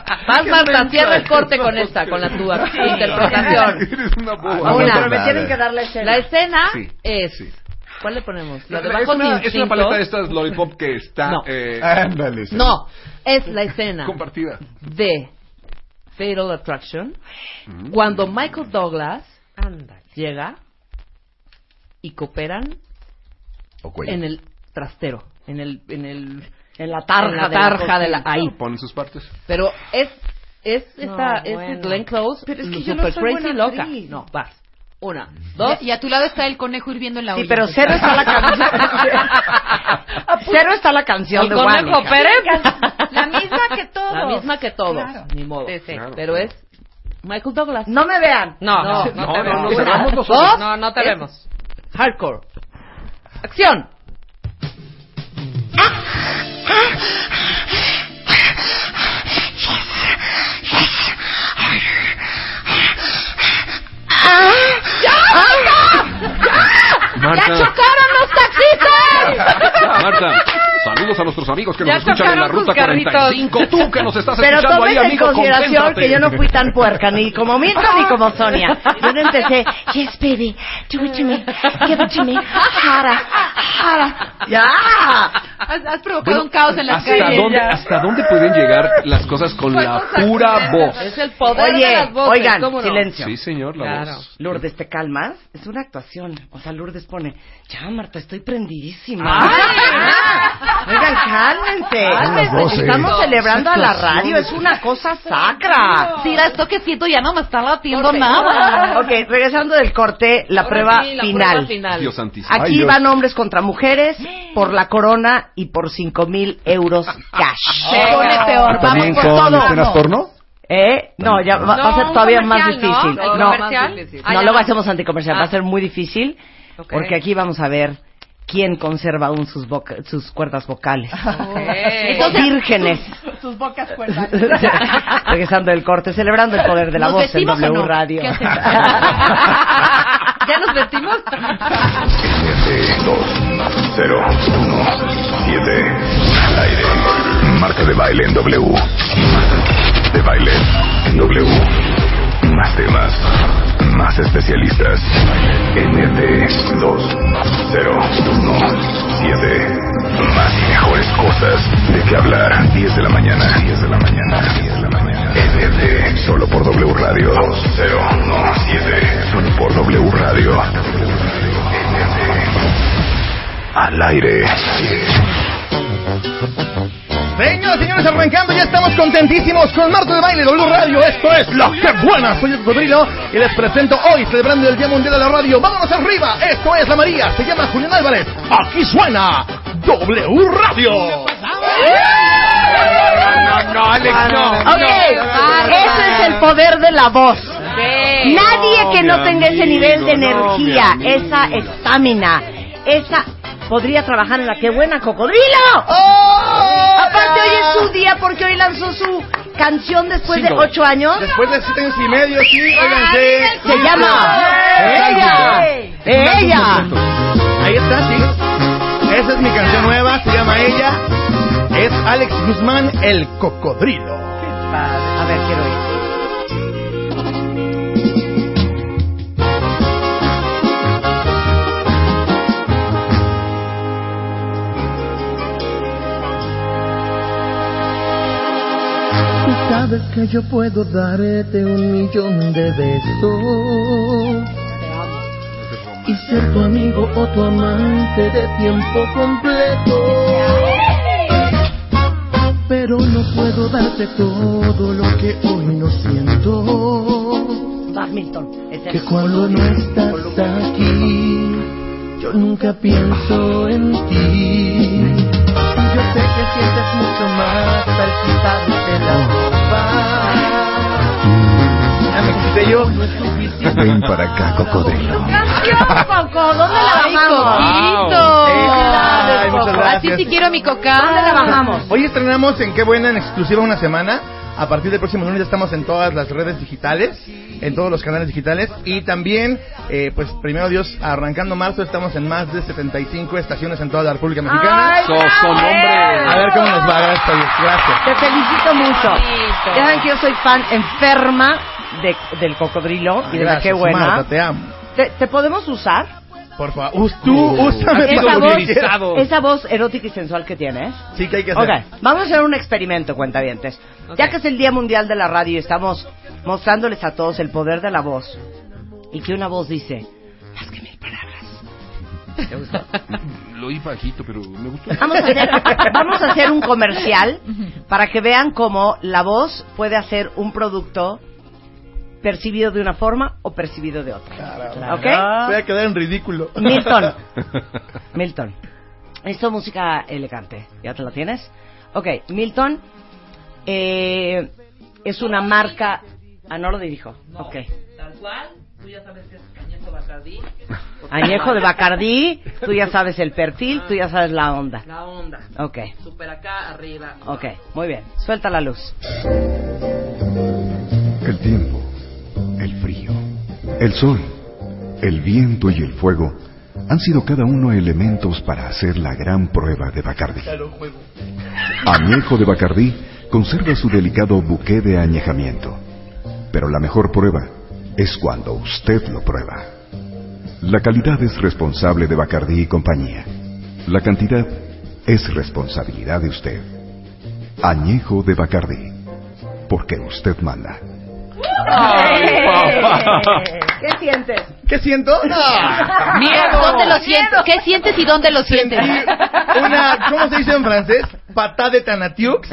S5: Vas, Marta, cierra el corte con esta, con la tuya, interpretación. Ah,
S9: Eres una
S2: Ah,
S9: boba.
S5: Una.
S9: No, no, no, no.
S2: dar la escena.
S5: La escena
S9: Sí,
S5: es... ¿Cuál le ponemos? ¿La de
S9: Es
S5: bajos
S9: una, es una
S5: instintos?
S9: paleta de estas lollipop que está... Eh,
S7: Ándale, sí.
S5: No, es la escena
S9: Compartida.
S5: de Fatal Attraction
S9: Mm.
S5: cuando Michael Douglas llega y cooperan
S7: O cuello.
S5: en el trastero, en el en el
S2: en la
S5: tarja, de la cocina. ahí.
S9: Ponen sus partes.
S5: Pero es es
S3: No,
S5: esta es
S3: bueno.
S5: Glenn Close mm,
S3: Pero es que yo
S5: super
S3: no soy
S5: crazy
S3: buena
S5: loca.
S3: actriz.
S5: No, vas. Una, dos.
S3: Y, y a tu lado está el conejo hirviendo en la
S5: Sí,
S3: olla.
S5: pero cero está la
S2: Cero está la canción
S5: El
S2: de
S5: conejo
S2: Juan.
S5: Pérez.
S3: La misma que todos.
S5: La misma que todos,
S3: Claro.
S5: ni modo. Pero es Michael Douglas.
S2: No me vean.
S5: No,
S2: No,
S5: no,
S2: no
S5: te
S2: te vemos.
S5: vemos.
S2: Una,
S5: Una,
S2: dos,
S5: dos,
S2: no, no te
S5: es
S2: vemos.
S5: Hardcore. Acción.
S9: Marta.
S22: los taxistas!
S9: Marta, saludos a nuestros amigos que
S22: Ya
S9: nos escuchan en la
S22: chocaron sus
S9: ruta
S22: carritos.
S9: 45. Tú que nos estás
S2: Pero
S9: escuchando ahí,
S2: tomes en
S9: amigo,
S2: consideración
S9: concéntrate.
S2: que yo no fui tan puerca, ni como Milton ni como Sonia. Yo no empecé, yes baby, do it to me, give it to me, jara, jara. ¡Ya!
S3: Has, has provocado
S9: Bueno,
S3: un caos en las
S9: ¿hasta
S3: calles.
S9: dónde,
S3: ya.
S9: ¿Hasta dónde pueden llegar las cosas con la pura voz?
S5: Es el poder
S2: Oye,
S5: de las voces,
S2: oigan,
S5: ¿cómo no?
S2: silencio.
S9: Sí, señor, la
S2: Claro.
S9: voz.
S2: Lourdes, ¿te calmas? Es una actuación. O sea, Lourdes pone, ya, Marta, estoy prendidísima. Oigan,
S5: ah.
S2: cálmense.
S22: Cálmense,
S2: Estamos
S22: chicos.
S9: eh.
S2: celebrando a la
S22: Actuación.
S2: radio. Es una cosa sacra.
S3: Sí, la esto que siento ya no me está latiendo nada.
S2: Ok, regresando del corte, la,
S3: Ahora
S2: prueba,
S3: sí, la
S2: final.
S3: prueba final.
S9: Dios santísimo. Ay,
S2: Aquí
S9: Dios.
S2: van hombres contra mujeres por la corona y por cinco mil euros cash.
S3: Se pone peor, vamos
S7: ¿También
S3: por
S7: con
S3: todo.
S7: escenas porno?
S2: ¿Eh? No, ya va,
S3: No,
S2: va a ser
S3: un
S2: todavía más
S3: comercial,
S2: difícil.
S3: ¿no? ¿El
S2: no,
S3: comercial?
S2: no,
S3: Ah, ya
S2: luego
S3: no.
S2: hacemos anticomercial, va a ser muy difícil porque aquí vamos a ver quién conserva aún sus, voca- sus cuerdas vocales.
S18: Entonces,
S2: Vírgenes.
S18: Sus, sus bocas cuerdas.
S2: Regresando del corte, celebrando el poder de la
S18: ¿Nos
S2: voz en
S18: vestimos o
S2: W
S18: no?
S2: Radio.
S18: ¿Qué
S19: Ah,
S6: ¿Ya nos metimos?
S1: 0, 1, 7, al aire. Marca de baile en W. De baile en W. Más temas, más especialistas. NT 2, 0, 1, 7. Más y mejores cosas de que hablar. 10 de la mañana. 10 de la mañana. 10 de la mañana. NT solo por W Radio. 0, 1, 7. Solo por W Radio. Al aire.
S19: Señoras y señores, arrancando, ya estamos contentísimos con Marta de Baile W Radio. Esto es La Que Buena. Soy el Cocodrilo y les presento hoy, celebrando el Día Mundial de la Radio. ¡Vámonos arriba! Esto es La María, se llama Julián Álvarez. Aquí suena W Radio.
S2: No,
S19: no, Alex, Ah, no.
S2: Ok, ah,
S3: ah,
S19: No.
S2: ese es el poder de la voz. Nadie que no
S19: Eh, mi
S2: tenga ese nivel de
S19: amigo, no, mi
S2: energía,
S19: amigo.
S2: esa estamina, esa... Podría trabajar en la que buena cocodrilo.
S19: ¡Oh!
S2: Aparte hoy es
S19: Ah.
S2: su día porque hoy lanzó su canción después
S19: Cinco.
S2: de ocho años.
S19: Después de siete años y medio, sí, oigan, sí.
S2: Se
S19: Sí,
S2: llama
S19: sí.
S2: Ella. Ella.
S19: Ahí está, sí. Esa es mi canción nueva, se llama Ella. Es Alex Guzmán, el cocodrilo.
S2: A ver, quiero ir.
S23: Tú sabes que yo puedo darte un millón de besos y ser tu amigo o tu amante de tiempo completo. Pero no puedo darte todo lo que hoy no siento.
S2: Uh, Badminton. Es
S23: Que cuando no estás aquí, yo nunca pienso en ti. Yo sé que sientes mucho más al quitarte la
S19: yo.
S7: Ven para acá, cocodrilo.
S3: Coco, ¿dónde
S8: Ay, Coquito. Felicidades, Coco. Así sí quiero mi coca. ¿Dónde la bajamos?
S19: Hoy estrenamos en Qué Buena en exclusiva una semana. A partir del próximo lunes ya estamos en todas las redes digitales, en todos los canales digitales. Y también, eh, pues primero Dios, arrancando marzo estamos en más de 75 estaciones en toda la República Mexicana.
S2: ¡Ay, So- bravo! son hombres.
S19: A ver cómo nos va, gracias. gracias.
S2: Te felicito mucho. Ya saben que yo soy fan enferma de- del cocodrilo y de la
S19: Gracias,
S2: que buena.
S19: Marta, te amo.
S2: ¿Te, te podemos usar?
S19: Por favor, us- tú, úsame para
S2: esa
S19: lo que
S2: voz,
S19: quieras.
S2: esa voz erótica y sensual que ¿eh? tienes.
S19: Sí, que hay que hacer.
S2: Ok, vamos a hacer un experimento, cuentavientes. Ya que es el Día Mundial de la Radio y estamos mostrándoles a todos el poder de la voz y que una voz dice,
S9: Mm, Lo oí bajito, pero me gustó.
S2: Vamos a hacer, vamos a hacer un comercial para que vean cómo la voz puede hacer un producto percibido de una forma o percibido de otra. ¿Ok?
S19: Voy a quedar en ridículo.
S2: Milton. Milton. Esto música elegante. ¿Ya te la tienes? Ok, Milton eh, es una marca... Ah, no lo dirijo. Ok.
S5: Tal cual, tú ya sabes que es Cañeto Bacardí.
S2: Añejo de Bacardí, tú ya sabes el perfil, tú ya sabes la onda.
S5: La onda.
S2: Ok.
S5: Super acá, arriba.
S2: Ok, muy bien. Suelta la luz.
S7: El tiempo, el frío, el sol, el viento y el fuego han sido cada uno elementos para hacer la gran prueba de Bacardi. Añejo de Bacardí conserva su delicado buque de añejamiento, pero la mejor prueba es cuando usted lo prueba. La calidad es responsable de Bacardí y compañía. La cantidad es responsabilidad de usted. Añejo de Bacardí, porque usted manda.
S2: ¿Qué sientes?
S19: ¿Qué siento? No.
S8: Miedo. ¿Dónde lo sientes? ¿Qué sientes y dónde lo sientes?
S19: Una, ¿cómo se dice en francés? Patá de Tanatiux.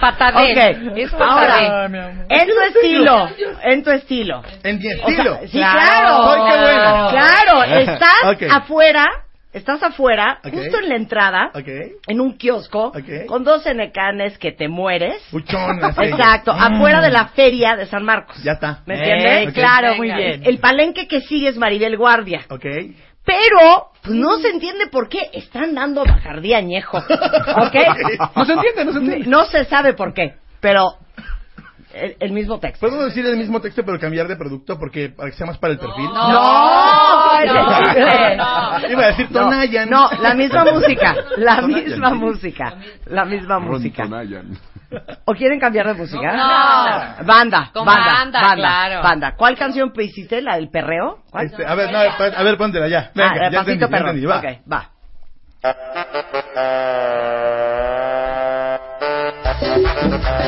S2: Patadé.
S19: Ok.
S2: Es
S19: Ahora,
S2: patadé. en tu estilo. En tu estilo.
S19: En mi
S2: O sea,
S19: estilo.
S2: sí, claro.
S19: Soy qué bueno.
S2: Claro, estás
S19: Ok.
S2: afuera Estás afuera,
S3: Ok.
S2: justo en la entrada, en un kiosco, con dos enecanes que te mueres.
S3: Buchonas, ellas.
S2: Exacto,
S3: Mm.
S2: afuera de la feria de San Marcos.
S19: Ya está.
S2: ¿Me entiendes?
S19: Ok.
S2: Claro, muy bien. El palenque que sigue es Maribel Guardia.
S19: Ok.
S2: Pero pues, no se entiende por qué están dando bajardí añejo. ¿Ok?
S19: No se entiende, no se entiende.
S2: No se sabe por qué, pero el, el mismo texto.
S19: Podemos decir el mismo texto, pero cambiar de producto porque para que sea más para el perfil.
S2: No. No. No.
S19: Iba a decir
S2: No.
S19: Tonayan.
S2: No, la misma música, la
S19: Tonayan,
S2: misma
S19: sí.
S2: música, la misma música.
S9: Tonayan.
S2: ¿O quieren cambiar de música?
S5: No.
S2: Banda,
S5: Con
S2: banda,
S5: banda,
S2: banda,
S5: claro.
S2: banda. ¿Cuál canción hiciste? ¿La del perreo? ¿Cuál?
S19: Este, a ver, no, pa- a ver, póntela ya. Venga,
S2: Ah, Pasito
S19: ya entendí, ya
S2: Perrón.
S19: entendí, va.
S2: Ok, va.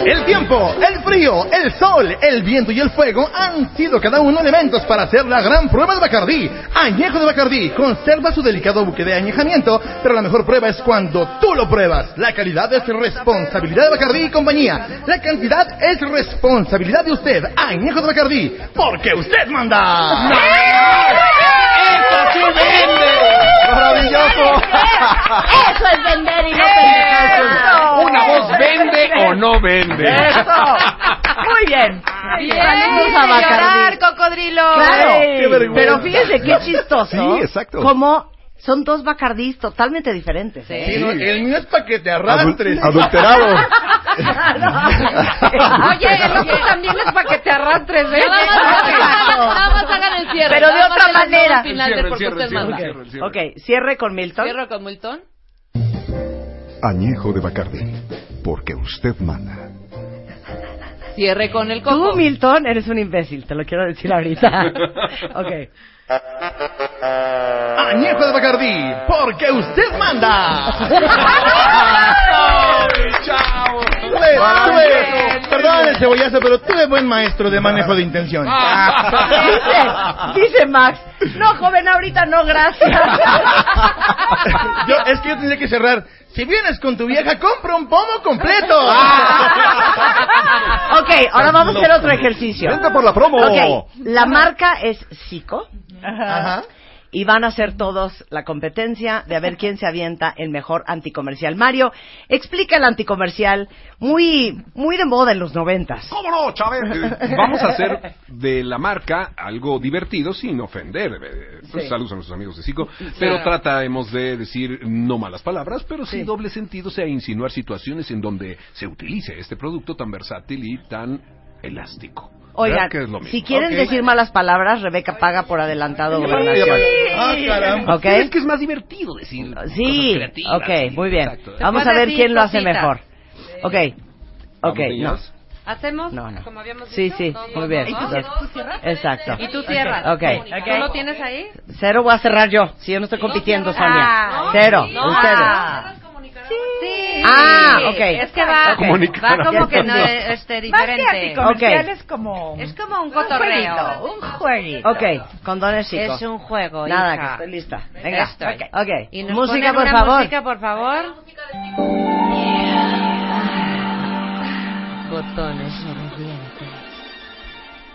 S19: El tiempo, el frío, el sol, el viento y el fuego han sido cada uno elementos para hacer la gran prueba de Bacardí. Añejo de Bacardí conserva su delicado buque de añejamiento, pero la mejor prueba es cuando tú lo pruebas. La calidad es responsabilidad de Bacardí y compañía. La cantidad es responsabilidad de usted. Añejo de Bacardí, porque usted manda.
S3: ¡Eso sí vende!
S19: ¡Maravilloso!
S3: ¡Eso es vender y no pendejadas!
S9: Una voz vende o no vende.
S2: Muy bien.
S8: Bien,
S2: Saludos a
S8: de llorar,
S2: Bacardí.
S8: cocodrilo.
S2: Claro,
S8: Ey.
S2: pero fíjense qué chistoso.
S19: Sí, exacto.
S2: Como son dos Bacardís totalmente diferentes. ¿eh?
S19: Sí, no, el mío es para que te arrastres.
S7: Adul- adulterado.
S5: Oye, el otro también es para que te arrastres, ¿eh?
S3: Nada más-
S5: Nada más hagan el cierre.
S2: Pero de
S5: nada más
S2: otra
S5: el nuevo
S2: manera.
S5: final
S2: El
S5: de
S2: cierre,
S5: Por qué
S2: el
S5: usted
S2: cierre, el
S5: manda.
S2: cierre, el cierre. Ok, cierre con Milton.
S5: Cierro con Milton.
S7: Añejo de Bacardi, porque usted manda.
S5: Cierre con el coco.
S2: Tú, Milton, eres un imbécil, te lo quiero decir ahorita. ok.
S19: Añejo de Bacardí, porque usted manda.
S3: ¡Chao!
S19: Tuve- tuve- Perdón el cebollazo, pero tuve buen maestro de manejo de intención.
S2: Dice, dice Max, no, joven, ahorita no, gracias.
S19: Yo, es que yo tendría que cerrar. Si vienes con tu vieja, compra un pomo completo.
S2: ok, ahora vamos a hacer otro ejercicio.
S19: Venga por la promo.
S2: Ok, la marca es Zico. Y van a hacer todos la competencia de a ver quién se avienta el mejor anticomercial. Mario, explica el anticomercial, muy, muy de moda en los noventas.
S9: ¿Cómo no, Chávez? Vamos a hacer de la marca algo divertido sin ofender. Eh, pues,
S24: Sí.
S9: Saludos a nuestros amigos de Cico. Pero
S24: Claro.
S9: trataremos de decir no malas palabras, pero sin doble sentido, o sea, insinuar situaciones en donde se utilice este producto tan versátil y tan elástico.
S2: Oigan,
S9: ¿Verdad que es lo mismo?
S2: si quieren
S9: Ok.
S2: decir malas palabras, Rebeca paga por adelantado.
S9: Sí.
S2: gobernación.
S9: Ah, caramba.
S2: ¿Ok?
S9: Sí, es que es más divertido decir
S2: Sí,
S9: cosas creativas,
S2: ok,
S9: sí,
S2: muy bien.
S9: exacto.
S2: Vamos a
S5: Después
S2: ver
S5: así,
S2: quién lo hace
S5: cosita.
S2: mejor. Ok, ok, no.
S5: niños. ¿Hacemos?
S2: No, no.
S5: Como habíamos
S2: Sí,
S5: dicho.
S2: sí,
S5: Todos,
S2: muy bien.
S5: ¿no?
S2: Entonces,
S5: Todos, todos.
S2: Exacto.
S5: Y tú cierras.
S2: Ok.
S5: ¿Tú lo tienes ahí?
S2: Cero voy a cerrar yo, si yo no estoy compitiendo, Sonia.
S5: Ah,
S2: Cero,
S5: no.
S2: ustedes.
S5: Ah, Sí.
S2: Ah, ok.
S5: Es que va,
S2: Ok. Comunicar.
S5: va como que no,
S2: No.
S5: este,
S10: Más que
S5: diferente.
S10: anticomercial es como...
S5: Es como un
S10: jueguito,
S5: cotorreo.
S10: un jueguito.
S2: Ok, condones chicos.
S5: Es un juego,
S2: Nada,
S5: hija.
S2: que estoy lista. Venga,
S5: Estoy.
S2: ok. okay.
S5: Y nos
S2: Música,
S5: ponen
S2: por
S5: una
S2: favor.
S5: Música, por favor.
S6: Botones obedientes.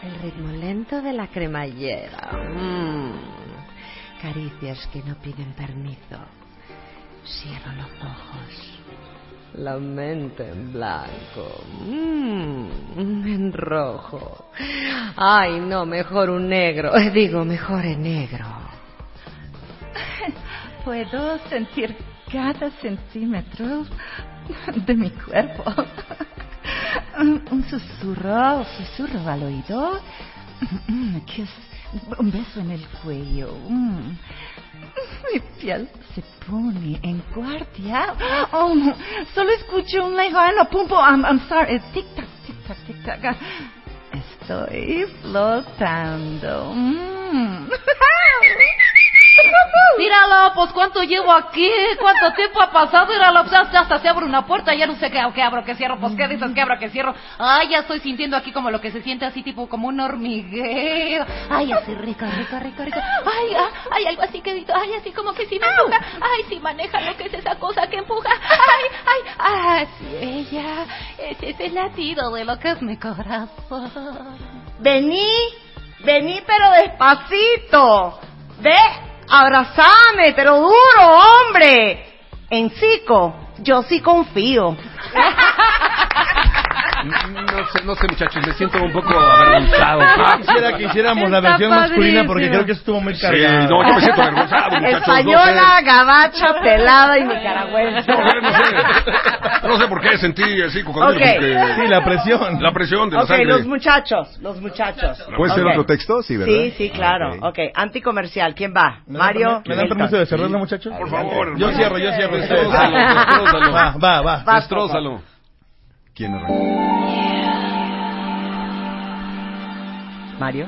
S6: El ritmo lento de la cremallera. Mm. Caricias que no piden permiso. Cierro los ojos. La mente en blanco. Mm, en rojo. Ay, no, mejor un negro. Eh, Digo, mejor en negro.
S10: Puedo sentir cada centímetro de mi cuerpo. Un un susurro, un susurro al oído. Mm, Un kiss, Un beso en el cuello. Mm. Mi piel se pone en guardia. Oh, no. Solo escucho un lejano pum pum. I'm, I'm sorry. Tic tac, tic tac, tic tac. Estoy flotando. Mm.
S8: Míralo, pues cuánto llevo aquí, cuánto tiempo ha pasado, míralo, pues hasta, hasta se abre una puerta, ya no sé qué, qué abro, qué cierro, pues qué dices, qué abro, qué cierro. Ay, ya estoy sintiendo aquí como lo que se siente así, tipo como un hormigueo. Ay, así rico, rico, rico, rico. Ay, ah, ay, algo así que digo, ay, así como que sí me empuja. Ay, sí maneja lo que es esa cosa que empuja. Ay, ay, ah, sí, ella, ese es el latido de lo que es mi corazón.
S2: Vení, vení pero despacito. Ve, Abrazame, pero duro, hombre. En Zico, yo sí confío.
S9: No sé, no sé, muchachos, me siento un poco avergonzado.
S19: Ah, Quisiera que hiciéramos la versión masculina porque creo que estuvo muy cargado.
S9: Sí, no, yo me siento
S7: Ah,
S9: avergonzado, muchachos.
S2: Española, gabacha, pelada y nicaragüense.
S9: No sé, no sé por qué sentí así con
S2: Ok.
S7: Sí, la presión.
S9: La presión de la
S2: Ok,
S9: sangre.
S2: los muchachos, los muchachos.
S7: ¿Puede ser
S2: Ok.
S7: otro texto? Sí, ¿verdad?
S2: Sí, sí, claro. Ok, anticomercial, ¿quién va? Mario.
S19: ¿Me dan permiso de cerrarla, muchachos? Por
S9: favor.
S19: Yo cierro, yo cierro.
S9: Destrózalo, destrózalo.
S19: Va, va, va.
S9: Vas, Destrózalo.
S7: ¿Quién arrancó?
S2: Mario.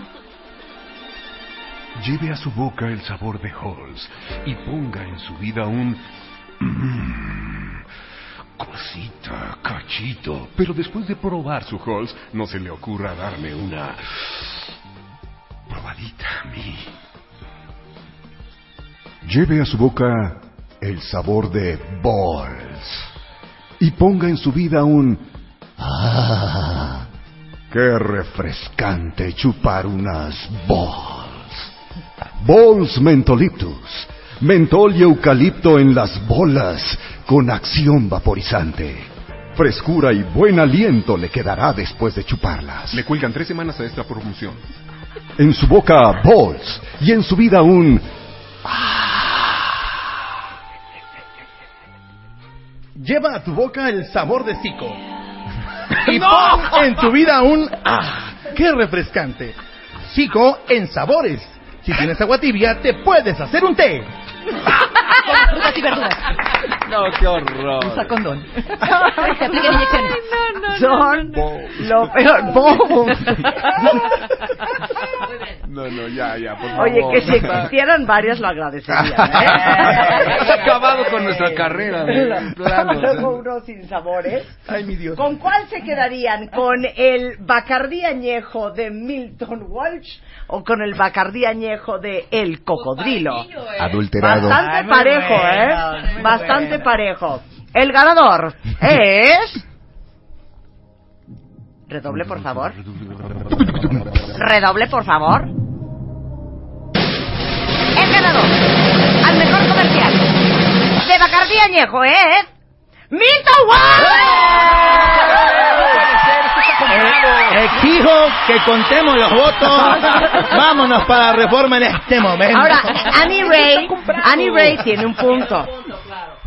S1: Lleve a su boca el sabor de Halls y ponga en su vida un... mm, cosita, cachito. Pero después de probar su Halls, no se le ocurra darme una... probadita a mí.
S7: Lleve a su boca el sabor de balls y ponga en su vida un ah, qué refrescante chupar unas balls. Balls mentoliptus, mentol y eucalipto en las bolas con acción vaporizante. Frescura y buen aliento le quedará después de chuparlas.
S9: Le cuelgan tres semanas a esta promoción.
S7: En su boca balls y en su vida un
S19: Lleva a tu boca el sabor de Zico. Y pon en tu vida un ¡ah! ¡Qué refrescante! Zico en sabores. Si tienes agua tibia, te puedes hacer un té.
S8: Frutas y verduras.
S9: No, qué horror.
S8: Usa condón. Se aplican inyecciones.
S2: Son lo peor. Bobo.
S9: No, no, ya, ya, por favor.
S2: Oye, que si existieran varias lo agradecería. ¿eh?
S9: Se ha acabado con nuestra carrera. de ¿eh? plano.
S2: Luego unos sin sabores.
S19: Ay, mi Dios.
S2: ¿Con cuál se quedarían? ¿Con el Bacardí añejo de Milton Walsh o con el Bacardí añejo de El Cocodrilo?
S7: adulterado.
S2: Bastante
S7: eh. Ay, muy
S2: parejo,
S7: bueno,
S2: ¿eh?
S7: muy
S2: Bastante
S7: bueno.
S2: parejo. El ganador es... Redoble, por favor. Redoble, por favor. El ganador al mejor comercial de Bacardí Añejo es... ¡Milton Walsh!
S19: Exijo que contemos los votos. Vámonos para reforma en este momento.
S2: Ahora, Annie Ray, Annie Ray tiene un punto.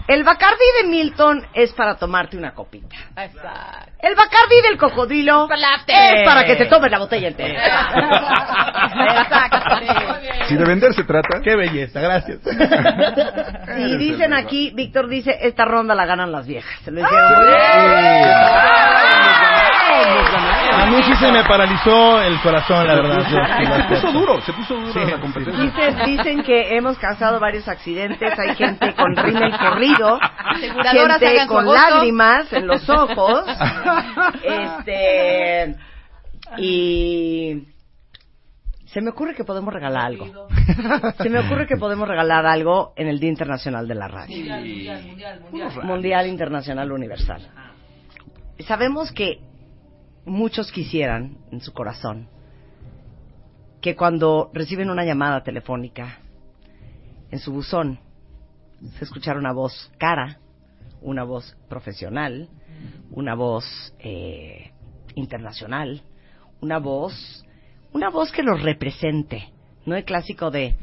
S2: El Bacardi de Milton es para tomarte una copita. El Bacardi del cocodrilo
S19: Eh.
S2: es para que te tomes la botella entera.
S7: Si de vender se trata.
S19: Qué belleza, gracias.
S2: Y dicen aquí, Víctor dice, esta ronda la ganan las viejas. Se lo hicieron.
S19: A mí Ah, sí se me paralizó el corazón, la verdad.
S9: Se puso duro, se puso duro la competencia.
S2: Dicen, dicen que hemos causado varios accidentes. Hay gente con rímel corrido,
S8: Aseguradoras
S2: gente
S8: hagan su
S2: con
S8: agosto.
S2: lágrimas en los ojos. Este. Y. Se me ocurre que podemos regalar algo. Se me ocurre que podemos regalar algo en el Día Internacional de la Radio. Mundial, Internacional, Universal. Sabemos que muchos quisieran en su corazón que cuando reciben una llamada telefónica en su buzón se escuchara una voz cara, una voz profesional, una voz eh, internacional, una voz, una voz que los represente, no el clásico de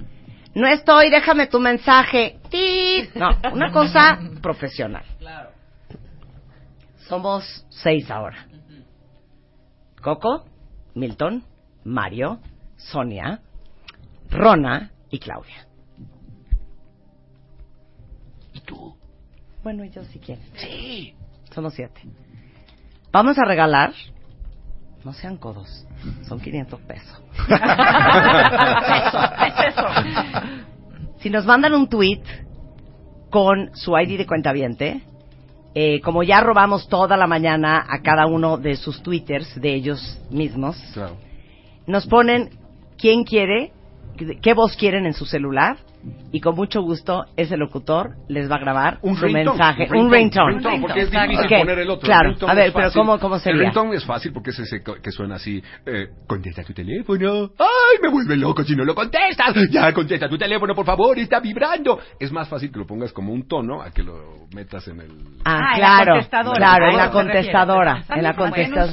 S2: no estoy, déjame tu mensaje. ¡Tit! No, una cosa profesional. Somos seis ahora. Coco, Milton, Mario, Sonia, Rona y Claudia. ¿Y tú? Bueno, yo si quieres. Sí. Somos siete. Vamos a regalar. No sean codos. Son 500 pesos. Si nos mandan un tweet con su ID de cuenta eh, como ya robamos toda la mañana a cada uno de sus twitters de ellos mismos, nos ponen quién quiere, qué voz quieren en su celular y con mucho gusto ese locutor les va a grabar
S9: Un
S2: su
S9: ringtone,
S2: mensaje,
S9: un
S2: un
S9: ringtone,
S2: ringtone.
S9: ringtone, porque es
S2: Exacto.
S9: difícil
S2: Ok,
S9: poner el otro. El
S2: Claro,
S9: ringtone
S2: a
S9: es
S2: ver, pero
S9: fácil.
S2: ¿cómo, cómo
S9: El
S2: sería?
S9: ringtone es fácil porque es ese co- que suena así, eh, contesta tu teléfono, ay, me vuelve loco si no lo contestas, ya contesta tu teléfono, por favor, está vibrando. Es más fácil que lo pongas como un tono a que lo metas en el...
S2: Ah, claro, claro, en la contestadora, en la contestadora.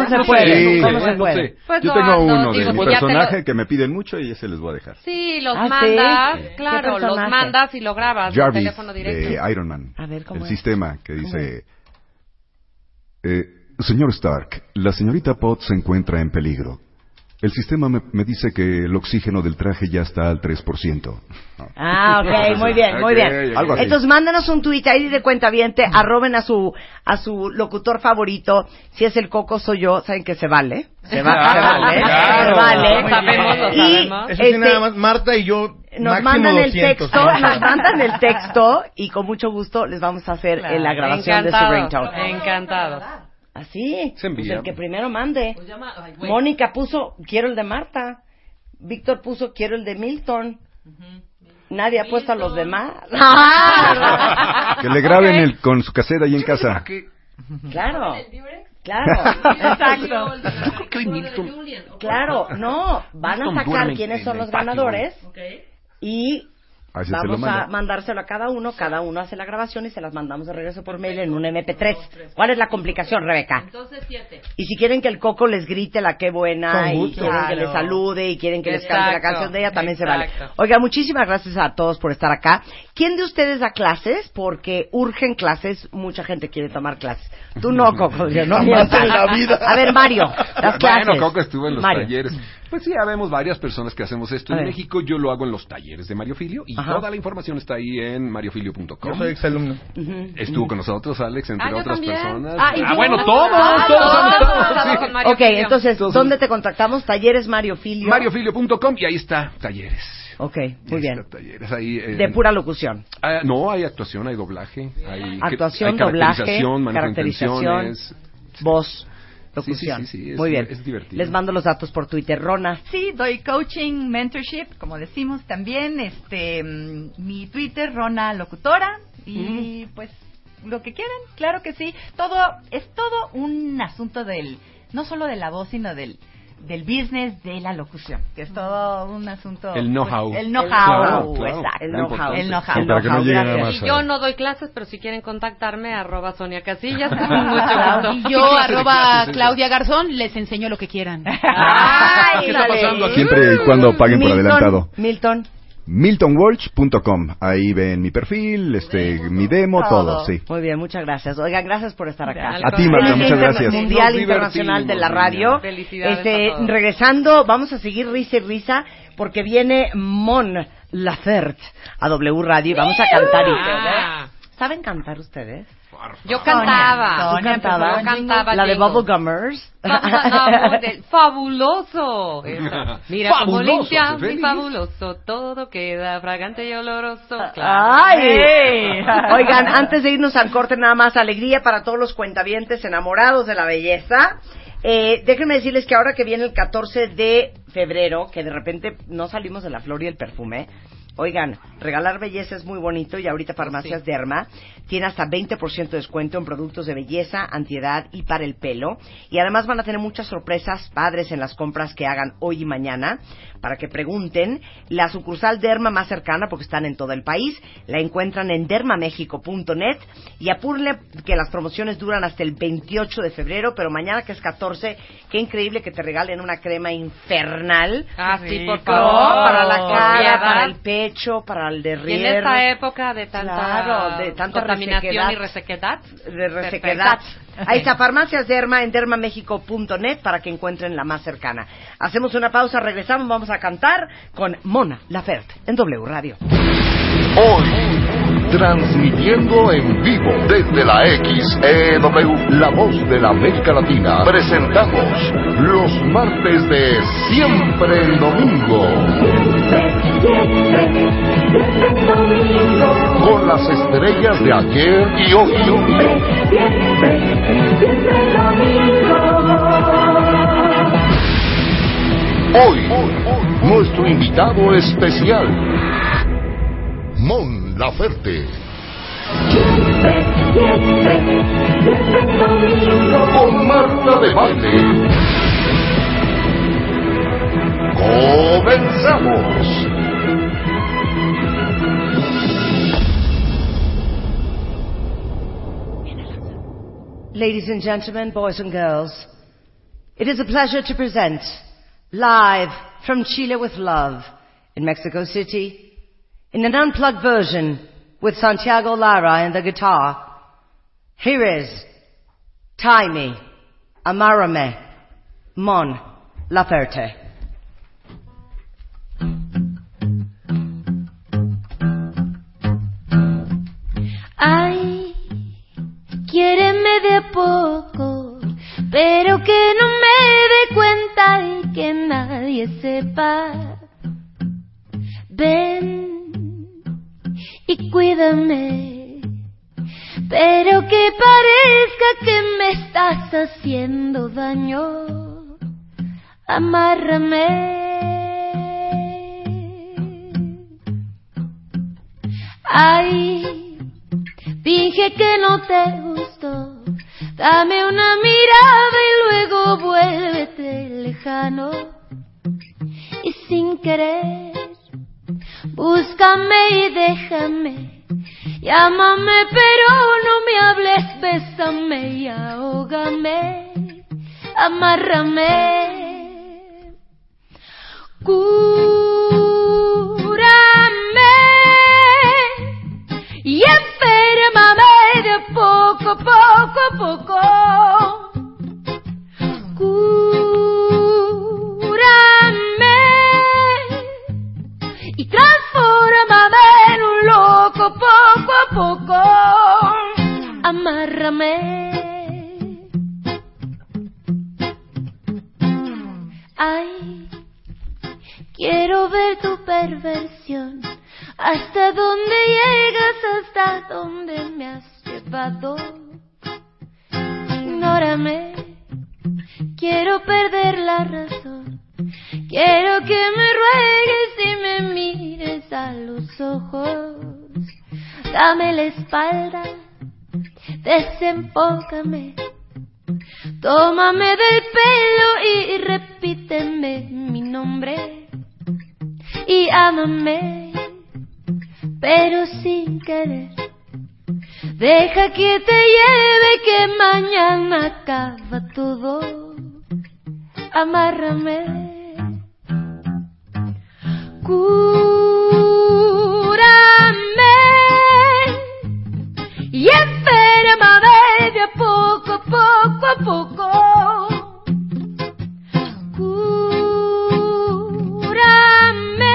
S2: ¿Cómo se puede? ¿Cómo se puede?
S6: Pues
S25: Yo
S6: lo
S25: tengo
S6: hago,
S25: uno de
S6: digo,
S25: mi
S6: pues ya te lo-
S25: personaje que me piden mucho y ese les voy a dejar.
S6: Sí, los
S2: Ah, ¿sí?
S6: mandas,
S2: Sí.
S6: claro,
S2: ¿Qué
S6: los
S2: personaje?
S6: mandas y lo grabas por
S25: Jarvis
S6: teléfono directo.
S25: de Iron Man.
S2: A ver, ¿cómo
S25: el
S2: es?
S25: sistema que dice... eh, señor Stark, la señorita Potts se encuentra en peligro. El sistema me, me dice que el oxígeno del traje ya está al 3%.
S2: Ah, ok, muy bien, muy
S25: Ok,
S2: bien.
S25: ok. Algo así.
S2: Entonces, mándanos un tuit ahí de cuenta viente, arroben a su, a su locutor favorito. Si es el Coco, soy yo. Saben que se vale. Se, va- se
S19: Claro,
S2: vale.
S19: claro.
S2: Se vale.
S19: Lo sabemos, lo
S2: y,
S19: sabemos. Eso sí, nada más Marta y yo,
S2: Este, Nos
S19: máximo
S2: mandan el
S19: 200.
S2: texto, nos mandan el texto y con mucho gusto les vamos a hacer eh, la grabación de su
S6: Encantados,
S2: ringtone.
S6: encantados.
S2: Así.
S6: Se envía.
S2: Pues el que primero mande.
S6: llama- ay, güey.
S2: Mónica puso, quiero el de Marta. Víctor puso, quiero el de Milton. Nadie ha puesto a los demás.
S6: Ah.
S25: Que le graben el, con su caseta ahí en casa.
S2: Claro. Claro.
S25: Exacto.
S2: Yo creo que Claro, no. Van a
S25: Milton
S2: sacar
S25: duerme
S2: quiénes
S25: en
S2: son
S25: el
S2: los
S25: patio.
S2: ganadores y
S25: Así se lo
S2: vamos a
S25: mando.
S2: mandárselo a cada uno. Cada uno hace la grabación y se las mandamos de regreso por mail en un MP3. ¿Cuál es la complicación, Rebeca?
S6: Entonces, siete.
S2: Y si quieren que el coco les grite la qué buena
S6: Con
S2: y
S6: gusto.
S2: quieren que
S6: Claro.
S2: les salude y quieren que les cante la
S6: Exacto,
S2: canción de ella, también se vale.
S6: exacto.
S2: Oiga, muchísimas gracias a todos por estar acá. ¿Quién de ustedes da clases? Porque urgen clases, mucha gente quiere tomar clases. Tú no, Coco. yo no
S9: Jamás en la vida.
S2: A ver, Mario, las clases.
S9: Bueno, Coco estuvo en los
S2: Mario.
S9: talleres. Pues sí, habemos varias personas que hacemos esto.
S2: A
S9: En
S2: ver.
S9: México yo lo hago en los talleres de Mario Filio y
S2: Ajá.
S9: toda la información está ahí en mariofilio.com.
S19: Yo soy exalumno.
S9: Estuvo con nosotros Alex, entre
S2: Ah, yo
S9: otras
S2: también.
S9: personas.
S2: Ah, ¿y tú?
S9: bueno, todos,
S2: Ah,
S9: todos
S2: todos
S9: han
S2: han
S9: estado.
S2: estado
S9: sí.
S2: con Mario Ok, Filio. entonces, ¿dónde te contactamos? Talleres Mario Filio.
S9: Mariofilio.com y ahí está, talleres.
S2: Ok, muy bien.
S9: Talleres ahí. eh,
S2: De pura locución.
S9: Ah, no, hay actuación, hay doblaje. Hay,
S2: Actuación,
S9: hay
S2: doblaje,
S9: caracterización, manejo de
S2: caracterización,
S9: intenciones.
S2: voz,
S9: locución.
S2: Muy bien.
S9: Es divertido.
S2: Les mando los datos por Twitter. Rona.
S10: Sí, doy coaching, mentorship, como decimos también, este, mm, mi Twitter, Rona Locutora, y pues lo que quieran, claro que sí. Todo, es todo un asunto del, no solo de la voz, sino del, del business de la locución, que es todo un asunto. pues,
S9: El know-how.
S10: El
S9: Claro,
S10: know-how,
S9: claro.
S10: exacto.
S9: El
S10: El
S9: know-how.
S10: know-how. El
S25: Sí, para que no llegue nada más
S6: Y
S25: a-
S6: yo no doy clases, pero si quieren contactarme, arroba Sonia Casillas, con mucho gusto.
S8: Y yo, arroba Claudia Garzón, les enseño lo que quieran.
S6: Ay,
S25: Siempre y cuando paguen por
S2: Milton,
S25: adelantado.
S2: Milton.
S25: MiltonWalsh.com. Ahí ven mi perfil, este, mi demo, todo, sí.
S2: Muy bien, muchas gracias. Oigan, gracias por estar acá.
S25: A ti, Marta, muchas gracias.
S2: Mundial
S25: Nos
S2: Internacional de la
S25: divertimos,
S2: Radio.
S25: niña.
S6: Felicidades
S2: Este,
S6: a todos.
S2: regresando, vamos a seguir risa y risa porque viene Mon Lafert a W Radio y vamos a cantar.
S6: Ah.
S2: y- ¿Saben cantar ustedes?
S6: Yo cantaba.
S2: Sonia, Sonia,
S6: ¿Tú cantabas?
S2: empezó
S6: Yo cantaba
S2: La de
S6: jingles.
S2: Bubble Gummers.
S6: Fabuloso,
S5: eh,
S6: de- fabuloso. Esa. Mira cómo
S2: Fabuloso,
S6: limpia
S2: ¿se ve,
S6: mi
S2: niña?
S6: fabuloso. Todo queda fragante y oloroso.
S2: Ah, ¡Ay!
S6: Claro.
S2: Oigan, antes de irnos al corte, nada más alegría para todos los cuentavientes enamorados de la belleza. Eh, déjenme decirles que ahora que viene el 14 de febrero, que de repente no salimos de la flor y el perfume, oigan, regalar belleza es muy bonito y ahorita Farmacias Derma tiene hasta 20% de descuento en productos de belleza, antiedad y para el pelo. Y además van a tener muchas sorpresas padres en las compras que hagan hoy y mañana para que pregunten. La sucursal Derma más cercana, porque están en todo el país, la encuentran en dermamexico.net y apúrenle que las promociones duran hasta el 28 de febrero, pero mañana que es 14, qué increíble que te regalen una crema infernal.
S6: Ah, sí, por
S2: No,
S6: favor.
S2: Para la
S6: Por
S2: cara,
S6: piedad.
S2: para el pecho, para el
S6: Y en
S2: derriere.
S6: esta época de tanta,
S2: Claro, de tanta
S6: contaminación
S2: resequedad.
S6: y resequedad.
S2: de resequedad.
S6: Perfecto.
S2: Ahí está, farmacias Derma en dermamexico.net para que encuentren la más cercana. Hacemos una pausa, regresamos, vamos a cantar con Mona Laferte en W Radio.
S1: Hoy, transmitiendo en vivo desde la XEW, Eh, la voz de la América Latina, presentamos los martes de Siempre el Domingo. Con las estrellas de ayer y hoy.
S26: Hoy, nuestro invitado especial, Mon Laferte. Con Marta de Baile. Comenzamos.
S2: Ladies and gentlemen, boys and girls, it is a pleasure to present, live from Chile with Love, in Mexico City, in an unplugged version with Santiago Lara and the guitar. Here is Timey, Amarame, Mon Laferte.
S22: Ay, quiéreme de a poco, pero que no me dé cuenta y que nadie sepa. Ven y cuídame, pero que parezca que me estás haciendo daño. Amárrame. Ay, Finge que no te gustó. Dame una mirada y luego vuélvete lejano. Y sin querer, búscame y déjame. Llámame pero no me hables, bésame y ahógame. Amárrame. Cúrame y enfermame de poco, poco a poco. Cúrame y transformame en un loco poco a poco. Amárrame. Ay, quiero ver tu perversión. Hasta dónde llegas, hasta dónde me has llevado. Ignórame, quiero perder la razón. Quiero que me ruegues y me mires a los ojos. Dame la espalda, desempócame. Tómame del pelo y repíteme mi nombre. Y ámame pero sin querer. Deja que te lleve que mañana acaba todo. Amárrame. Cúrame y enfermame de a poco, poco a poco. Cúrame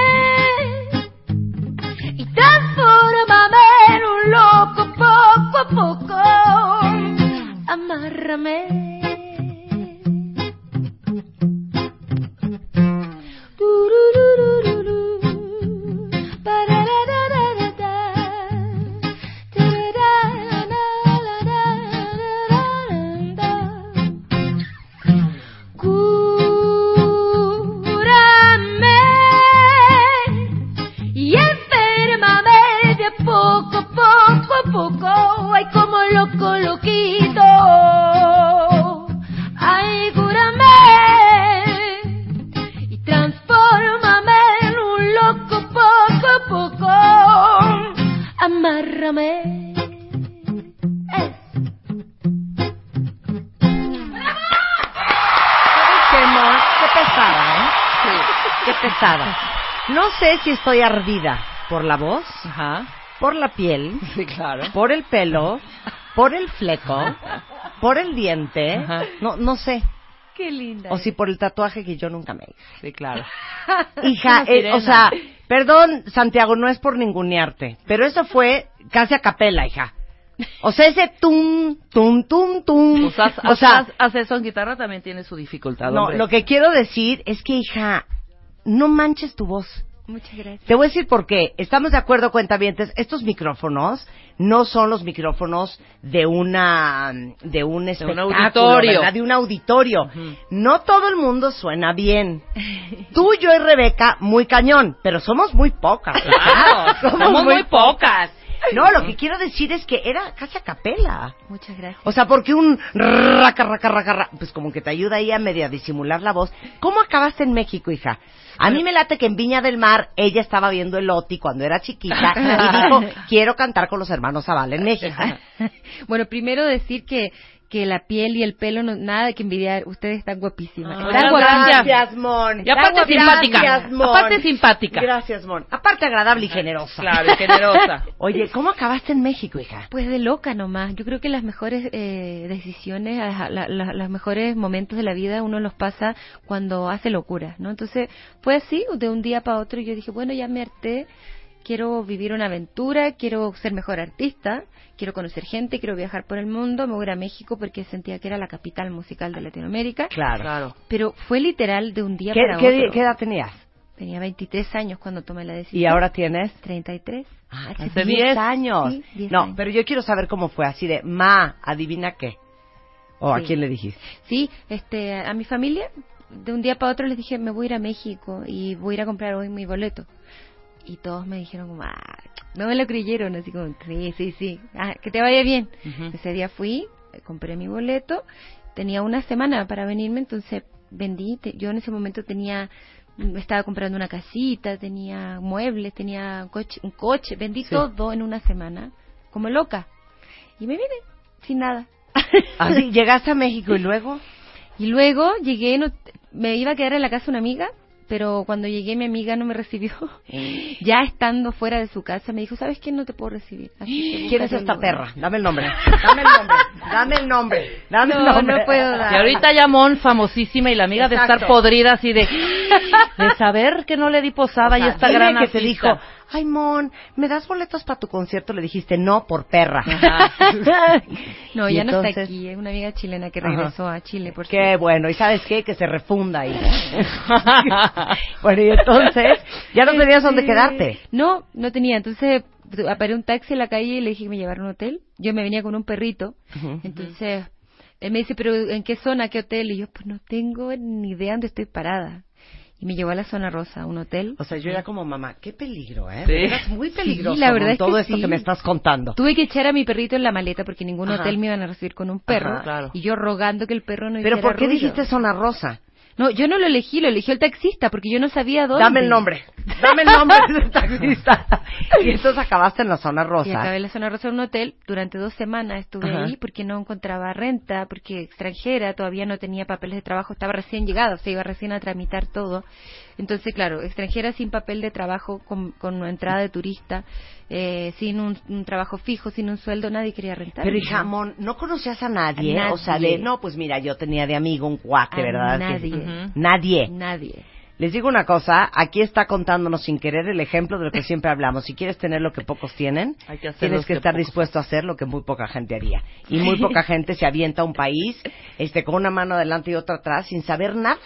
S22: y transformame en un loco poco a poco. Amárrame. Cúrame y enfermame de poco, poco a poco, ay como loco, loquito. Ay, cúrame y transfórmame en un loco poco a poco. Amárrame.
S2: Qué, mo- qué pesada, ¿eh? Qué pesada. No sé si estoy ardida por la voz, por la piel, por el pelo, por el fleco, por el diente, no, no sé.
S18: Qué linda.
S2: O si por el tatuaje que yo nunca me hice.
S5: Sí, claro.
S2: Hija,
S18: Una
S2: eh,
S18: sirena.
S2: o sea, perdón, Santiago, no es por ningunearte, pero eso fue casi a capela, hija. O sea, ese tum, tum, tum, tum.
S5: O sea,
S2: o sea,
S5: hacer son guitarra también tiene su dificultad.
S2: no,
S5: hombre.
S2: lo que quiero decir es que, hija, no manches tu voz.
S18: Muchas gracias.
S2: Te voy a decir por qué. Estamos de acuerdo, cuentavientes. Estos micrófonos no son los micrófonos de una de un espectáculo,
S5: auditorio.
S2: ¿verdad? de un auditorio. No todo el mundo suena bien. Tú, yo y Rebeca, muy cañón, pero somos muy pocas. ¿verdad?
S6: somos muy
S2: pocas. No, lo que quiero decir es que era casi a capela.
S18: Muchas gracias.
S2: O sea, porque un raca, raca, raca, ra- pues como que te ayuda ahí a media disimular la voz. ¿Cómo acabaste en México, hija? A mí me late que en Viña del Mar ella estaba viendo el Oti cuando era chiquita y dijo, quiero cantar con los hermanos Zavala en México.
S18: Bueno, primero decir que que la piel y el pelo, no- nada de que envidiar. Ustedes están guapísimas.
S2: Ah,
S18: están guapísimas.
S2: gracias, Mon.
S18: Y aparte
S2: Gracias,
S18: simpática.
S2: Mon.
S18: Aparte simpática.
S2: Gracias, Mon. Aparte agradable y generosa.
S18: Claro, y generosa.
S2: Oye, ¿cómo acabaste en México, hija?
S18: Pues de loca nomás. Yo creo que las mejores eh, decisiones, la- la- la- los mejores momentos de la vida uno los pasa cuando hace locuras, ¿no? Entonces fue así, de un día para otro yo dije, bueno, ya me harté, quiero vivir una aventura, quiero ser mejor artista, quiero conocer gente, quiero viajar por el mundo, me voy a ir a México porque sentía que era la capital musical de Latinoamérica.
S2: Claro. Claro.
S18: Pero fue literal de un día
S2: ¿Qué,
S18: para
S2: qué-
S18: otro.
S2: qué edad tenías?
S18: Tenía 23 años cuando tomé la decisión.
S2: ¿Y ahora tienes?
S18: 33.
S2: Ah, Hace 10 años. no, pero yo quiero saber cómo fue, así de, ma, adivina qué. ¿O a
S18: Sí.
S2: quién le dijiste?
S18: Sí, este, a mi familia, de un día para otro les dije, me voy a ir a México y voy a ir a comprar hoy mi boleto. Y todos me dijeron, como, "Ah", no me lo creyeron, así como, sí, sí, sí, ah, que te vaya bien. Ese día fui, eh, compré mi boleto, tenía una semana para venirme, entonces vendí, te- yo en ese momento tenía, mm, estaba comprando una casita, tenía muebles, tenía un coche, un coche vendí todo en una semana, como loca. Y me vine, sin nada.
S2: Así, Ah, llegaste a México y luego.
S18: Y luego llegué, no- me iba a quedar en la casa una amiga, pero cuando llegué mi amiga no me recibió. ya estando fuera de su casa me dijo, ¿sabes qué? No te puedo recibir. Así que
S2: ¿Quién es
S18: nunca
S2: esta
S18: llegó.
S2: perra? Dame el nombre. Dame el nombre. Dame el nombre. Dame el
S5: No,
S2: nombre.
S5: no puedo dar. Y ahorita ya Mon, famosísima, y la amiga de estar
S2: Exacto.
S5: podrida así de... De saber que no le di posada
S2: O sea,
S5: y esta
S2: dime
S5: gran
S2: que te
S5: artista.
S2: dijo, ay, Mon, ¿me das boletos para tu concierto? Le dijiste, no, por perra.
S18: No,
S2: Y
S18: ya no está
S2: entonces-
S18: aquí, es una amiga chilena que
S2: Ajá.
S18: regresó a Chile. Por
S2: Qué bueno, y sabes qué, que se refunda ahí. bueno, y entonces, ya no tenías dónde
S18: Este,
S2: quedarte.
S18: No, no tenía. Entonces tu- paré un taxi en la calle y le dije que me llevara a un hotel. Yo me venía con un perrito. Entonces él me dice, ¿pero en qué zona, qué hotel? Y yo, pues no tengo ni idea dónde estoy parada. Y me llevó a la zona rosa, a un hotel.
S2: O sea, yo ya como mamá, qué peligro, ¿eh?
S18: Sí.
S2: Eras muy peligroso
S18: Sí, la verdad
S2: con
S18: es que
S2: todo esto
S18: sí.
S2: que me estás contando.
S18: Tuve que echar a mi perrito en la maleta porque ningún
S2: Ajá.
S18: hotel me iban a recibir con un perro.
S2: Ajá, claro.
S18: Y yo rogando que el perro no
S2: Pero
S18: hiciera
S2: ¿por qué
S18: ruido.
S2: dijiste zona rosa?
S18: No, yo no lo elegí, lo eligió el taxista porque yo no sabía dónde.
S2: Dame el nombre. Dame el nombre del taxista. Y entonces acabaste en la zona
S18: Y
S2: rosa.
S18: acabé en la zona rosa en un hotel. Durante dos semanas estuve
S2: Ajá.
S18: ahí porque no encontraba renta, porque extranjera, todavía no tenía papeles de trabajo, estaba recién llegada, o sea, iba recién a tramitar todo. Entonces, claro, extranjera sin papel de trabajo, con, con una entrada de turista, eh, sin un, un trabajo fijo, sin un sueldo, nadie quería rentar.
S2: Pero hija, Mon, no conocías a nadie,
S18: A
S2: o sea,
S18: nadie.
S2: de, no, pues mira, yo tenía de amigo un cuac, de
S18: A
S2: ¿verdad?
S18: nadie.
S2: Que-
S18: Ujú.
S2: Nadie.
S18: Nadie.
S2: Les digo una cosa, aquí está contándonos sin querer el ejemplo de lo que siempre hablamos. Si quieres tener lo que pocos tienen,
S5: Hay que hacer
S2: tienes
S5: lo
S2: que
S5: que
S2: estar
S5: pocos-
S2: dispuesto a hacer lo que muy poca gente haría. Y muy poca gente se avienta a un país este, con una mano adelante y otra atrás sin saber nada.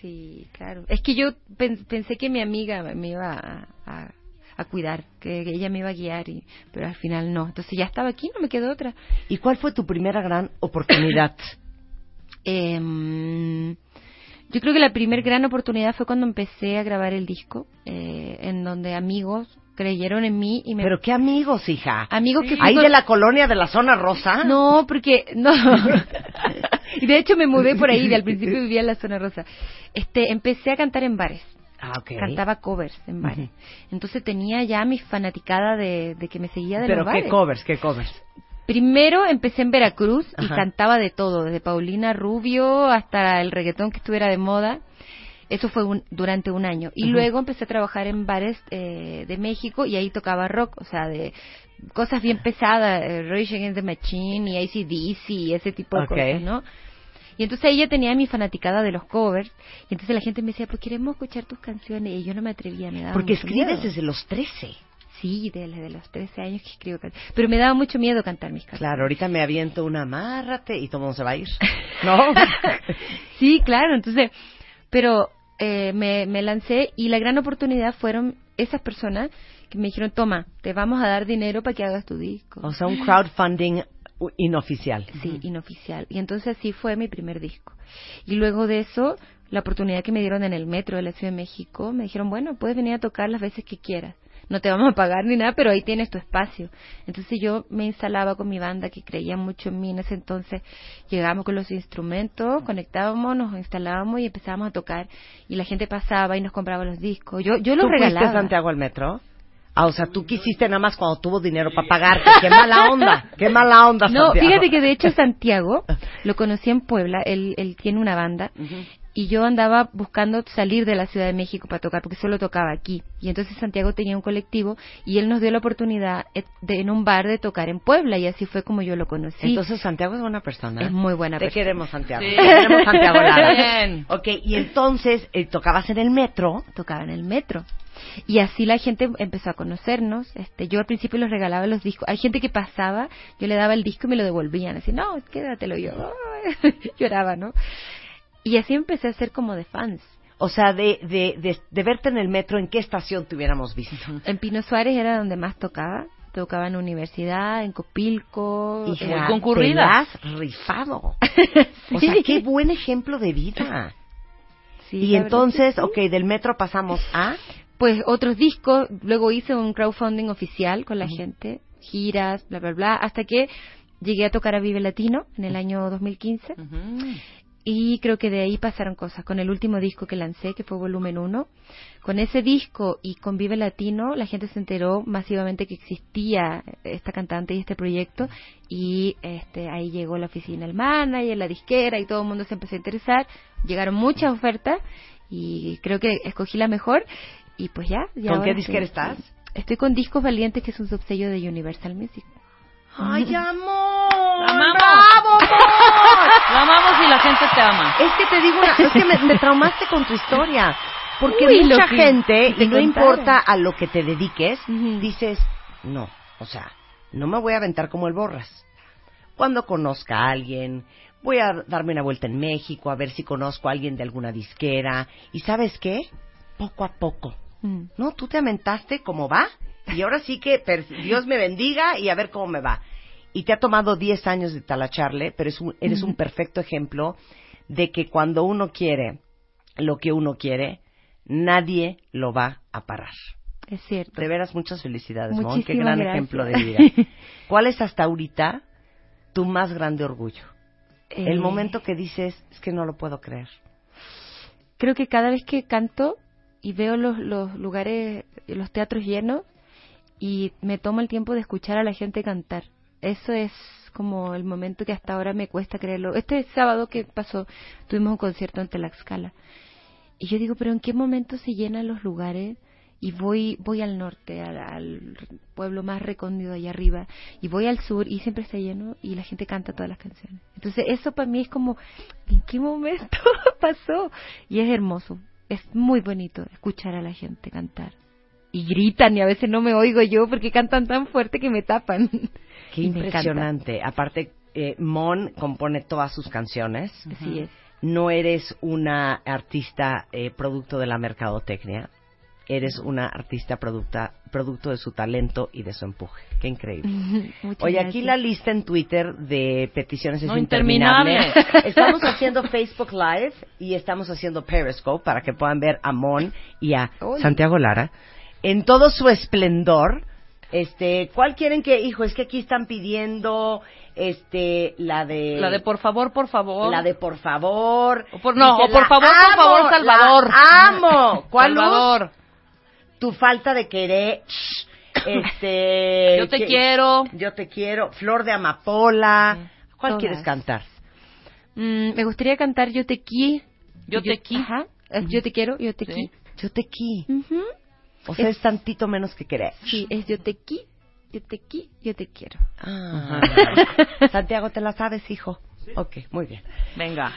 S18: Sí, claro. Es que yo pen- pensé que mi amiga me iba a, a- a cuidar, que ella me iba a guiar, y, pero al final no. Entonces ya estaba aquí, no me quedó otra.
S2: ¿Y cuál fue tu primera gran oportunidad?
S18: Em, yo creo que la primera gran oportunidad fue cuando empecé a grabar el disco, eh, en donde amigos creyeron en mí y me...
S2: ¿Pero qué amigos, hija?
S18: Amigos que...
S2: ¿Ahí de la colonia de la zona rosa?
S18: No, porque... No. Y de hecho me mudé por ahí, de al principio vivía en la zona rosa. Este, empecé a cantar en bares.
S2: Ah, ok.
S18: Cantaba covers en bares. Entonces tenía ya mi fanaticada de, de que me seguía de
S2: ¿Pero
S18: los
S2: qué
S18: bares.
S2: covers, qué covers?
S18: Primero empecé en Veracruz y
S2: Ajá.
S18: cantaba de todo, desde Paulina Rubio hasta el reggaetón que estuviera de moda. Eso fue un- durante un año. Y
S6: Ujú.
S18: luego empecé a trabajar en bares eh, de México y ahí tocaba rock, o sea, de cosas bien pesadas, eh, Rage Against the Machine y ACDC y ese tipo de
S2: Ok.
S18: cosas, ¿no? Y entonces ella tenía mi fanaticada de los covers y entonces la gente me decía, pues queremos escuchar tus canciones y yo no me atrevía, me daba
S2: Porque
S18: mucho
S2: escribes
S18: miedo.
S2: desde los 13.
S18: Sí, desde los 13 años que escribo canciones. Pero me daba mucho miedo cantar mis canciones.
S2: Claro, ahorita me aviento una amárrate y todo el mundo se va a ir. ¿No?
S18: Sí, claro, entonces, pero eh, me, me lancé y la gran oportunidad fueron esas personas que me dijeron, toma, te vamos a dar dinero para que hagas tu disco.
S2: O sea, un crowdfunding inoficial.
S18: Sí, inoficial. Y entonces sí fue mi primer disco. Y luego de eso, la oportunidad que me dieron en el metro de la Ciudad de México, me dijeron, bueno, puedes venir a tocar las veces que quieras. No te vamos a pagar ni nada, pero ahí tienes tu espacio. Entonces yo me instalaba con mi banda que creía mucho en mí en ese entonces. Llegábamos con los instrumentos, conectábamos, nos instalábamos y empezábamos a tocar. Y la gente pasaba y nos compraba los discos. Yo, yo los
S2: ¿Tú fuiste
S18: regalaba.
S2: a Santiago al metro? Ah, o sea, tú quisiste nada más cuando tuvo dinero para pagarte. ¡Qué mala onda! ¡Qué mala onda,
S18: No,
S2: Santiago!
S18: fíjate que de hecho Santiago lo conocí en Puebla, él, él tiene una banda y yo andaba buscando salir de la Ciudad de México para tocar porque solo tocaba aquí. Y entonces Santiago tenía un colectivo y él nos dio la oportunidad eh, de- en un bar de tocar en Puebla y así fue como yo lo conocí.
S2: Entonces Santiago es buena persona. ¿eh?
S18: Es muy buena
S2: Te
S18: persona.
S2: queremos, Santiago.
S18: Sí.
S2: Te queremos, Santiago Lara.
S18: Bien.
S2: Ok, y entonces eh, tocabas en el metro.
S18: Tocaba en el metro. Y así la gente empezó a conocernos. Este, yo al principio les regalaba los discos. Hay gente que pasaba, yo le daba el disco y me lo devolvían. Así, no, quédatelo Y yo. "Ay", Lloraba, ¿no? Y así empecé a ser como de fans.
S2: O sea, de, de, de, de verte en el metro, ¿en qué estación te hubiéramos visto?
S18: En Pino Suárez era donde más tocaba. Tocaba en universidad, en Copilco.
S2: Hija,
S18: en-
S2: te la has rifado. O sea, qué buen ejemplo de vida.
S18: Sí,
S2: y
S18: la verdad
S2: entonces,
S18: que sí.
S2: ok, del metro pasamos a...
S18: Pues otros discos. Luego hice un crowdfunding oficial con la gente. Giras, bla, bla, bla. Hasta que llegué a tocar a Vive Latino en el año 2015. Y creo que de ahí pasaron cosas. Con el último disco que lancé, que fue Volumen 1, con ese disco y con Vive Latino, la gente se enteró masivamente que existía esta cantante y este proyecto. Y este, ahí llegó la oficina, el manager, la disquera y todo el mundo se empezó a interesar. Llegaron muchas ofertas y creo que escogí la mejor. Y pues ya. ya
S2: ¿Con
S18: ahora
S2: qué
S18: estoy-
S2: disquera estás?
S18: Estoy con Discos Valientes, que es un subsello de Universal Music.
S2: ¡Ay, amor!
S18: amamos!
S2: ¡Bravo, amor!
S5: Lo amamos y la gente te ama.
S2: Es que te digo una, es que me, me traumaste con tu historia. Porque
S5: Uy,
S2: mucha
S5: lo que-
S2: gente,
S5: que te
S2: y no
S5: contaron.
S2: importa a lo que te dediques, dices, no, o sea, no me voy a aventar como el borras. Cuando conozca a alguien, voy a darme una vuelta en México, a ver si conozco a alguien de alguna disquera. ¿Y sabes qué? Poco a poco.
S5: Mm.
S2: No, tú te aventaste como va, y ahora sí que per- Dios me bendiga y a ver cómo me va. Y te ha tomado 10 años de talacharle, pero es un- eres un
S27: Ujú.
S2: perfecto ejemplo de que cuando uno quiere lo que uno quiere, nadie lo va a parar.
S18: Es cierto.
S2: De veras, muchas felicidades, Mon. Qué
S18: Muchísimas
S2: gran
S18: gracias.
S2: ejemplo de vida. ¿Cuál es hasta ahorita tu más grande orgullo?
S18: Eh.
S2: El momento que dices, es que no lo puedo creer.
S18: creo que cada vez que canto y veo los, los lugares, los teatros llenos, y me tomo el tiempo de escuchar a la gente cantar. Eso es como el momento que hasta ahora me cuesta creerlo. Este sábado que pasó, tuvimos un concierto en Tlaxcala. Y yo digo, pero ¿en qué momento se llenan los lugares? Y voy, voy al norte, al, al pueblo más recóndido allá arriba, y voy al sur y siempre está lleno y la gente canta todas las canciones. Entonces eso para mí es como, ¿en qué momento pasó? Y es hermoso, es muy bonito escuchar a la gente cantar. Y gritan y a veces no me oigo yo porque cantan tan fuerte que me tapan.
S2: Qué
S18: Y me encanta.
S2: impresionante. Aparte, eh, Mon compone todas sus canciones.
S18: Así es.
S2: No eres una artista eh, producto de la mercadotecnia. Eres una artista producta, producto de su talento y de su empuje. Qué increíble.
S18: Muchas
S2: Oye, aquí
S18: gracias.
S2: la lista en Twitter de peticiones es
S18: No,
S2: interminable.
S18: interminable.
S2: Estamos haciendo Facebook Live y estamos haciendo Periscope para que puedan ver a Mon y a
S27: Uy.
S2: Santiago Lara en todo su esplendor. Este, ¿cuál quieren que, hijo? Es que aquí están pidiendo, este, la de,
S5: La de por favor, por favor.
S2: la de por favor.
S5: por- no, o por
S2: "La
S5: favor, por favor,
S2: la
S5: Salvador".
S2: amo. ¿Cuál Luz?
S5: Salvador.
S2: Tu falta de querer. Este.
S5: Yo te
S2: que-
S5: quiero.
S2: Yo te quiero. Flor de amapola. ¿Cuál
S18: todas.
S2: quieres cantar?
S18: Mm, me gustaría cantar Yo te qui.
S2: Yo te qui.
S18: Ajá. Eh, Yo te quiero, yo te
S2: Sí.
S18: qui.
S2: Yo te qui.
S18: Ujú.
S2: O sea, es tantito menos que querer.
S18: Sí, es yo te qui, yo te qui, yo te quiero.
S2: Ah. Santiago, te la sabes, hijo. Ok, muy bien.
S5: Venga.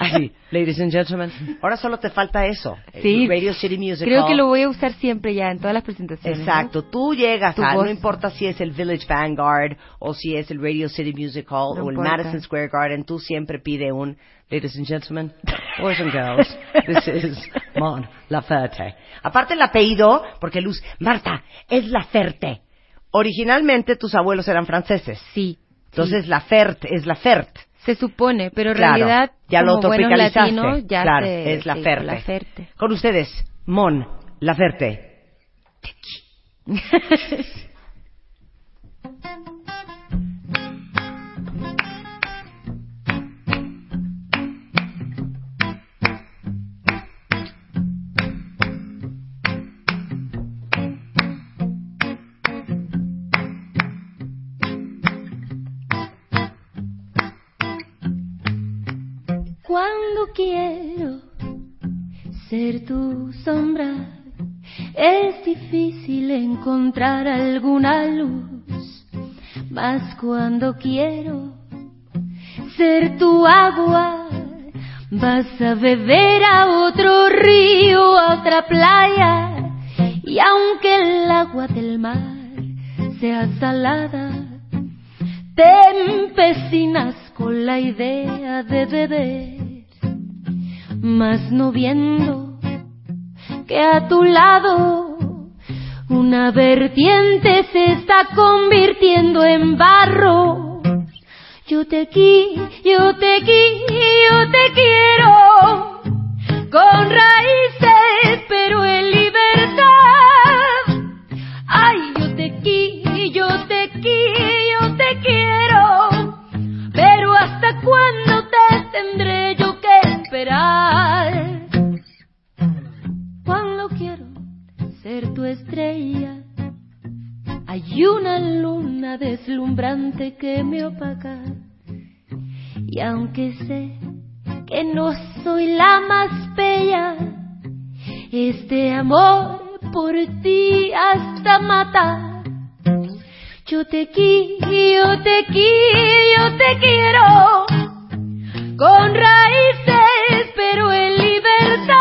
S2: Así, ladies and gentlemen. Ahora solo te falta eso.
S18: Sí.
S2: Radio City Music
S18: Creo que
S2: Hall.
S18: lo voy a usar siempre ya en todas las presentaciones. ¿no?
S2: Exacto, tú llegas
S18: Tu
S2: a,
S18: voz.
S2: no importa si es el Village Vanguard o si es el Radio City Music Hall
S18: No
S2: o el
S18: importa.
S2: Madison Square Garden, tú siempre pide un, ladies and gentlemen, boys and girls, this is Mon Laferte. Aparte el apellido, porque Luz, Marta, es Laferte. Originalmente tus abuelos eran franceses.
S18: Sí.
S2: Entonces Laferte es Laferte.
S18: Se supone, pero en
S2: Claro,
S18: realidad
S2: ya lo
S18: como buenos
S2: tropicalizaste.
S18: latinos, ya
S2: Claro,
S18: se-
S2: es
S18: se
S2: Laferte.
S18: hizo Laferte.
S2: Con ustedes, Mon Laferte.
S22: Cuando quiero ser tu sombra, es difícil encontrar alguna luz. Mas cuando quiero ser tu agua, vas a beber a otro río, a otra playa. Y aunque el agua del mar sea salada, te empecinas con la idea de beber, mas no viendo que a tu lado una vertiente se está convirtiendo en barro. Yo te qui, yo te qui, yo te quiero con raíces, pero en libertad. Ay, yo te qui, yo te qui, yo te quiero. Pero hasta cuándo te tendré yo que esperar? Cuando quiero ser tu estrella, hay una luna deslumbrante que me opaca. Y aunque sé que no soy la más bella, este amor por ti hasta matar. Yo te quiero, te quiero, te quiero, con raíces pero en libertad.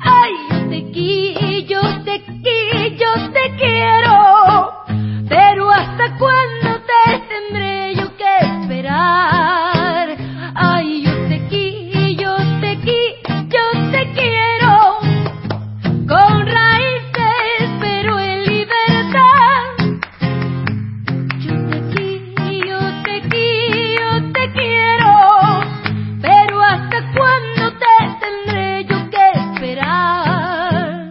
S22: Ay, yo te quiero, te quiero, te quiero, pero hasta cuándo te tendré yo que esperar. Ay, yo te quiero, te quiero, te quiero, con raíces pero en libertad. Yo te quiero, te quiero, pero hasta cuándo te tendré yo que esperar.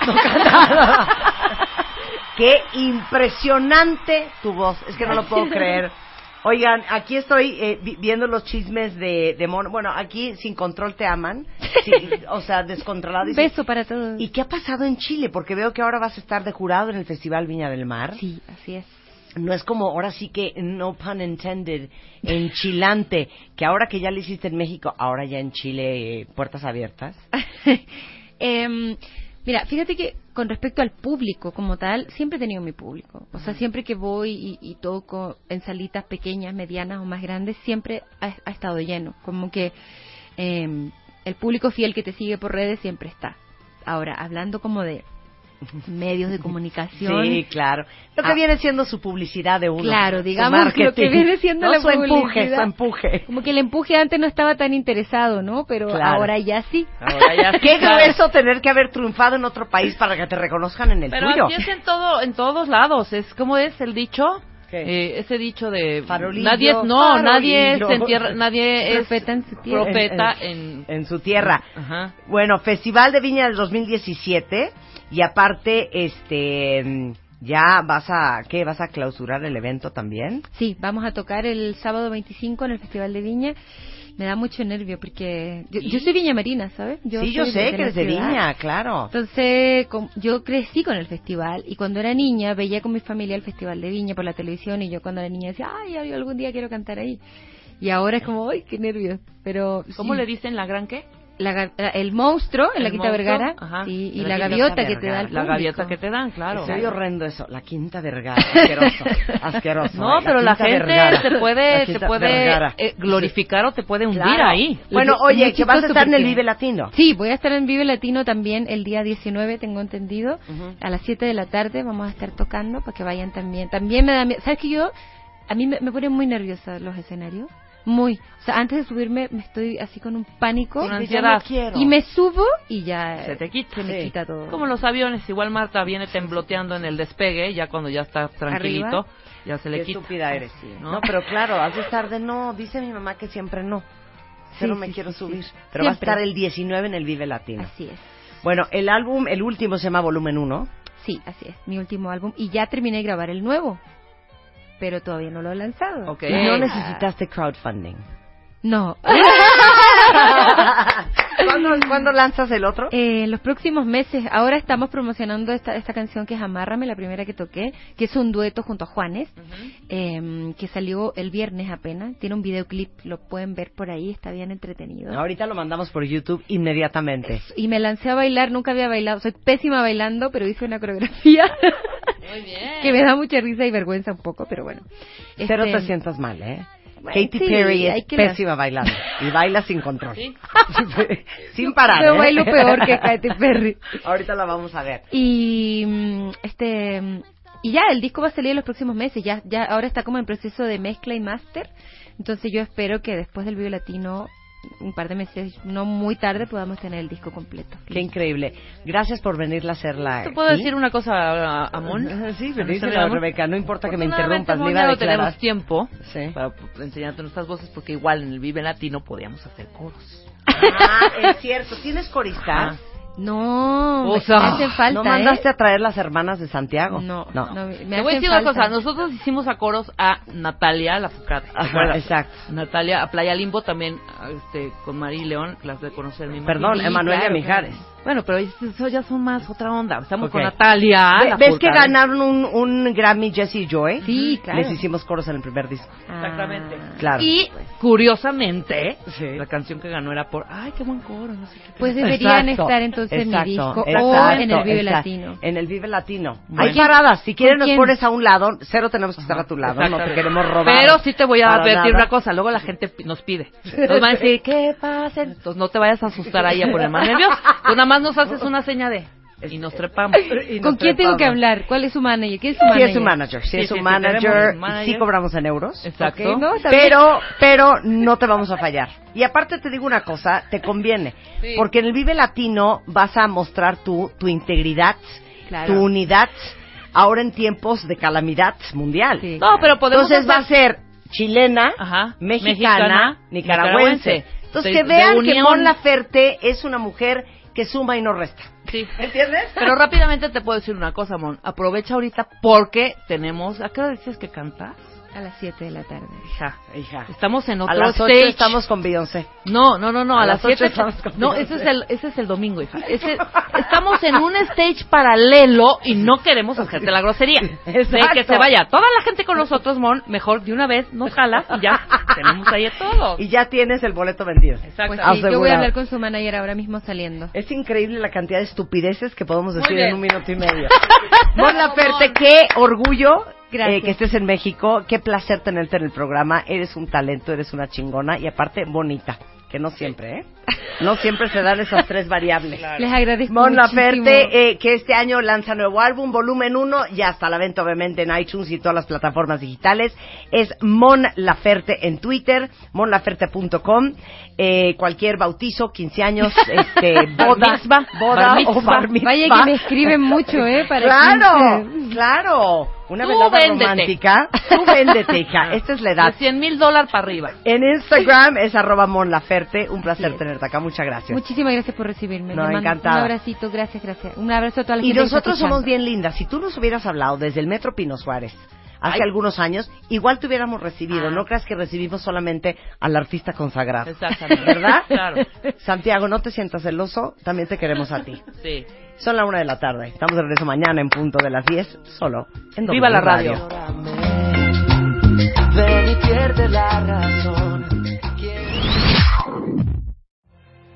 S2: Qué impresionante tu voz. Es que no lo puedo creer. Oigan, aquí estoy eh, vi- viendo los chismes de, de Mono. Bueno, aquí sin control te aman. Sí, o sea, descontrolado.
S18: Un
S2: Dice,
S18: beso para todos.
S2: ¿Y qué ha pasado en Chile? Porque veo que ahora vas a estar de jurado en el Festival Viña del Mar.
S18: Sí, así es.
S2: No es como ahora sí que, no pun intended, enchilante, que ahora que ya lo hiciste en México, ahora ya en Chile, eh, puertas abiertas.
S18: Em, mira, fíjate que con respecto al público como tal, siempre he tenido mi público. O sea, siempre que voy y, y toco en salitas pequeñas, medianas o más grandes, siempre ha, ha estado lleno. Como que em, el público fiel que te sigue por redes siempre está. Ahora, hablando como de medios de comunicación.
S2: Sí, claro. Lo que
S18: Ah.
S2: viene siendo su publicidad de uno.
S18: Claro,
S2: su
S18: digamos lo que
S2: marketing.
S18: viene siendo
S2: No,
S18: la
S2: su empuje,
S18: publicidad.
S2: su empuje.
S18: Como que el empuje antes no estaba tan interesado, ¿no? Pero
S2: Claro.
S18: ahora ya sí.
S2: Ahora ya sí, Qué
S18: claro.
S2: grueso tener que haber triunfado en otro país para que te reconozcan en el
S5: Pero
S2: tuyo.
S5: aquí es en todo, en todos lados. Es como es el dicho, Eh, ese dicho de
S2: Farolillo,
S5: nadie es no,
S2: farolillo.
S5: nadie es en tierra, nadie es
S18: Profeta en su tierra.
S5: profeta
S2: En-
S5: en,
S2: en su tierra. Bueno, Festival de Viña del 2017 y aparte, este, mm, ya vas a, ¿qué? ¿Vas a clausurar el evento también?
S18: Sí, vamos a tocar el sábado 25 en el Festival de Viña. Me da mucho nervio porque yo, yo soy viñamarina, ¿sabes?
S2: sí, yo
S18: soy
S2: sé
S18: la
S2: que eres de
S18: ciudad.
S2: Viña, claro.
S18: Entonces, com- yo crecí con el festival y cuando era niña veía con mi familia el Festival de Viña por la televisión y yo cuando era niña decía, ay, yo algún día quiero cantar ahí. Y ahora es como, ay, qué nervios. Pero
S5: ¿Cómo
S18: sí.
S5: le dicen la gran qué?
S18: la gar- la- el monstruo, el,
S6: El
S18: Laguita
S6: monstruo,
S18: Vergara,
S6: ajá,
S18: y, y
S6: el
S18: la
S6: Laguita
S18: gaviota que te
S6: Vergara,
S18: da el
S6: la gaviota
S18: público.
S6: que te dan, claro.
S2: Soy horrendo eso. La quinta vergara. Asqueroso. Asqueroso.
S5: No, pero la
S2: quinta
S5: gente
S2: vergara.
S5: se
S2: La
S5: puede, se
S2: quinta
S5: puede
S2: vergara.
S5: eh, glorificar o te puede hundir
S2: Claro.
S5: ahí.
S2: Bueno, oye,
S18: Muy
S2: que vas a
S18: chistoso
S2: estar en el
S18: porque-
S2: Vive Latino.
S18: Sí, voy a estar en Vive Latino también el día 19, tengo entendido.
S2: Ujú.
S18: A las 7 de la tarde vamos a estar tocando para que vayan también. También me da miedo. ¿Sabes que yo? A mí me, me ponen muy nerviosa los escenarios. Muy. O sea, antes de subirme me estoy así con un pánico.
S5: Con ansiedad.
S18: Y me subo y ya.
S5: Se te quita.
S18: Se me
S5: Sí.
S18: quita todo.
S5: Como los aviones, igual Marta viene tembloteando en el despegue, ya cuando ya está tranquilito,
S2: Arriba.
S5: ya se le
S2: Qué
S5: quita.
S2: estúpida eres.
S5: ¿no?
S2: ¿no? pero claro, has de estar de no. Dice mi mamá que siempre no. Pero me quiero subir. Pero va a
S18: Siempre.
S2: estar el 19 en el Vive Latino.
S18: Así es.
S2: Bueno, el álbum, el último se llama Volumen 1.
S18: Sí, así es, mi último álbum. Y ya terminé de grabar el nuevo, pero todavía no lo he lanzado.
S2: Y no necesitaste crowdfunding.
S18: No.
S2: ¿Cuándo, cuándo lanzas el otro?
S18: Eh, en los próximos meses. Ahora estamos promocionando esta, esta canción que es Amárrame, la primera que toqué, que es un dueto junto a Juanes, eh, que salió el viernes apenas. Tiene un videoclip, lo pueden ver por ahí, está bien entretenido.
S2: Ahorita lo mandamos por YouTube inmediatamente.
S18: Y me lancé a bailar, nunca había bailado, soy pésima bailando, pero hice una coreografía que me da mucha risa y vergüenza un poco, pero bueno.
S2: Pero
S18: Este,
S2: te sientas mal, ¿eh?
S18: Bueno,
S2: Katy
S18: sí,
S2: Perry
S18: hay
S2: es
S18: que la-
S2: pésima bailando y baila sin control.
S18: Sí.
S2: sin parar.
S18: Yo
S2: ¿eh?
S18: bailo peor que Katy Perry.
S2: Ahorita la vamos a ver.
S18: Y mm, este mm, y ya el disco va a salir en los próximos meses, ya ya ahora está como en proceso de mezcla y máster. Entonces yo espero que después del Vivo Latino un par de meses, no muy tarde, podamos tener el disco completo.
S2: Qué increíble. Gracias por venirla a hacerla.
S5: ¿Te puedo
S2: aquí.
S5: decir una cosa, Amón?
S2: Ah, Sí,
S5: pero
S2: díselo, Rebeca, no importa que me interrumpas, me iba a
S5: no
S2: declarar.
S5: tenemos tiempo para enseñarte nuestras voces porque igual en el Vive Latino podíamos hacer coros. Ah.
S2: Ah, es cierto. ¿Tienes coristas?
S18: No,
S2: O
S18: me
S2: sea,
S18: hacen falta.
S2: ¿No
S18: ¿eh?
S2: mandaste a traer las hermanas de Santiago? No.
S18: no, me
S5: Te voy a
S18: hacen
S5: decir una
S18: falta.
S5: cosa, nosotros hicimos a coros a Natalia, la Focata, ¿te
S2: Ajá,
S5: acuerdas?
S2: exacto.
S5: Natalia, a Playa Limbo también, a- este, con María y León, que las de conocer mi
S2: Perdón, Emanuela Mijares.
S5: Bueno, pero ellos- eso ya son más otra onda. Estamos
S2: Ok.
S5: con Natalia.
S2: Ve-
S5: la
S2: ¿Ves que
S5: Furcada.
S2: ganaron un, un Grammy Jessie y Joy?
S5: Sí, claro.
S2: Les hicimos coros en el primer disco.
S5: Exactamente.
S18: Ah.
S2: Claro.
S5: Y curiosamente, la canción que ganó era por Ay, qué buen coro, no sé qué.
S18: Pues deberían
S2: Exacto,
S18: estar entonces en mi disco
S2: exacto,
S18: o en el
S2: exacto,
S18: Vive
S2: exacto.
S18: Latino.
S2: En el Vive Latino.
S5: Bueno.
S2: Hay paradas. Si quieres
S5: ¿Con
S2: nos
S5: quién?
S2: pones a un lado, cero tenemos que estar a tu lado. No te
S5: Exactamente.
S2: queremos robar.
S5: Pero sí te voy a
S2: para
S5: advertir
S2: nada.
S5: una cosa, luego la gente pi- nos pide. Nos van a decir, ¿qué pasa? Entonces no te vayas a asustar ahí a poner más nervioso. Tú nada más nos haces una seña de... Y nos trepamos.
S18: ¿Con quién tengo que hablar? ¿Cuál es su manager? ¿Quién es su
S2: Si
S18: manager?
S2: es un manager, si
S5: Sí,
S2: es
S5: sí,
S2: un
S5: sí, tenemos
S2: manager,
S5: un
S2: sí
S5: manager.
S2: cobramos en euros.
S5: Exacto.
S2: Ok,
S5: No,
S18: está bien.
S2: pero, pero no te vamos a fallar. Y aparte te digo una cosa, te conviene.
S18: Sí.
S2: Porque en el Vive Latino vas a mostrar tu, tu integridad, tu unidad, ahora en tiempos de calamidad mundial.
S5: No, pero podemos
S2: Entonces va a
S5: hacer-
S2: ser chilena, mexicana,
S5: mexicana,
S2: nicaragüense.
S5: nicaragüense.
S2: Entonces
S5: De-
S2: que
S5: de
S2: vean que
S5: unión.
S2: Mon Laferte es una mujer que suma y no resta.
S5: Sí.
S2: ¿Entiendes?
S5: Pero rápidamente te puedo decir una cosa, Mon. Aprovecha ahorita porque tenemos... ¿A qué hora dices que cantas?
S18: A las 7 de la tarde.
S5: Hija,
S2: hija.
S5: Estamos en otro
S2: A las ocho
S5: stage.
S2: estamos con Beyoncé.
S5: No, no, no, no, a,
S2: A
S5: las
S2: las ocho
S5: 7
S2: estamos con
S5: No,
S2: Beyoncé.
S5: ese es el ese es el domingo, hija. Ese- estamos en un stage paralelo y no queremos hacerte la grosería. De
S2: Exacto.
S5: que se vaya toda la gente con nosotros, Mon, mejor de una vez nos jalas y ya tenemos ahí a todo.
S2: Y ya tienes el boleto vendido.
S5: Exacto.
S18: Pues sí, yo voy a
S2: Asegurado.
S18: hablar con su manager ahora mismo saliendo.
S2: Es increíble la cantidad de estupideces que podemos
S18: Muy
S2: decir
S18: bien.
S2: en un minuto y medio. Mon Laferte, qué orgullo eh, que estés en México. Qué placer tenerte en el programa. Eres un talento, eres una chingona y aparte bonita. Que no siempre, ¿eh? No siempre se dan esas tres variables.
S18: Les agradezco
S2: Mon
S18: muchísimo.
S2: Laferte, eh, que este año lanza nuevo álbum, volumen 1, ya está a la venta obviamente en iTunes y todas las plataformas digitales. Es Mon Laferte en Twitter, monlaferte.com. Eh, cualquier bautizo, 15 años, este,
S18: Bar
S2: boda,
S18: mitzvah,
S2: boda
S18: bar
S2: o bar mitzvah.
S18: mitzvah. Vaya que me escriben mucho, ¿eh? Para
S2: claro,
S18: 15.
S2: claro. Una
S5: Tú
S2: velada
S5: véndete.
S2: romántica. Tú véndete, hija. Esta es la edad.
S5: De 100 mil dólares para arriba.
S2: En Instagram es arroba Mon Laferte. Un placer tenerte acá. Muchas gracias.
S18: Muchísimas gracias por recibirme.
S2: No,
S18: Les mando
S2: encantada.
S18: Un abracito, gracias, gracias. Un abrazo a toda la
S2: Y
S18: gente que está
S2: nosotros somos
S18: escuchando.
S2: bien lindas. Si tú nos hubieras hablado desde el Metro Pino Suárez hace
S18: Ay. Ah.
S2: algunos años, igual te hubiéramos recibido. No creas que recibimos solamente al artista consagrado.
S5: Exactamente.
S2: ¿Verdad?
S5: Claro.
S2: Santiago, no te sientas celoso. También te queremos a ti.
S5: Sí.
S2: Son la una de la tarde. Estamos de regreso mañana en punto de las 10, solo en W
S5: Viva la radio.
S28: Ven y pierde la razón.